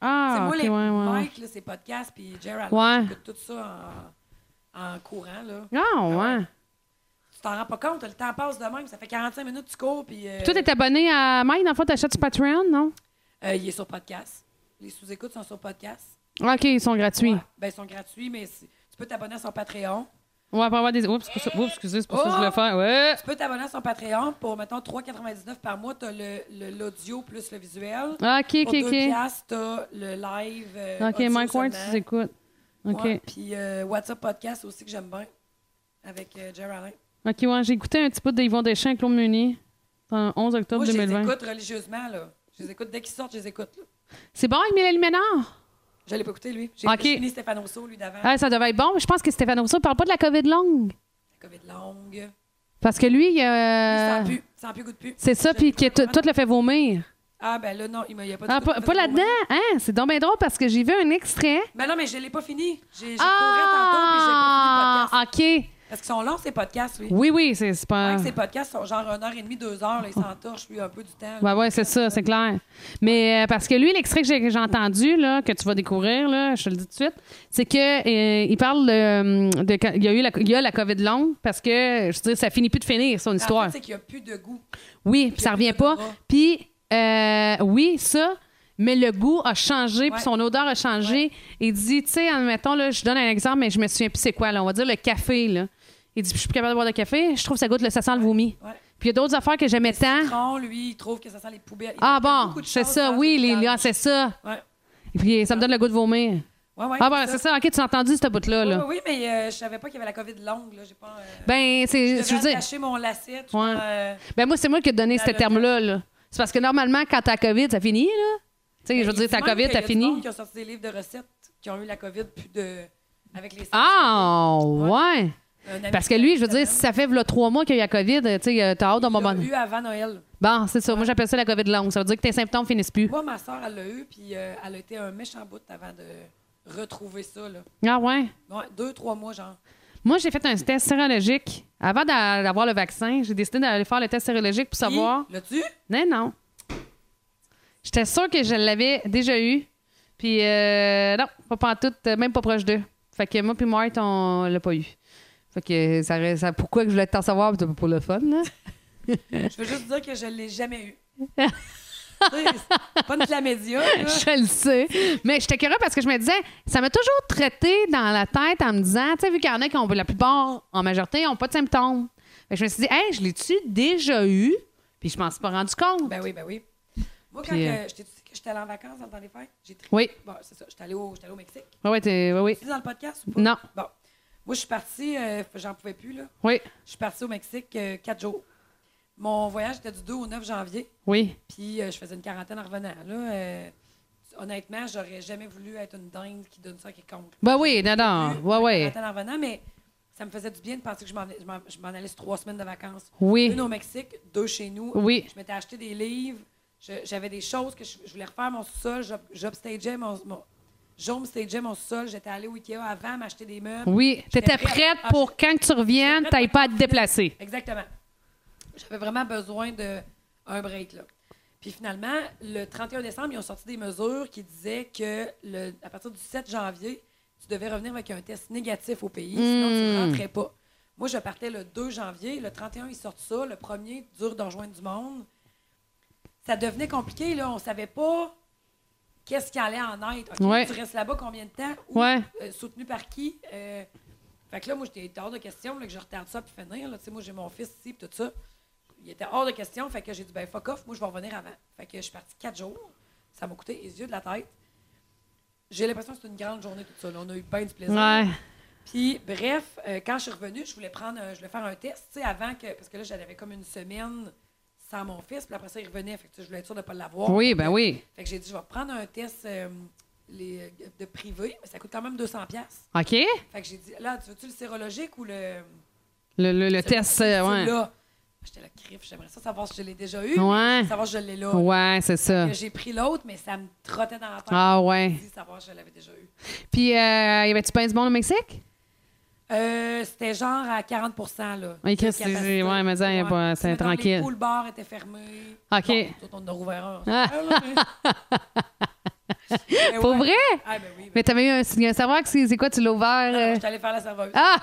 S2: Ah,
S1: c'est moi,
S2: ok,
S1: les
S2: ouais, ouais, ouais.
S1: Mike, là, c'est podcast, puis Gerald.
S2: Ouais.
S1: J'écoute tout ça en, en courant. Là.
S2: Ah, ouais.
S1: ouais. Tu t'en rends pas compte, le temps passe de même. Ça fait 45 minutes que tu cours, puis euh,
S2: Puis Toi, t'es abonné à Mike, dans le fond, t'achètes sur Patreon, non?
S1: euh, il est sur podcast. Les sous-écoutes sont sur podcast.
S2: Ah, OK, ils sont gratuits.
S1: Ouais. Ben, ils sont gratuits, mais c'est- tu peux t'abonner à son Patreon.
S2: Ouais, pour avoir des. Oups, c'est pour ça- oups, excusez, c'est pour ça que je voulais
S1: Oh!
S2: faire. Ouais.
S1: Tu peux t'abonner à son Patreon pour, mettons, 3,99 par mois. Tu as l'audio plus le visuel.
S2: Ah, OK,
S1: Pour
S2: OK,
S1: 2
S2: OK.
S1: piastres, tu as le live. euh,
S2: OK,
S1: audio
S2: Mike Ward,
S1: seulement.
S2: tu écoutes. OK.
S1: Ouais, Puis euh, WhatsApp Podcast aussi que j'aime bien avec euh, Jerry Alain.
S2: OK, ouais, j'ai écouté un petit peu d'Yvon Deschamps et Claude Meunier. le 11 octobre
S1: Moi, je les
S2: 2020.
S1: écoute religieusement. Là. Je les écoute dès qu'ils sortent, je les écoute. là.
S2: C'est bon avec Mélanie Ménard?
S1: Je l'ai pas écouté, lui. J'ai
S2: Ok.
S1: j'ai fini Stéphane Rousseau, lui, d'avant.
S2: Ah, ça devait être bon, mais je pense que Stéphane Rousseau parle pas de la COVID longue.
S1: La COVID longue.
S2: Parce que lui, il
S1: Il
S2: a.
S1: s'en pue. Ça n'a plus goût de pu.
S2: Euh. C'est ça, puis que tout tout le fait vomir.
S1: Ah, ben là, non, il n'y a pas de.
S2: Ah,
S1: goût-
S2: pas
S1: de
S2: pas
S1: goût.
S2: là-dedans, hein? C'est donc bien drôle parce que j'ai vu un extrait.
S1: Ben non, mais je ne l'ai pas fini. J'ai j'ai couru tantôt, puis j'ai pas fini le
S2: Ah,
S1: podcast.
S2: OK.
S1: Parce qu'ils sont longs, ces podcasts, oui.
S2: Oui, oui, c'est c'est pas...
S1: Ouais, que ces podcasts sont genre 1h30, 2h, là, ils s'entorchent, lui, un peu du temps.
S2: Ouais, ouais, c'est ça, c'est clair. Mais euh, parce que lui, l'extrait que j'ai que j'ai entendu, là, que tu vas découvrir, là, je te le dis tout de suite, c'est que euh, il parle de, euh, de quand- il y a eu la, il y a la COVID longue parce que, je veux dire, ça finit plus de finir son
S1: En
S2: histoire.
S1: fait, c'est qu'il n'y a plus de goût.
S2: oui, puis
S1: il y
S2: ça
S1: a
S2: revient
S1: plus de
S2: pas.
S1: bras.
S2: Puis, euh, oui, ça. Mais le goût a changé,
S1: Ouais.
S2: puis son odeur a changé. Il dit, tu sais, admettons, là, je donne un exemple, mais je me souviens plus c'est quoi, là. On va dire le café, là. Il dit, je suis plus capable de boire de café, je trouve que ça goûte, le ça sent le vomi.
S1: Ouais.
S2: Puis il y a d'autres affaires que j'aimais tant.
S1: Tron, lui, il trouve que ça sent les poubelles. Il
S2: Ah
S1: y a
S2: bon,
S1: beaucoup de
S2: c'est
S1: choses
S2: ça,
S1: dans
S2: oui,
S1: ce
S2: les
S1: podcast.
S2: liens, c'est ça.
S1: Ouais.
S2: Et puis ça me donne le goût de vomir.
S1: Ouais, ouais,
S2: Ah ben c'est ça, ok, tu as entendu ce bout-là.
S1: Oui,
S2: Là.
S1: oui, mais euh, je savais pas qu'il y avait la COVID longue. Là. J'ai pas, euh,
S2: Ben, c'est,
S1: je
S2: je veux
S1: devais
S2: dire,
S1: attacher mon lacet. tu
S2: Ouais.
S1: vois, euh,
S2: ben moi, c'est moi qui ai donné
S1: Dans
S2: ce
S1: le-
S2: terme-là. là. C'est parce que normalement, quand t'as COVID, ça finit, là. Tu sais, je
S1: Ben,
S2: veux
S1: il
S2: dire,
S1: dit
S2: t'as
S1: même
S2: COVID,
S1: qu'il y a
S2: t'as
S1: du monde
S2: fini.
S1: qui ont sorti des livres de recettes qui ont eu la COVID plus de... avec les...
S2: Ah, ouais.
S1: Un ami
S2: Parce
S1: qui
S2: que
S1: a
S2: lui,
S1: eu
S2: je veux dire,
S1: cette
S2: si ça fait voilà, trois mois qu'il y a eu la COVID, tu sais, euh, t'as hâte d'un
S1: semaine.
S2: moment.
S1: Il l'a eu avant Noël.
S2: Bon, c'est ça. Moi, j'appelle ça la COVID longue. Ça veut dire que tes symptômes finissent plus.
S1: Moi, ma soeur, elle l'a eu, puis euh, elle a été un méchant bout avant de retrouver ça. Là.
S2: Ah, ouais.
S1: Ouais, deux, trois mois, genre.
S2: Moi, j'ai fait un test sérologique. Avant d'a- d'avoir le vaccin, j'ai décidé d'aller faire le test sérologique pour
S1: Puis,
S2: savoir.
S1: L'as-tu?
S2: Non, non. J'étais sûre que je l'avais déjà eu. Puis, euh, non, pas pantoute, euh, même pas proche d'eux. Fait que moi puis Mart, on l'a pas eu. Fait que ça, reste- ça- pourquoi que je voulais t'en savoir? C'était pas pour le fun, là.
S1: Je veux juste dire que je l'ai jamais eu. Tu sais, c'est pas une chlamydia, là.
S2: je le sais. Mais j'étais curieuse parce que je me disais, ça m'a toujours traité dans la tête en me disant, tu sais, vu qu'il y en a qui ont, la plupart, en majorité, n'ont pas de symptômes. Fait que je me suis dit, hey, je l'ai-tu déjà eu? Puis je m'en suis pas rendu compte.
S1: Ben oui, ben oui. Moi, quand
S2: Puis,
S1: que-
S2: euh,
S1: je t'ai dit que j'étais allée en vacances dans le temps des fêtes, j'ai tri...
S2: Oui,
S1: Bon, c'est ça. J'étais allée au, j'étais allée au Mexique.
S2: oui, oui, t'es- oui, oui.
S1: Tu dans le podcast ou pas?
S2: Non,
S1: Bon. Moi, je suis partie, euh, j'en pouvais plus, là.
S2: oui,
S1: Je suis partie au Mexique euh, quatre jours. Mon voyage était du 2 au 9 janvier,
S2: oui.
S1: puis euh, je faisais une quarantaine en revenant. Là, euh, honnêtement, j'aurais jamais voulu être une dingue qui donne ça à quelconque.
S2: Ben oui, non, non.
S1: Plus,
S2: Ouais,
S1: une
S2: ouais.
S1: quarantaine en revenant, mais ça me faisait du bien de penser que je m'en venais- je m'en je m'en allais sur trois semaines de vacances.
S2: Oui.
S1: Une au Mexique, deux chez nous.
S2: Oui.
S1: Je m'étais acheté des livres. Je- J'avais des choses que je, je voulais refaire mon sous-sol. J'up- J'upstageais mon, mon, j'homestageais mon sous-sol. J'étais allée au Ikea avant m'acheter des meubles.
S2: Oui, t'étais
S1: J'étais prête.
S2: prête
S1: Ah,
S2: pour quand que tu
S1: j'étais
S2: reviennes,
S1: prête
S2: t'ailles
S1: pour
S2: pas à te déplacer.
S1: Exactement. J'avais vraiment besoin d'un break, là. Puis finalement, le 31 décembre, ils ont sorti des mesures qui disaient que le, à partir du 7 janvier, tu devais revenir avec un test négatif au pays, sinon tu ne rentrais pas. Moi, je partais le 2 janvier. Le 31, ils sortent ça. Le premier, dur de rejoindre du monde. Ça devenait compliqué, là. On ne savait pas qu'est-ce qui allait en être. OK,
S2: Ouais.
S1: Tu restes là-bas combien de temps? Où?
S2: Ouais.
S1: Euh, soutenu par qui? Euh, fait que là, moi, j'étais hors de question là, que je retarde ça puis finir. Là. Tu sais, Moi, j'ai mon fils ici puis tout ça. Il était hors de question. Fait que j'ai dit, ben fuck off, moi, je vais revenir avant. Fait que je suis partie quatre jours. Ça m'a coûté les yeux de la tête. J'ai l'impression que c'est une grande journée, tout ça. là. On a eu bien du plaisir.
S2: Ouais.
S1: Puis, bref, euh, quand je suis revenue, je voulais prendre, un- je voulais faire un test, tu sais, avant que. Parce que là, j'avais comme une semaine sans mon fils, puis après ça, il revenait. Fait que tu sais, je voulais être sûre de ne pas l'avoir.
S2: Oui, ben oui.
S1: Fait que j'ai dit, je vais prendre un test euh, les- de privé, mais ça coûte quand même 200$. piastres.
S2: OK?
S1: Fait que j'ai dit, là, tu veux-tu le sérologique ou le.
S2: Le, le- le test, euh, ouais.
S1: Là, j'étais là, crif, j'aimerais ça savoir si je l'ai déjà eu,
S2: Ouais.
S1: savoir si je l'ai là.
S2: Ouais, c'est ça.
S1: Que J'ai pris l'autre, mais ça me trottait dans la tête.
S2: Ah ouais.
S1: J'ai dit, savoir si je l'avais déjà eu.
S2: Puis, euh, y avait-tu bien du monde au Mexique?
S1: Euh, c'était genre à 40 là.
S2: Oui, Chris,
S1: de
S2: c'est-
S1: capacité.
S2: ouais, mais ça, y a pas- c'est
S1: Puis, mettons,
S2: tranquille.
S1: Les poules bar étaient fermées.
S2: OK.
S1: Bon, tout, on en a rouvert un.
S2: Ah.
S1: Mais
S2: Pour
S1: ouais.
S2: vrai?
S1: Ah, ben oui. Ah,
S2: Mais t'avais eu un signe savoir que c'est c'est quoi, tu l'as ouvert? euh?
S1: je suis allée faire la serveuse.
S2: Ah!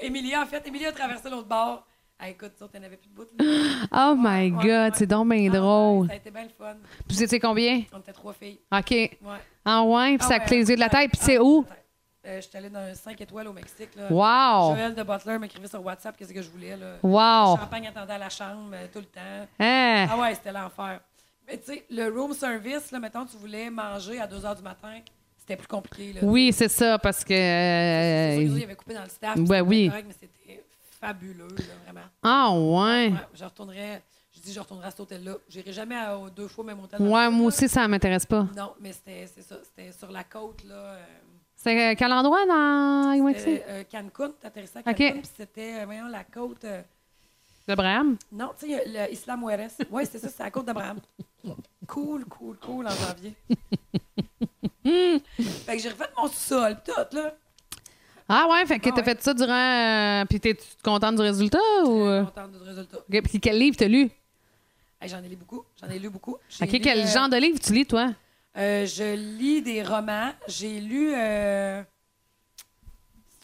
S1: Emilia, en fait, Emilia a traversé l'autre bord. Ah, écoute, ça, t'en avais plus de bout. là.
S2: Oh
S1: ouais,
S2: my God,
S1: ouais.
S2: c'est donc bien
S1: Ah, ouais,
S2: drôle.
S1: Ça a été bien le fun.
S2: Vous étiez combien?
S1: On était trois filles.
S2: OK.
S1: Ouais.
S2: En ouais, puis
S1: Ah
S2: ça
S1: ouais,
S2: clé les yeux de la
S1: ouais.
S2: tête, puis
S1: Ah,
S2: c'est où?
S1: Euh, J'étais allée dans un 5 étoiles au Mexique. Là.
S2: Wow!
S1: Joël de Butler m'écrivait sur WhatsApp qu'est-ce que je voulais. Là.
S2: Wow!
S1: Champagne attendait à la chambre euh, tout le temps.
S2: Hein?
S1: Ah ouais, c'était l'enfer. Mais tu sais, le room service, là, mettons, tu voulais manger à 2 h du matin, c'était plus compliqué. Là.
S2: Oui, c'est ça, parce que...
S1: C'est sûr qu'ils
S2: euh,
S1: avaient coupé dans le staff.
S2: Ouais,
S1: c'était pas
S2: oui.
S1: correct, mais c'était fabuleux, là, vraiment.
S2: Ah ouais!
S1: Ouais, je retournerais, je dis, je retournerai à cet hôtel-là. J'irai jamais à, aux deux fois au même hôtel. dans
S2: Ouais,
S1: le-
S2: moi aussi, ça m'intéresse pas.
S1: Non, mais c'était c'est ça. C'était sur la côte, là. euh,
S2: C'est euh, quel endroit dans le
S1: euh,
S2: Mexique?
S1: euh, Cancun, t'atterrissais à
S2: OK.
S1: Cancun, puis c'était, euh, voyons, la côte. euh,
S2: D'Abraham?
S1: Non, tu sais, le Islam Mueres. Oui, c'est ça, c'est à la côte d'Abraham. Cool, cool, cool en janvier. fait que j'ai refait mon sous-sol, pis tout, là.
S2: Ah ouais, fait que
S1: Ah
S2: t'as
S1: ouais.
S2: fait ça durant... euh, puis t'es contente du résultat ou... euh?
S1: Contente du résultat.
S2: Ok, Puis quel livre t'as lu?
S1: Hey, j'en ai lu beaucoup. J'en ai lu beaucoup. J'ai
S2: Ok,
S1: lu,
S2: quel
S1: euh,
S2: genre de livre tu lis, toi?
S1: euh, je lis des romans. J'ai lu. euh,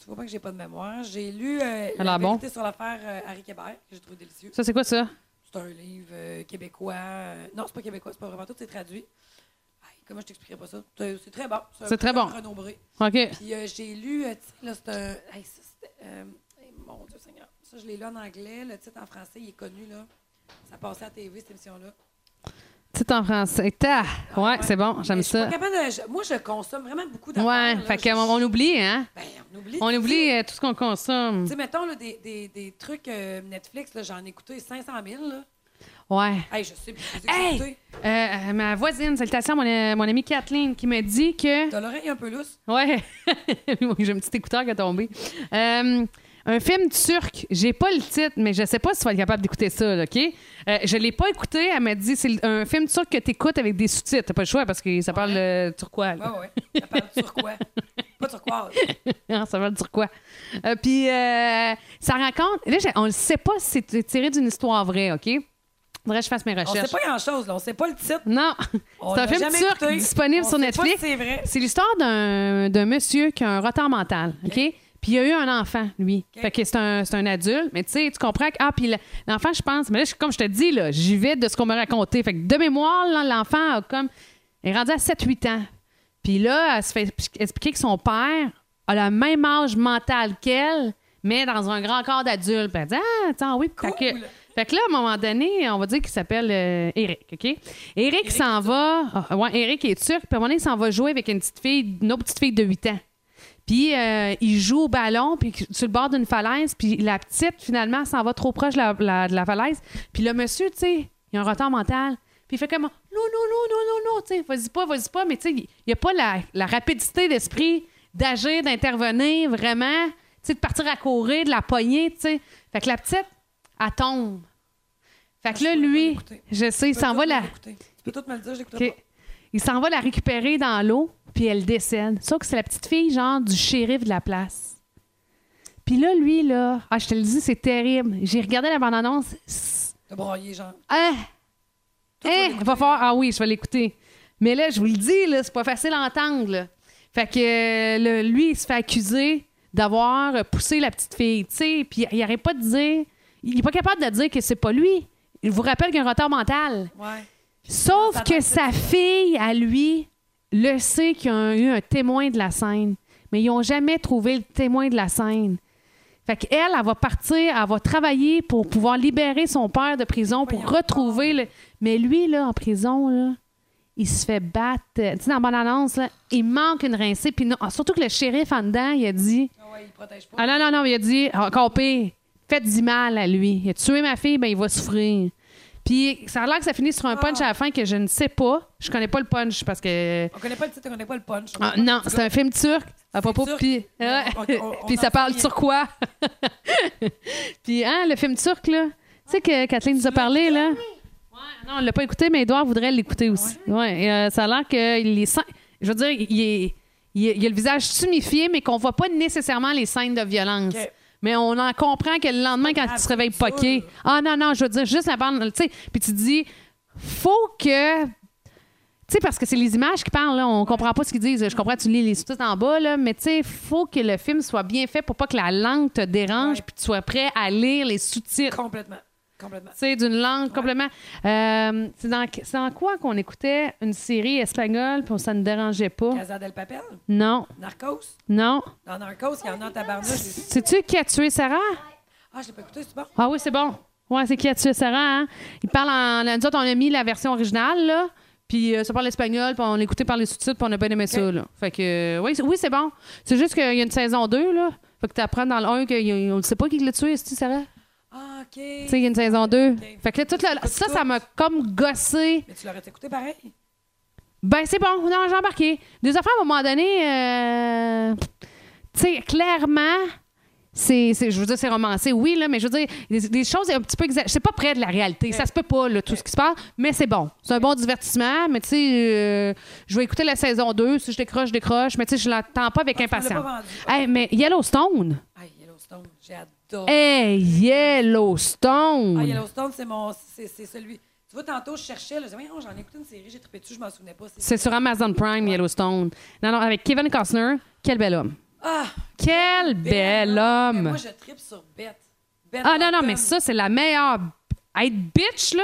S1: Tu vois pas que j'ai pas de mémoire. J'ai lu euh,
S2: Alors,
S1: La
S2: bon.
S1: vérité sur l'affaire euh, Harry Québert, que j'ai trouvé délicieux.
S2: Ça, c'est quoi ça?
S1: C'est un livre euh, québécois. euh, Non, c'est pas québécois, c'est pas vraiment tout, c'est traduit. Aïe, comment je t'expliquerai pas ça? C'est c'est très bon. un
S2: C'est très
S1: peu
S2: bon.
S1: renombré.
S2: OK.
S1: Puis euh, j'ai lu, euh, tu sais, là, c'est un. Hey, ça, c'était, euh, hey, mon Dieu Seigneur. Ça, je l'ai lu en anglais. Le titre en français, il est connu, là. Ça passait à la TV, cette émission-là.
S2: Titre en français. Ta! Ouais,
S1: Ouais.
S2: c'est bon, j'aime
S1: Mais je suis
S2: ça.
S1: pas capable de- je- moi, je consomme vraiment beaucoup d'affaires.
S2: Ouais,
S1: là.
S2: fait
S1: Je-
S2: qu'on on oublie, hein?
S1: Ben, on oublie.
S2: On
S1: tu
S2: oublie euh, tout ce qu'on consomme.
S1: Tu sais, mettons, là, des, des, des trucs euh, Netflix, là, j'en ai écouté 500 000, là.
S2: Ouais.
S1: Hey, je sais, plus je les ai
S2: Hey!
S1: écoutés.
S2: Euh, euh, ma voisine, salutations à mon, euh, mon amie Kathleen, qui me dit que...
S1: T'as l'oreille un peu lousse.
S2: Ouais. Oui, J'ai un petit écouteur qui est tombé. Euh, un film turc. J'ai pas le titre, mais je sais pas si tu vas être capable d'écouter ça, là, OK? Euh, je l'ai pas écouté. Elle m'a dit c'est l- un film turc que t'écoutes avec des sous-titres. T'as pas le choix parce que ça parle euh, turquois.
S1: Ouais,
S2: là.
S1: ouais. Ça parle turquois. pas turquoise.
S2: Hein, ça parle turquois. Euh, Puis euh, ça raconte. Là, j'ai- on ne sait pas si c'est tiré d'une histoire vraie, OK? Faudrait que je fasse mes
S1: On sait
S2: recherches.
S1: pas grand-chose, là. On sait pas le titre.
S2: Non,
S1: On
S2: c'est un
S1: l'a
S2: film
S1: jamais
S2: turc
S1: écouté.
S2: disponible
S1: On
S2: sur
S1: sait pas
S2: Netflix.
S1: si c'est vrai.
S2: C'est l'histoire d'un d'un monsieur qui a un retard mental, OK? Puis il a eu un enfant, lui.
S1: OK.
S2: Fait que c'est un, c'est un adulte, mais tu sais, tu comprends que... Ah, puis le- l'enfant, je pense... Mais là, je- comme je te dis, là, j'y vais de ce qu'on m'a raconté. Fait que de mémoire, là, l'enfant a comme... est rendu à 7-8 ans. Puis là, elle se fait expli- expliquer que son père a le même âge mental qu'elle, mais dans un grand corps d'adulte. Puis elle dit, ah, tiens, oui. Fait que-
S1: Cool.
S2: fait que là, à un moment donné, on va dire qu'il s'appelle euh, Eric, OK? Eric s'en va... ah, ouais, Eric est turc. Puis à un moment donné, il s'en va jouer avec une petite fille, une autre petite fille de 8 ans. Puis euh, il joue au ballon, puis sur le bord d'une falaise, puis la petite, finalement, s'en va trop proche de la, la- de la falaise. Puis le monsieur, tu sais, il a un retard mental. Puis il fait comme non, non, non, non, non, non, tu sais, vas-y pas, vas-y pas, mais tu sais, il n'y a pas la, la rapidité d'esprit d'agir, d'intervenir vraiment, tu sais, de partir à courir, de la poignée, tu sais. Fait que la petite, elle tombe. Fait que là,
S1: Je peux pas
S2: lui,
S1: l'écouter.
S2: je sais, il
S1: Tu peux
S2: s'en
S1: tout
S2: va
S1: me
S2: la.
S1: l'écouter. Tu peux tout me le dire, j'écouterai
S2: OK. Il s'en va la récupérer dans l'eau, puis elle décède. Sauf que c'est la petite fille, genre, du shérif de la place. Puis là, lui, là, ah, je te le dis, c'est terrible. J'ai regardé la bande-annonce. S-
S1: pas. T'as broyé, genre.
S2: Hein?
S1: Toi, tu vas
S2: Hein?
S1: l'écouter,
S2: Va falloir- Ah oui, je vais l'écouter. Mais là, je vous le dis, là, c'est pas facile à entendre. là. Fait que euh, le- lui, il se fait accuser d'avoir euh, poussé la petite fille, tu sais. Puis il arrête pas de dire. Il est pas capable de dire que c'est pas lui. Il vous rappelle qu'il y a un retard mental.
S1: Ouais.
S2: Sauf
S1: Ça
S2: que
S1: va,
S2: sa fille, à lui, le sait qu'il y a un- eu un témoin de la scène, mais ils n'ont jamais trouvé le témoin de la scène. Fait qu'elle, elle va partir, elle va travailler pour pouvoir libérer son père de prison, pour
S1: Voyons
S2: retrouver le... Mais lui, là, en prison, là, il se fait battre. Tu sais, dans la bande-annonce, là, il manque une rincée. Puis non- surtout que le shérif en dedans, il a dit...
S1: Ah ouais, il protège pas.
S2: Ah non, non, non, il a dit, encore pire, faites-y mal à lui. Il a tué ma fille, ben il va souffrir. Puis ça a l'air que ça finit sur un punch à la fin que je ne sais pas. Je connais pas le punch parce que.
S1: On connaît pas le titre, on connaît pas le punch.
S2: Ah, non, c'est un film turc. À propos,
S1: turc.
S2: puis.
S1: Mais
S2: Ouais.
S1: on- on- on
S2: Puis
S1: en
S2: ça parle
S1: sait rien.
S2: turquois. puis, hein, le film turc, là. Tu sais que Kathleen
S1: Ah,
S2: nous a parlé, là. Ouais, non, on l'a pas écouté, mais Edouard voudrait l'écouter aussi. Ouais, et, euh, ça a l'air qu'il est. sans- Je veux dire, il, est... il, est- il a le visage tumifié, mais qu'on voit pas nécessairement les scènes de violence.
S1: Ok.
S2: Mais on en comprend que le lendemain, quand
S1: grave,
S2: tu te réveilles
S1: c'est
S2: poqué,
S1: sûr.
S2: ah non, non, je veux dire, juste la bande, tu sais, puis tu dis, faut que. Tu sais, parce que c'est les images qui parlent, là, on comprend pas ce qu'ils disent. Je comprends, tu lis les sous-titres en bas, là, mais tu sais, faut que le film soit bien fait pour pas que la langue te dérange,
S1: Ouais.
S2: puis tu sois prêt à lire les sous-titres.
S1: Complètement. Complètement.
S2: Tu sais, d'une langue complètement. Euh, c'est dans, c'est dans quoi qu'on écoutait une série espagnole, puis ça ne dérangeait pas?
S1: Casa del Papel,
S2: Non,
S1: Narcos.
S2: non.
S1: Dans Narcos, il y en a en tabarnouche.
S2: C'est-tu qui a tué Sarah?
S1: Ah, je l'ai pas écouté, c'est bon.
S2: Ah oui, c'est bon. Ouais, c'est qui a tué Sarah, hein? Il parle en... Nous autres, on a mis la version originale, là. Puis euh, ça parle espagnol, puis on l'écoutait par les sous-titres, puis on a bien aimé ça, là. Fait que... euh, oui, c'est- oui, c'est bon. C'est juste qu'il y a une saison 2, là. Fait que t'apprends dans le 1 qu'on ne sait pas qui l'a tué, c'est-tu, Sarah?
S1: Ah, OK.
S2: Tu sais, il y a une saison 2.
S1: Ok.
S2: Fait que là, tout le- ça,
S1: tout.
S2: ça m'a comme gossé.
S1: Mais tu l'aurais écouté pareil.
S2: Ben, c'est bon. Non, j'ai embarqué. Des affaires, à un moment donné, euh, tu sais, clairement, C'est, c'est- je veux dire, c'est romancé, oui, là, mais je veux dire, des, des choses un petit peu exact. C'est pas près de la réalité. Ça se peut pas, là, tout ce qui se passe, mais c'est bon. C'est un bon divertissement, mais tu sais, euh, je vais écouter la saison 2. Si je décroche, je décroche, mais tu sais, je l'entends pas avec
S1: Ah, tu me l'as
S2: impatience.
S1: pas vendu.
S2: Hey, mais Yellowstone.
S1: Ah, Yellowstone, j'ai adoré.
S2: Hey, Oh. Yellowstone.
S1: Ah, Yellowstone, c'est mon, c'est, c'est celui. Tu vois, tantôt, je cherchais, là, je disais, Voyons, j'en ai écouté une série, j'ai trippé dessus, je m'en souvenais pas. C'est...
S2: C'est sur Amazon Prime, Yellowstone. Non, non, avec Kevin Costner. Quel bel homme.
S1: Ah!
S2: Quel bel
S1: Mais
S2: homme.
S1: Moi, je trippe sur Bette. Bette
S2: Ah non, non,
S1: Norton.
S2: mais ça, c'est la meilleure. Être bitch, là,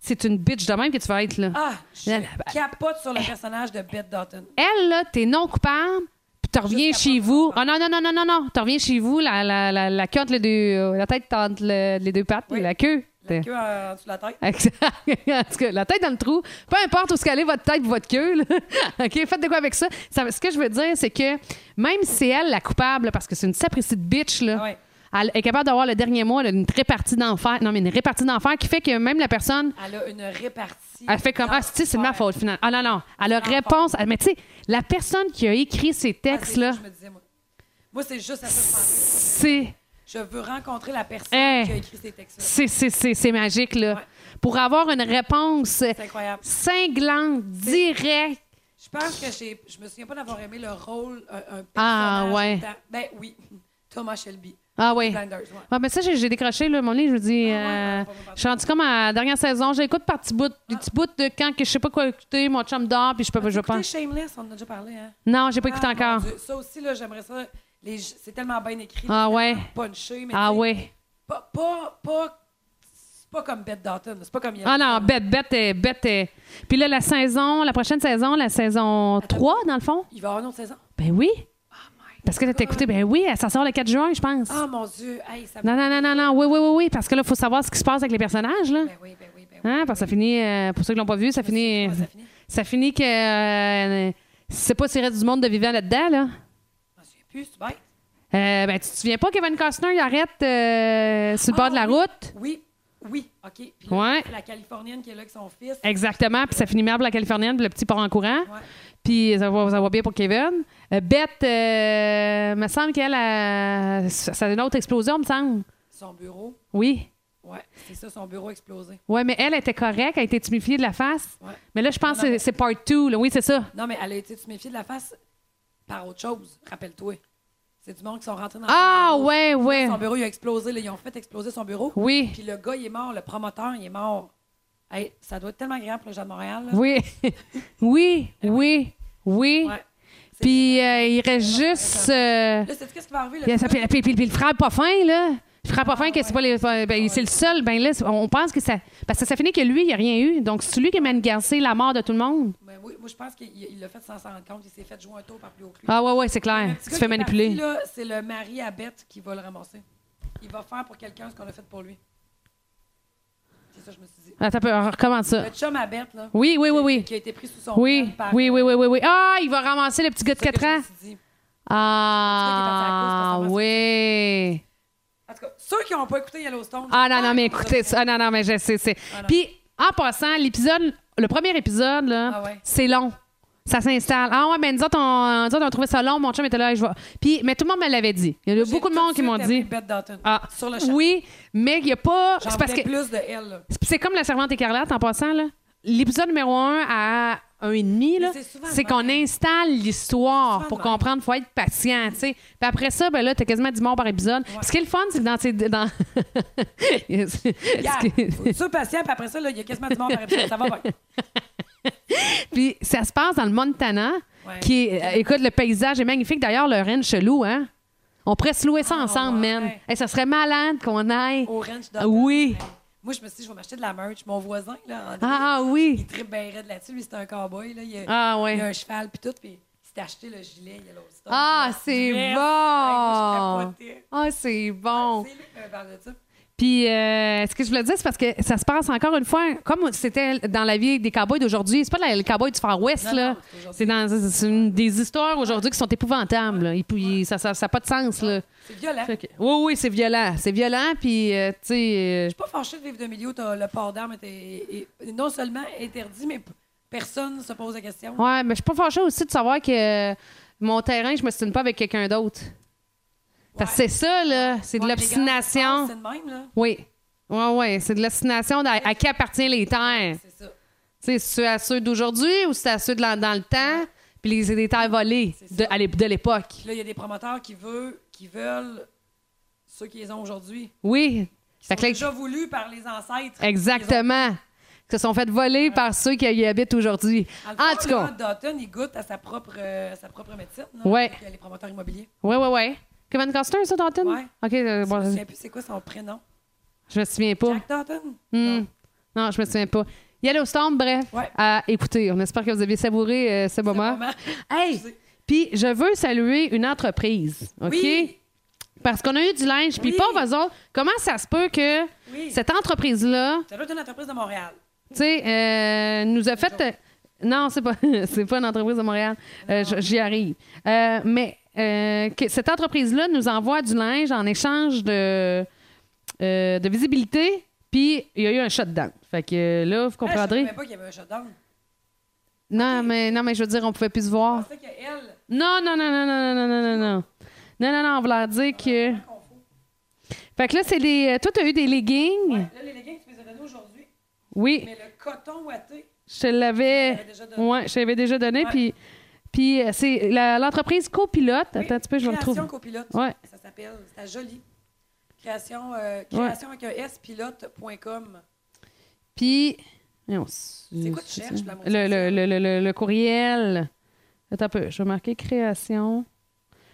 S2: c'est une bitch de même que tu vas être, là.
S1: Ah! Je
S2: Elle-
S1: capote sur le personnage de Bette Dalton.
S2: Elle, là, t'es non coupable, puis t'en reviens
S1: Jusqu'à
S2: chez
S1: preuve
S2: vous.
S1: du
S2: Ah non, non, non, non, non, non. T'en reviens chez vous, la, la, la, la queue entre les deux. euh, La tête entre le- les deux pattes,
S1: Oui.
S2: la queue.
S1: La queue euh, en en dessous de la tête.
S2: en tout cas, la tête dans le trou, peu importe où ce qu'elle est, votre tête ou votre queue, là. OK, faites de quoi avec ça. Ça- Ce que je veux dire, c'est que même si c'est elle la coupable, parce que c'est une sapristi de bitch, là,
S1: Ah ouais.
S2: elle est capable d'avoir le dernier mois, elle a une répartie d'enfer. Non, mais une répartie d'enfer qui fait que même la personne,
S1: Elle a une répartie.
S2: elle fait comme Ah, si, c'est de ma faute, finalement. Ah non, non. Elle a
S1: C'est ma
S2: réponse. Mais tu sais, la personne qui a écrit ces
S1: Ah, c'est ça
S2: textes-là,
S1: que Je me disais, moi. Moi, c'est juste à ça que je pensais.
S2: c'est.
S1: Je veux rencontrer la personne
S2: Hey.
S1: qui a écrit ces textes-là.
S2: C'est, c'est, c'est, c'est magique, là.
S1: Ouais.
S2: Pour avoir une réponse
S1: C'est incroyable.
S2: cinglante, directe.
S1: Je pense que j'ai. Je me souviens pas d'avoir aimé le rôle, un, un personnage.
S2: Ah, ouais.
S1: dans- Ben oui, Thomas Shelby.
S2: Ah oui.
S1: Blinders, ouais.
S2: Ouais, mais ça, j'ai j'ai décroché là, mon livre. Je me dis,
S1: Ah, ouais,
S2: euh,
S1: ouais, ouais, ouais.
S2: je suis rendue comme à la dernière saison. J'écoute par petits bouts, des petits bouts de quand que je sais pas quoi écouter, mon chum dort, puis je peux pas, je
S1: Écoutez
S2: pense.
S1: Shameless, on en a déjà parlé, hein?
S2: Non, j'ai pas écouté
S1: Ah, mon
S2: encore.
S1: Dieu. Ça aussi, là, j'aimerais ça. Les- C'est tellement bien écrit.
S2: Ah,
S1: c'est
S2: ouais.
S1: tellement Punché, mais
S2: Ah
S1: tu sais,
S2: ouais.
S1: Pas, pas, pas, c'est pas comme Bette Dalton. là. C'est pas comme Yellow.
S2: Ah non, bête, bête, est- bête. est- Puis là, la saison, la prochaine saison, la saison 3, dans le fond.
S1: Il va avoir une autre saison.
S2: Ben oui.
S1: Oh my
S2: Parce que t'as
S1: God.
S2: écouté, ben oui, ça sort le 4 juin, je pense.
S1: Ah, mon Dieu. Hey, ça
S2: Non, non, non, non, non. Oui, oui, oui, oui. Parce que là, faut savoir ce qui se passe avec les personnages, là.
S1: Ben oui, ben oui, ben oui.
S2: Hein? Parce que ça finit, euh, pour ceux qui l'ont pas vu, ça finit.
S1: Comment ça finit?
S2: Ça finit que. euh, c'est pas tiré du monde de vivant là-dedans,
S1: Je
S2: là.
S1: m'en souviens plus, c'est bête.
S2: Euh, ben, tu te souviens pas, Kevin Costner, il arrête euh, sur le
S1: Ah,
S2: bord de la
S1: oui.
S2: route?
S1: Oui, oui, OK. Puis là,
S2: Ouais.
S1: la Californienne qui est là avec son fils.
S2: Exactement, puis ça finit mal pour la Californienne, puis le petit part en courant.
S1: Ouais.
S2: Puis ça va, ça va bien pour Kevin. Euh, Beth, euh, me semble qu'elle a. Ça a une autre explosion, me semble.
S1: Son bureau.
S2: Oui.
S1: Ouais, c'est ça, son bureau a explosé.
S2: Oui, mais elle était correcte, elle a été tumifiée de la face.
S1: Ouais.
S2: Mais là, je pense
S1: Non,
S2: que
S1: non.
S2: c'est- c'est part 2, Oui, c'est ça.
S1: Non, mais elle a été tu méfies de la face par autre chose, rappelle-toi. C'est du monde qui sont rentrés dans
S2: Ah,
S1: son bureau.
S2: ouais, ouais.
S1: Son bureau, il a explosé. là, ils ont fait exploser son bureau.
S2: Oui.
S1: Puis le gars, il est mort. Le promoteur, il est mort. Hey, ça doit être tellement agréable pour le gens de Montréal. là.
S2: Oui. oui, oui, oui.
S1: Ouais. C'est-
S2: Puis euh, il reste juste. euh,
S1: Là, c'est qu'est-ce qui va arriver?
S2: Puis,
S1: Le
S2: ça fait- puis- puis- puis le frère pas fin, là. Le frère pas fin, que
S1: Ah, ouais.
S2: c'est pas les. pas- ben, c'est le seul. Ben là, c'est- on pense que ça. Parce que ça finit que lui, il a rien eu. Donc, c'est lui qui a manigancé la mort de tout le monde.
S1: Ben oui, moi, je pense qu'il il l'a fait sans s'en rendre compte. Il s'est fait jouer un tour par plus haut que lui.
S2: Ah, ouais, ouais, c'est
S1: Le petit
S2: clair. Tu
S1: gars
S2: te
S1: qui
S2: fais
S1: est
S2: manipuler.
S1: parti, là, c'est le mari à Bête qui va le ramasser. Il va faire pour quelqu'un ce qu'on a fait pour lui. C'est ça, je me suis dit.
S2: Attends, un peu, on recommence ça.
S1: Le chum à Bête, là.
S2: Ah. Oui, oui, oui, oui.
S1: Qui a été pris sous son
S2: Oui,
S1: aile par-
S2: oui, oui, oui, oui, oui. Ah, il va ramasser le petit gars de
S1: C'est ça que
S2: 4
S1: je
S2: ans.
S1: me suis dit.
S2: Ah,
S1: parti à cause, parce que
S2: oui.
S1: En tout cas, ceux qui n'ont pas écouté Yellowstone.
S2: Ah non, non, mais
S1: vous
S2: écoutez
S1: avez-
S2: ça. Ah non, non, mais je sais, c'est.
S1: Ah non.
S2: Puis, en passant, l'épisode, le premier épisode, là,
S1: Ah ouais.
S2: c'est long. Ça s'installe. Ah ouais, mais nous autres, on, nous autres, on trouvait ça long. Mon chum était là, je vois. Puis, mais tout le monde me l'avait dit. Il y a
S1: J'ai
S2: beaucoup de
S1: tout
S2: monde qui
S1: suite
S2: m'ont
S1: appris
S2: dit.
S1: Bette Dalton.
S2: Ah,
S1: Sur le chat.
S2: oui, mais il n'y a pas.
S1: J'en
S2: C'est parce
S1: voulais
S2: que
S1: plus de elle, là.
S2: c'est comme la servante écarlate en passant là. L'épisode numéro un à un et demi là,
S1: Mais c'est souvent
S2: c'est
S1: le
S2: qu'on
S1: même.
S2: installe l'histoire
S1: C'est
S2: pour
S1: souvent le
S2: comprendre, faut être patient, tu sais. Puis après ça, ben là, t'as quasiment 10 morts par épisode. Ce qui est le fun, c'est que dans ces- dans. Yes.
S1: Yeah.
S2: Ce qui-
S1: Faut être sûr, patient, puis après ça, là, il y a quasiment du monde par épisode. Ça va bien.
S2: Puis ça se passe dans le Montana,
S1: Ouais.
S2: qui est, euh, écoute, le paysage est magnifique. D'ailleurs, le rennes chelou, hein. On pourrait se louer ça
S1: Ah,
S2: ensemble,
S1: ouais.
S2: man. Hey, ça serait malade qu'on aille.
S1: Orange
S2: Ah, oui.
S1: Moi, je me suis dit, je vais m'acheter de la merch. Mon voisin, là, André,
S2: Ah oui.
S1: il tripe bien raide là-dessus. Lui, c'est un cowboy, là. Il a,
S2: Ah ouais.
S1: il a un cheval, puis tout, puis il s'est acheté le gilet Yellowstone.
S2: Ah,
S1: La
S2: c'est
S1: veste.
S2: bon.
S1: Hey, moi, je capotais.
S2: Ah, c'est bon.
S1: C'est lui qui m'a parlé de ça.
S2: Puis, euh, ce que je voulais dire, c'est parce que ça se passe encore une fois, comme c'était dans la vie des cowboys d'aujourd'hui. C'est pas la- le cowboy du Far West,
S1: Non,
S2: là.
S1: non, c'est aujourd'hui.
S2: c'est dans c'est une- des histoires aujourd'hui qui sont épouvantables. là. Et puis, ça n'a pas de sens, là.
S1: C'est violent.
S2: Fait que- oui, oui, c'est violent. C'est violent, puis, euh, tu sais. euh,
S1: Je suis pas fâchée de vivre d'un milieu où t'as- le port d'armes est, est- est non seulement interdit, mais p- personne ne se pose la question.
S2: ouais, euh, mais je suis pas fâchée aussi de savoir que euh, mon terrain, je me stine pas avec quelqu'un d'autre. Parce que c'est ça, là. C'est de
S1: Ouais, les grandes
S2: l'obstination.
S1: distances, C'est le même, là.
S2: Oui. Oui, oui. C'est de l'obstination d'à- à qui appartiennent les terres.
S1: C'est ça.
S2: Tu sais, c'est à ceux d'aujourd'hui ou c'est à ceux de l'an- dans le temps? Puis les- c'est des terres volées de, à l'ép- de l'époque.
S1: Puis là, il y a des promoteurs qui veulent, qui veulent ceux qu'ils ont aujourd'hui.
S2: Oui.
S1: Qui
S2: Fait
S1: sont
S2: que là,
S1: déjà voulus par les ancêtres.
S2: exactement. Qui se sont fait voler par ceux qui y habitent aujourd'hui.
S1: Ils ont-
S2: Ah, En tout cas.
S1: Le Dalton, il goûte à sa propre, euh, sa propre médecine. là,
S2: Ouais.
S1: avec, euh, les promoteurs immobiliers.
S2: Oui, oui, oui. Kevin Costner, ça, Danton?
S1: Ouais.
S2: OK, euh, bon,
S1: Je ne sais plus c'est quoi son prénom.
S2: je me souviens pas.
S1: Jack Dalton?
S2: Hmm.
S1: Non.
S2: Non, je me souviens pas. Yellowstone, bref,
S1: Ouais.
S2: à écouter. On espère que vous avez savouré euh, ce moment.
S1: moment.
S2: Hey!
S1: Excusez.
S2: Puis je veux saluer une entreprise, OK?
S1: Oui.
S2: Parce qu'on a eu du linge, puis
S1: Oui.
S2: pauvre eux autres, comment ça se peut que
S1: Oui.
S2: cette entreprise-là,
S1: Ça doit être une entreprise de Montréal.
S2: tu sais, euh, nous a fait... euh, non, c'est pas, c'est pas une entreprise de Montréal. Euh, j- J'y arrive. Euh, mais euh, que cette entreprise-là nous envoie du linge en échange de, euh, de visibilité, puis il y a eu un shutdown. Fait que euh, là, vous
S1: Ah, Je
S2: comprendrez.
S1: savais pas qu'il y avait un shutdown.
S2: Non, mais, non, mais je veux dire, on pouvait plus se
S1: Je
S2: voir.
S1: pensais qu'elle...
S2: Non, non, non, non, non, non, non, non, non. Non, non, non, on voulait dire que. Fait que là, c'est des. euh, Toi, t'as eu des leggings?
S1: Ouais, là, les leggings, tu les as donnés aujourd'hui.
S2: Oui,
S1: Mais le coton ouaté,
S2: je te l'avais.
S1: l'avais déjà donné.
S2: Eh. Ouais, je t'avais déjà donné.
S1: Ouais.
S2: Puis, puis euh, c'est la- l'entreprise copilote. Attends un petit peu, je vais le trouver.
S1: Création copilote.
S2: Ouais.
S1: Ça s'appelle, c'était joli. Création, euh, création avec un S, pilote.com.
S2: Puis. C'est
S1: C'est quoi tu cherches, la
S2: le, le, le, le, le, le courriel. Attends un peu, je vais marquer création.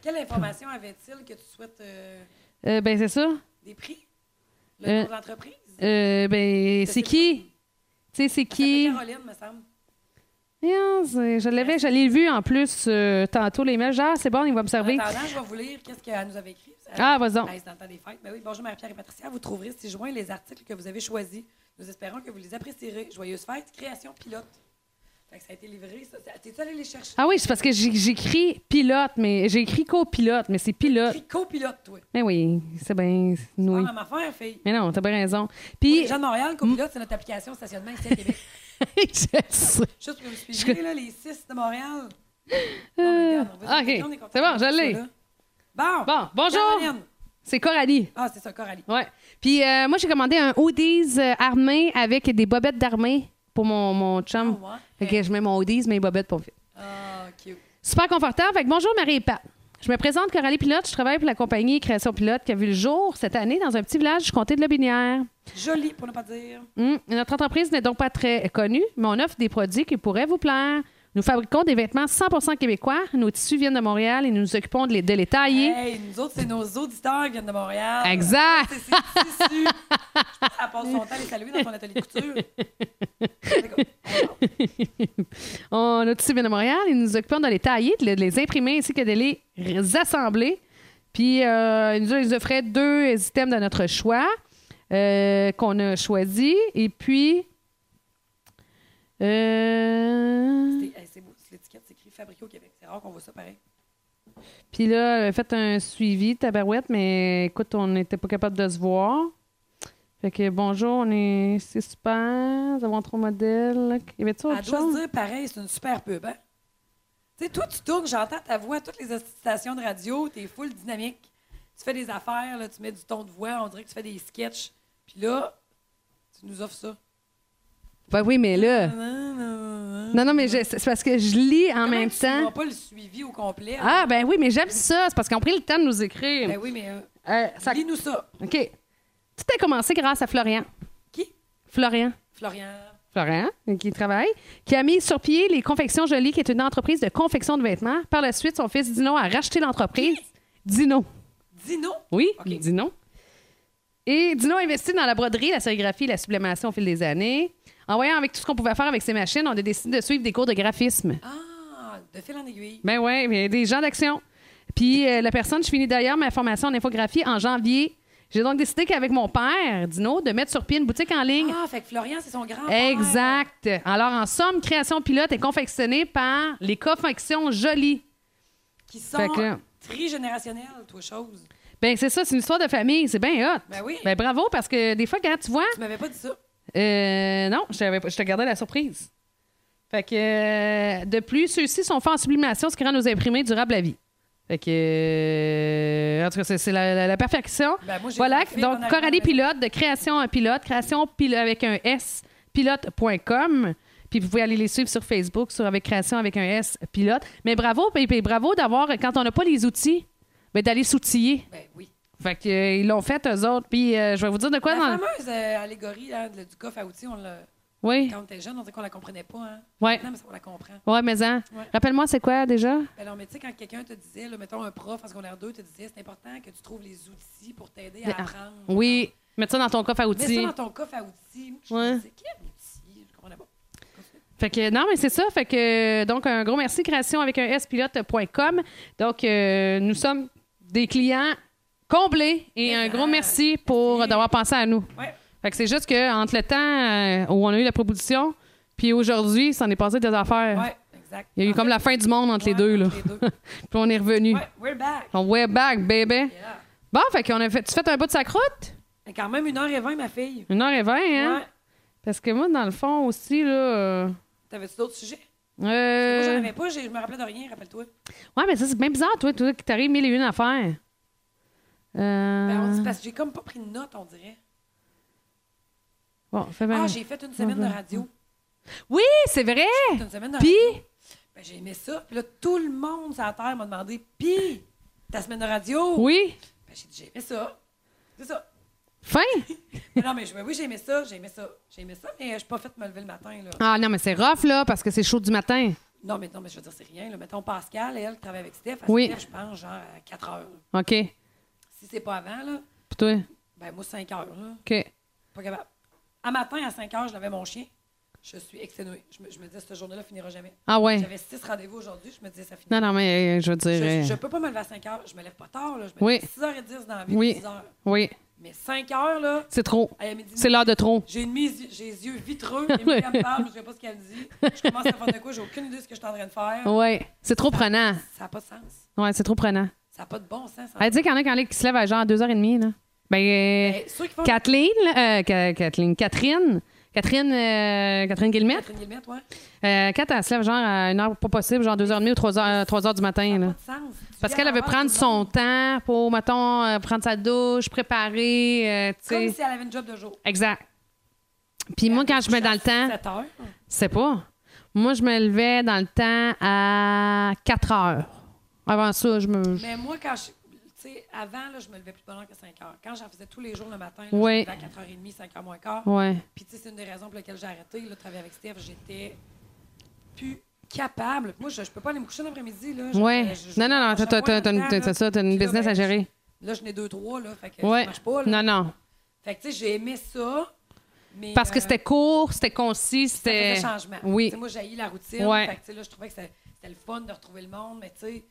S1: Quelle information avait-il que tu souhaites euh,
S2: Euh, ben, c'est ça.
S1: des prix? Le
S2: Euh,
S1: nom de l'entreprise?
S2: Euh, ben,
S1: Je
S2: c'est
S1: sais
S2: qui? Tu sais, c'est
S1: Ça
S2: qui?
S1: s'appelle Caroline, me semble.
S2: Bien, c'est- Je l'avais, je l'ai vu en plus euh, tantôt les mails. Genre, c'est bon, il va me
S1: En
S2: servir.
S1: attendant, je vais vous lire qu'est-ce qu'elle nous avait écrit.
S2: Ah, vas-y donc.
S1: Ah, c'est dans le temps des fêtes. Ben oui, bonjour Marie-Pierre et Patricia. Vous trouverez si joint les articles que vous avez choisis. Nous espérons que vous les apprécierez. Joyeuses fêtes, création pilote. Fait que ça a été livré. ça. Ça- T'es-tu allé les chercher?
S2: Ah oui, c'est parce que j'ai- j'écris pilote, mais j'ai écrit copilote, mais c'est pilote.
S1: Écrit copilote, toi.
S2: Mais oui, c'est bien, c'est
S1: Oui.
S2: noué.
S1: Ah, ma affaire, fille.
S2: Mais non, t'as bien raison.
S1: Pour
S2: Puis,
S1: les gens de Montréal, copilote, c'est notre application stationnement ici à Québec.
S2: je sais.
S1: Juste pour vous
S2: Je
S1: suivre,
S2: connais-
S1: là, les six de Montréal.
S2: Euh,
S1: Non, mais regarde, on va
S2: ok.
S1: dire quelqu'un, on est content
S2: C'est
S1: que
S2: bon, je
S1: tu
S2: l'ai.
S1: sois là. Bon.
S2: Bon, bonjour.
S1: Caroline.
S2: C'est Coralie.
S1: Ah, c'est ça, Coralie.
S2: Ouais. Puis, euh, moi, j'ai commandé un hoodies euh, armé avec des bobettes d'armée pour mon, mon chum.
S1: Ah ouais.
S2: Fait que je mets mon hoodies, mes bobettes pour
S1: Ah, cute.
S2: Super confortable. Fait que bonjour Marie et Pat. Je me présente Coralie Pilote. Je travaille pour la compagnie Création Pilote qui a vu le jour cette année dans un petit village du comté de Lobinière.
S1: Jolie, pour ne pas dire.
S2: Hum, Notre entreprise n'est donc pas très connue, mais on offre des produits qui pourraient vous plaire. Nous fabriquons des vêtements 100 québécois. Nos tissus viennent de Montréal et nous nous occupons de les, de les tailler.
S1: Hey, nous autres, c'est nos auditeurs qui viennent de Montréal.
S2: Exact.
S1: C'est ses tissus. Je pense qu'elle passe son temps à les saluer dans son atelier couture.
S2: On, nos tissus viennent de Montréal et nous nous occupons de les tailler, de les, de les imprimer ainsi que de les assembler. Puis, euh, ils nous ils offraient deux items de notre choix euh, qu'on a choisi. Et puis. euh,
S1: C'est hey, c'est beau. Sur L'étiquette, c'est écrit fabriqué au Québec. C'est rare qu'on voit ça pareil.
S2: Puis là, elle a fait un suivi, tabarouette, mais écoute, on n'était pas capable de se voir. Fait que bonjour, on est. C'est super. Nous avons trois modèles. Y avait-tu
S1: Elle
S2: autre
S1: doit se
S2: chose?
S1: dire pareil, c'est une super pub, hein? Tu sais, toi, tu tournes, j'entends ta voix à toutes les stations de radio, t'es full dynamique. Tu fais des affaires, là, tu mets du ton de voix, on dirait que tu fais des sketchs. Puis là, tu nous offres ça.
S2: Ben oui, mais là.
S1: En
S2: Non, non, mais je- c'est parce que je lis en même temps.
S1: pas le suivi au complet.
S2: Ah, ben oui, mais j'aime ça. C'est parce qu'on a pris le temps de nous écrire.
S1: Ben oui, mais euh,
S2: Euh, ça-
S1: lis-nous ça.
S2: OK. Tout a commencé grâce à Florian.
S1: Qui?
S2: Florian.
S1: Florian.
S2: Florian, qui travaille, qui a mis sur pied les Confections Jolies, qui est une entreprise de confection de vêtements. Par la suite, son fils Dino a racheté l'entreprise. Dino.
S1: Dino.
S2: Oui,
S1: OK.
S2: dis Dino. Et Dino a investi dans la broderie, la sérigraphie, la sublimation au fil des années. En voyant avec tout ce qu'on pouvait faire avec ces machines, on a décidé de suivre des cours de graphisme.
S1: Ah, de fil en aiguille.
S2: Ben ouais, mais des gens d'action. Puis euh, la personne, je finis d'ailleurs ma formation en infographie en janvier. J'ai donc décidé qu'avec mon père, Dino, de mettre sur pied une boutique en ligne.
S1: Ah, fait que Florian, c'est son grand
S2: Exact. Alors, en somme, création pilote est confectionnée par les confections jolies.
S1: Qui sont
S2: Fait que là-
S1: trigénérationnels, toi, chose.
S2: Ben, c'est ça, c'est une histoire de famille. C'est bien hot.
S1: Ben oui.
S2: Ben, bravo, parce que des fois, quand tu vois,
S1: Tu m'avais pas dit ça.
S2: Euh, non, je t'avais pas- je te gardais la surprise. Fait que, euh, de plus, ceux-ci sont faits en sublimation, ce qui rend nos imprimés durables à vie. Fait que, euh, en tout cas, c'est- c'est la, la- la perfection.
S1: Ben, moi, j'ai
S2: voilà,
S1: une fille en
S2: donc
S1: arrière,
S2: Coralie
S1: mais-
S2: Pilote de Création à Pilote, création pilote avec un S, pilote.com. Puis vous pouvez aller les suivre sur Facebook, sur avec Création avec un S, pilote. Mais bravo, puis, puis bravo d'avoir, quand on n'a pas les outils, ben, d'aller s'outiller.
S1: Ben oui.
S2: Fait que, euh, ils l'ont fait, eux autres. Puis euh, je vais vous dire de quoi.
S1: la
S2: dans-
S1: fameuse euh, allégorie là, de- du coffre à outils, on l'a-
S2: Oui,
S1: quand on était jeune, on disait qu'on la comprenait pas. Hein?
S2: Ouais.
S1: Non, mais ça, on la comprend.
S2: ouais, mais hein.
S1: Ouais.
S2: Rappelle-moi, c'est quoi déjà?
S1: Ben alors, mais tu sais, quand quelqu'un te disait, là, mettons un prof en secondaire 2, te disait, c'est important que tu trouves les outils pour t'aider à apprendre.
S2: Ben, Oui, mettre ça dans ton coffre à outils.
S1: Mets ça dans ton coffre à outils. Je
S2: Ouais.
S1: me disais, quel outil? Je comprenais pas.
S2: Fait que non, mais c'est ça. Fait que euh, donc un gros merci création avec un spilote.com. Donc euh, nous sommes des clients comblés et un gros merci pour euh, d'avoir pensé à nous.
S1: Ah, Ouais.
S2: Fait que c'est juste que entre le temps euh, où on a eu la proposition puis aujourd'hui, s'en est passé des affaires.
S1: Ouais, exact.
S2: Il y a eu
S1: En
S2: comme
S1: fait,
S2: la fin du monde entre les
S1: ouais,
S2: deux là.
S1: entre les deux.
S2: puis on est revenu.
S1: Ouais, we're back.
S2: On way back baby.
S1: Yeah.
S2: Bon, fait qu'on a fait tu fais un bout de sa croûte
S1: Mais quand même, une heure et vingt, ma fille.
S2: Une heure et vingt, hein
S1: Ouais.
S2: Parce que moi dans le fond aussi là euh,
S1: T'avais-tu d'autres sujets?
S2: euh,
S1: Moi, j'en avais pas. j'ai- Je me rappelais de rien, rappelle-toi.
S2: Ouais, mais ça, c'est bien bizarre, toi, toi, qui t'arrives mille et une affaires. Euh...
S1: Ben, on dit parce que j'ai comme pas pris de notes, on dirait.
S2: bon, fais bien.
S1: Ah, j'ai fait une semaine de radio.
S2: Oui, c'est vrai!
S1: J'ai fait une semaine de
S2: Ah, Puis,
S1: radio. Ben, j'ai aimé ça. Puis là, tout le monde sur la terre m'a demandé, puis, ta semaine de radio?
S2: oui,
S1: Ben, j'ai dit, j'ai aimé ça. C'est ça.
S2: fin!
S1: Mais non, mais je- ben oui, j'ai aimé ça, j'ai aimé ça, j'ai aimé ça, mais je suis pas faite de me lever le matin, là.
S2: Ah non, mais c'est rough, là, parce que c'est chaud du matin.
S1: Non, mais non, mais je veux dire, c'est rien, là. Mettons Pascal, elle, qui travaille avec Steph, à
S2: Oui.
S1: Steph, je pense, genre, à 4 heures.
S2: OK. Puis
S1: Si c'est pas avant, là,
S2: toi,
S1: ben, moi, 5 heures, là.
S2: OK.
S1: Pas capable. À matin, à 5 heures, je l'avais mon chien. Je suis exténuée. Je me, je me disais, cette journée-là finira jamais.
S2: Ah ouais.
S1: J'avais 6 rendez-vous aujourd'hui, je me disais, ça finit.
S2: Non, non, mais euh, je veux dire.
S1: Je,
S2: euh,
S1: je peux pas me lever à 5 heures. Je me lève pas tard. Là. Je me
S2: Oui.
S1: lève 6h10 dans la vie,
S2: Oui.
S1: 10 heures.
S2: Oui,
S1: Mais 5 heures, là,
S2: c'est trop.
S1: à midi,
S2: C'est l'heure de trop.
S1: j'ai mis j'ai les yeux vitreux. Émilie, elle me parle, je sais pas ce qu'elle me dit. Je commence à faire de quoi, j'ai aucune idée de ce que je suis en train de faire.
S2: Ouais, c'est trop prenant.
S1: Ça n'a pas de sens.
S2: Ouais, c'est trop prenant.
S1: Ça n'a pas de bon sens. ça.
S2: Elle dit qu'il y en a quand même qui se lèvent à genre 2h30, là. Ben, euh,
S1: Ben, ceux qui font
S2: Kathleen, là, euh, Ca- Kathleen, Catherine, Catherine, euh, Catherine Guillemette,
S1: Catherine Guillemette, ouais.
S2: Euh, quand elle se lève, genre, à une heure pas possible, genre 2h30 ou 3h, 3h du
S1: Ça
S2: matin,
S1: n'a
S2: là.
S1: pas de sens. Tu
S2: Parce
S1: viens
S2: qu'elle
S1: avant
S2: avait prendre
S1: tout le
S2: son
S1: monde.
S2: temps pour, mettons, euh, prendre sa douche, préparer, euh, tu
S1: Comme
S2: sais.
S1: si elle avait une job de jour.
S2: Exact. Puis moi, quand je me mets dans le temps,
S1: 7 heures.
S2: c'est pas. Moi, je me levais dans le temps à 4 heures. Avant ça, je me.
S1: Mais moi, quand je. Tu sais, avant, là, je me levais plus de bonne heure que 5 heures. Quand j'en faisais tous les jours le matin, là, je me
S2: Ouais.
S1: levais à 4h30, 5h moins quart.
S2: Ouais.
S1: Puis, tu sais, c'est une des raisons pour lesquelles j'ai arrêté là, de travailler avec Steph. J'étais plus capable. Moi, je, je peux pas aller me coucher l'après-midi. là. Je-
S2: Ouais.
S1: je- je-
S2: Non, non, non,
S1: je- je-
S2: t'as- t'as- t'as- t'as une-
S1: là,
S2: t'as ça, t'as une
S1: puis là,
S2: business
S1: ben,
S2: à gérer.
S1: Là, je n'ai deux, trois, là. Fait que
S2: Ouais.
S1: ça marche pas. Là.
S2: Non, non.
S1: Fait que, tu sais, j'ai aimé ça. Mais,
S2: Parce que
S1: euh,
S2: c'était court, c'était concis,
S1: ça
S2: c'était.
S1: faisait changement. Tu
S2: Oui.
S1: sais, moi, j'ai la routine.
S2: Ouais.
S1: Fait que, tu sais, là, je trouvais que c'était c'était le fun de retrouver le monde, mais tu sais,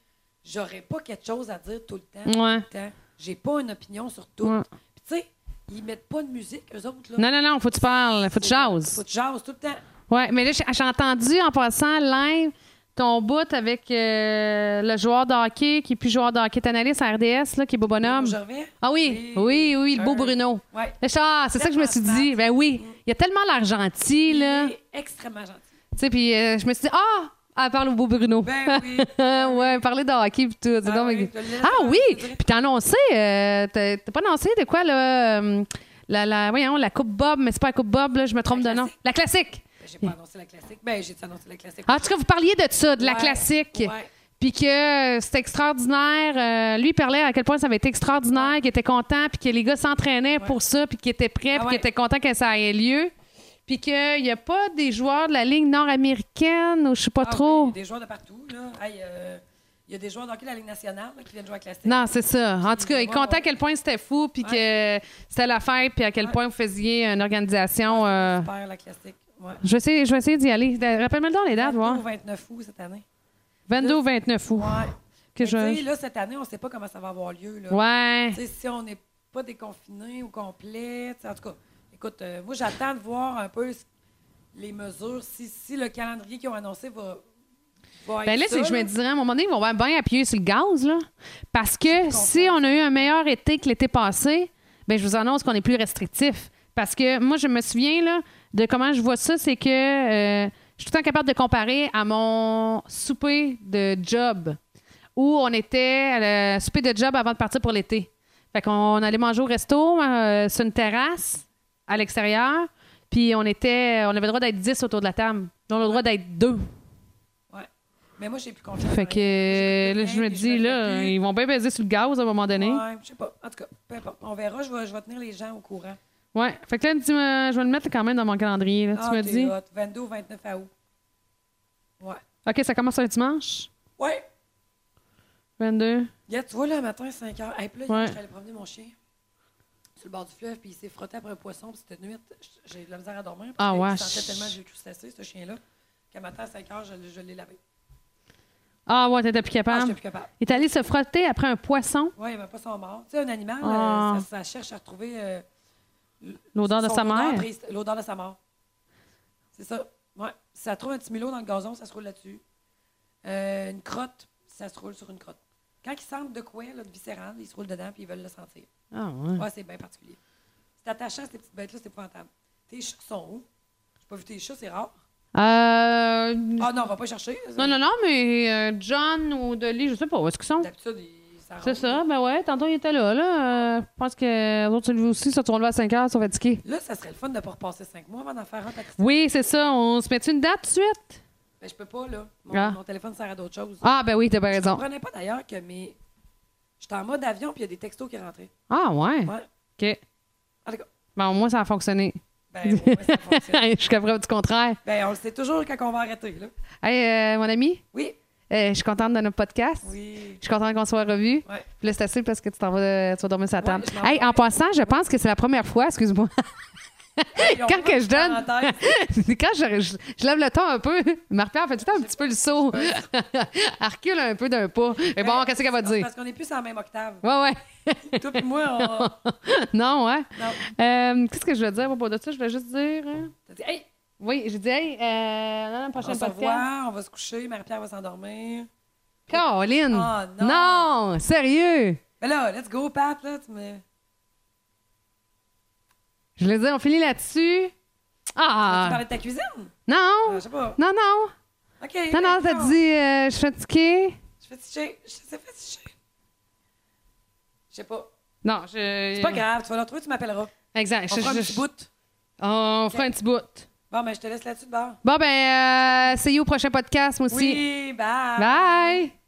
S1: j'aurais pas quelque chose à dire tout le temps.
S2: Ouais.
S1: Tout le temps. J'ai pas une opinion sur tout.
S2: Ouais.
S1: Puis, tu sais, ils mettent pas de musique, eux autres. Là.
S2: Non, non, non, faut que tu parles, faut que tu
S1: C'est-
S2: jases.
S1: Faut que tu jases tout le temps.
S2: Ouais, mais là, j'ai j'ai entendu en passant live ton bout avec euh, le joueur de hockey qui est plus joueur de hockey, est analyste à RDS, là, qui est beau bonhomme.
S1: Je reviens.
S2: Ah oui, oui, oui, le beau Bruno.
S1: Ouais.
S2: Là, je- Ah, c'est ça que je me suis dit. Ben oui, il y a tellement l'air gentil,
S1: Il
S2: là.
S1: est extrêmement gentil.
S2: Tu sais, puis euh, je me suis dit, ah, elle parle au beau Bruno.
S1: Ben oui.
S2: ouais, parler de hockey puis tout. c'est
S1: Ah
S2: donc-
S1: oui, je le laisse
S2: Ah
S1: dans
S2: oui,
S1: le
S2: puis t'as annoncé, euh, t'as t'as pas annoncé de quoi, là, euh, la, la, voyons, la Coupe Bob, mais c'est pas la Coupe Bob, là, je me trompe de nom.
S1: classique.
S2: La classique.
S1: Ben, j'ai pas annoncé la classique. Ben, j'ai annoncé la classique.
S2: En tout cas, vous parliez de ça, de la
S1: Ouais,
S2: classique.
S1: ouais.
S2: Puis que euh, c'était extraordinaire. Euh, lui, il parlait à quel point ça avait été extraordinaire, qu'il était content, puis que les gars s'entraînaient pour ça, puis qu'ils étaient
S1: Ah
S2: prêts, puis
S1: ouais.
S2: qu'ils étaient contents que ça ait lieu. Puis qu'il n'y a pas des joueurs de la Ligue nord-américaine, ou je sais pas
S1: Ah
S2: trop.
S1: oui, des joueurs de partout. là. Hey, euh, il y a des joueurs de hockey de la Ligue nationale là, qui viennent jouer à la classique.
S2: Non, c'est ça. En tout cas,
S1: Ouais,
S2: il comptait à
S1: ouais.
S2: quel point c'était fou, puis que c'était la fête, puis à quel point vous faisiez une organisation. euh,
S1: Super, la classique. Ouais.
S2: Je vais essayer, je vais essayer d'y aller. Ben, Rappelle-moi dans les dates,
S1: 22
S2: voir.
S1: au 29 août cette année.
S2: 22 ou 29 août.
S1: Ouais.
S2: Que
S1: Mais
S2: je-
S1: tu sais, là, cette année, on ne sait pas comment ça va avoir lieu. Là.
S2: Ouais.
S1: Tu sais, si on n'est pas déconfiné au complet. tu sais, En tout cas, écoute, euh, moi, j'attends de voir un peu ce- les mesures, si, si le calendrier qu'ils ont annoncé va, va être.
S2: Ben là, c'est que
S1: ça,
S2: je me dirais, à un moment donné, ils vont avoir bien appuyer sur le gaz, là. Parce que
S1: confiance.
S2: si on a eu un meilleur été que l'été passé, ben je vous annonce qu'on est plus restrictif. Parce que moi, je me souviens, là, de comment je vois ça, c'est que euh, je suis tout le temps capable de comparer à mon souper de job. où on était à le souper de job avant de partir pour l'été. Fait qu'on allait manger au resto euh, sur une terrasse à l'extérieur, puis on était, on avait le droit d'être 10 autour de la table. Là, on a le droit d'être deux.
S1: Ouais. Mais moi, j'ai plus confiance.
S2: Fait que euh, là, je me dis, là, ils vont bien baiser sur le gaz à un moment donné.
S1: Ouais, je sais pas. En tout cas, peu importe. On verra. Je vais, je vais tenir les gens au courant.
S2: Ouais. Fait que là, dis-moi, je vais le mettre quand même dans mon calendrier. là. tu me
S1: Ah, t'es
S2: dis.
S1: hot. 22 ou 29 à août. Ouais.
S2: OK, ça commence un dimanche.
S1: Ouais.
S2: 22.
S1: Regarde, tu vois, là, le matin, 5 heures. Hey, puis là, hier,
S2: Ouais.
S1: je suis allée promener mon chien sur le bord du fleuve, puis il s'est frotté après un poisson. Puis cette nuit, j'ai de la misère à dormir.
S2: Ah,
S1: parce que
S2: ouais.
S1: Il sentait tellement j'ai crustacé, ce chien-là, qu'à matin, à 5 heures, je, l'ai- je l'ai lavé.
S2: Ah ouais, t'étais plus
S1: Ah,
S2: capable.
S1: j'étais plus capable.
S2: Il est allé se frotter après un poisson,
S1: Oui, il n'y avait pas son mort. Tu sais, un animal,
S2: Ah.
S1: euh, ça, ça cherche à retrouver euh,
S2: l'odeur de
S1: son
S2: sa
S1: odeur
S2: mère.
S1: prise- L'odeur de sa mort. C'est ça. Ouais. Si ça trouve un petit mulot dans le gazon, ça se roule là-dessus. Euh, une crotte, ça se roule sur une crotte. Quand ils sentent de quoi, là, de viscéral, ils se roulent dedans puis ils veulent le sentir.
S2: Ah ouais.
S1: Ouais, c'est bien particulier. C'est attachant, ces petites bêtes-là, c'est épouvantable. Tes chats sont où? J'ai pas vu tes chats, c'est rare.
S2: Euh,
S1: Ah non, on va pas chercher.
S2: Non, non, non, mais euh, John ou Dolly, je sais pas, où est-ce qu'ils sont?
S1: D'habitude, ils s'arrangent.
S2: C'est ça, ben ouais, tantôt ils étaient là. là. Euh, je pense que les autres, tu le vois aussi, ça tourne à 5 heures, ils sont fatigués.
S1: Là, ça serait le fun de pas repasser cinq mois avant d'en faire un, Patricia.
S2: Oui, c'est ça, on se met une date tout de suite?
S1: Ben, je peux pas, là. Mon,
S2: Ah.
S1: mon téléphone sert à d'autres choses.
S2: Ah, ben oui, t'as bien
S1: Je
S2: raison.
S1: comprenais pas d'ailleurs que mes. J'étais en mode avion, puis il y a des textos qui rentraient.
S2: Ah, ouais.
S1: Ouais.
S2: OK.
S1: En tout cas,
S2: Ben, au moins, ça a fonctionné.
S1: ben, ouais, ça fonctionne.
S2: Jusqu'à preuve du contraire.
S1: ben, on le sait toujours quand on va arrêter, là.
S2: Hey, euh, mon ami,
S1: Oui,
S2: euh, je suis contente de notre podcast.
S1: oui.
S2: Je suis contente qu'on soit revus.
S1: Ouais.
S2: Puis là, c'est assez parce que tu t'en vas, euh, tu vas dormir sur la
S1: Ouais,
S2: table.
S1: je m'en
S2: hey,
S1: vais.
S2: en passant, je pense que c'est la première fois, excuse-moi,
S1: Hey, on
S2: Quand
S1: va faire
S2: que je donne-
S1: une parenthèse.
S2: quand je, je- je lève le ton un peu, Marc-Pierre fait tout le temps un petit peu le saut. Elle recule un peu d'un pas. Mais bon,
S1: Ben,
S2: qu'est-ce qu'elle va dire?
S1: Parce qu'on est plus en même octave.
S2: Ouais, ouais.
S1: Toi et moi, on.
S2: Non, ouais.
S1: Non.
S2: Euh, qu'est-ce que je veux dire à propos de ça? Je voulais juste dire. hein?
S1: T'as dit, hey,
S2: Oui, je dis, hey, euh, dans le
S1: on
S2: prochain
S1: se
S2: podcast.
S1: revoit, on va se coucher, Marie-Pierre va s'endormir.
S2: Caroline!
S1: Oh,
S2: Hmm. non.
S1: non.
S2: sérieux!
S1: Ben là, let's go, Pat, là, tu me.
S2: Je voulais dire, on finit là-dessus.
S1: Tu
S2: Ah!
S1: parlais de ta cuisine?
S2: Non!
S1: Ah, je sais pas.
S2: Non, non!
S1: OK.
S2: Non, non,
S1: ben,
S2: t'as
S1: bon.
S2: dit, euh, je suis fatiguée.
S1: Je fais ticher. Je sais pas si je- Je sais pas.
S2: Non, je.
S1: C'est pas grave, tu vas le retrouver, tu m'appelleras.
S2: Exact.
S1: On
S2: Euh. je-
S1: fera un
S2: je-
S1: petit bout.
S2: On fera un petit bout.
S1: Bon, ben, je te laisse là-dessus de bord.
S2: Bon, ben, euh, see you au prochain podcast, moi aussi.
S1: Oui, bye.
S2: Bye!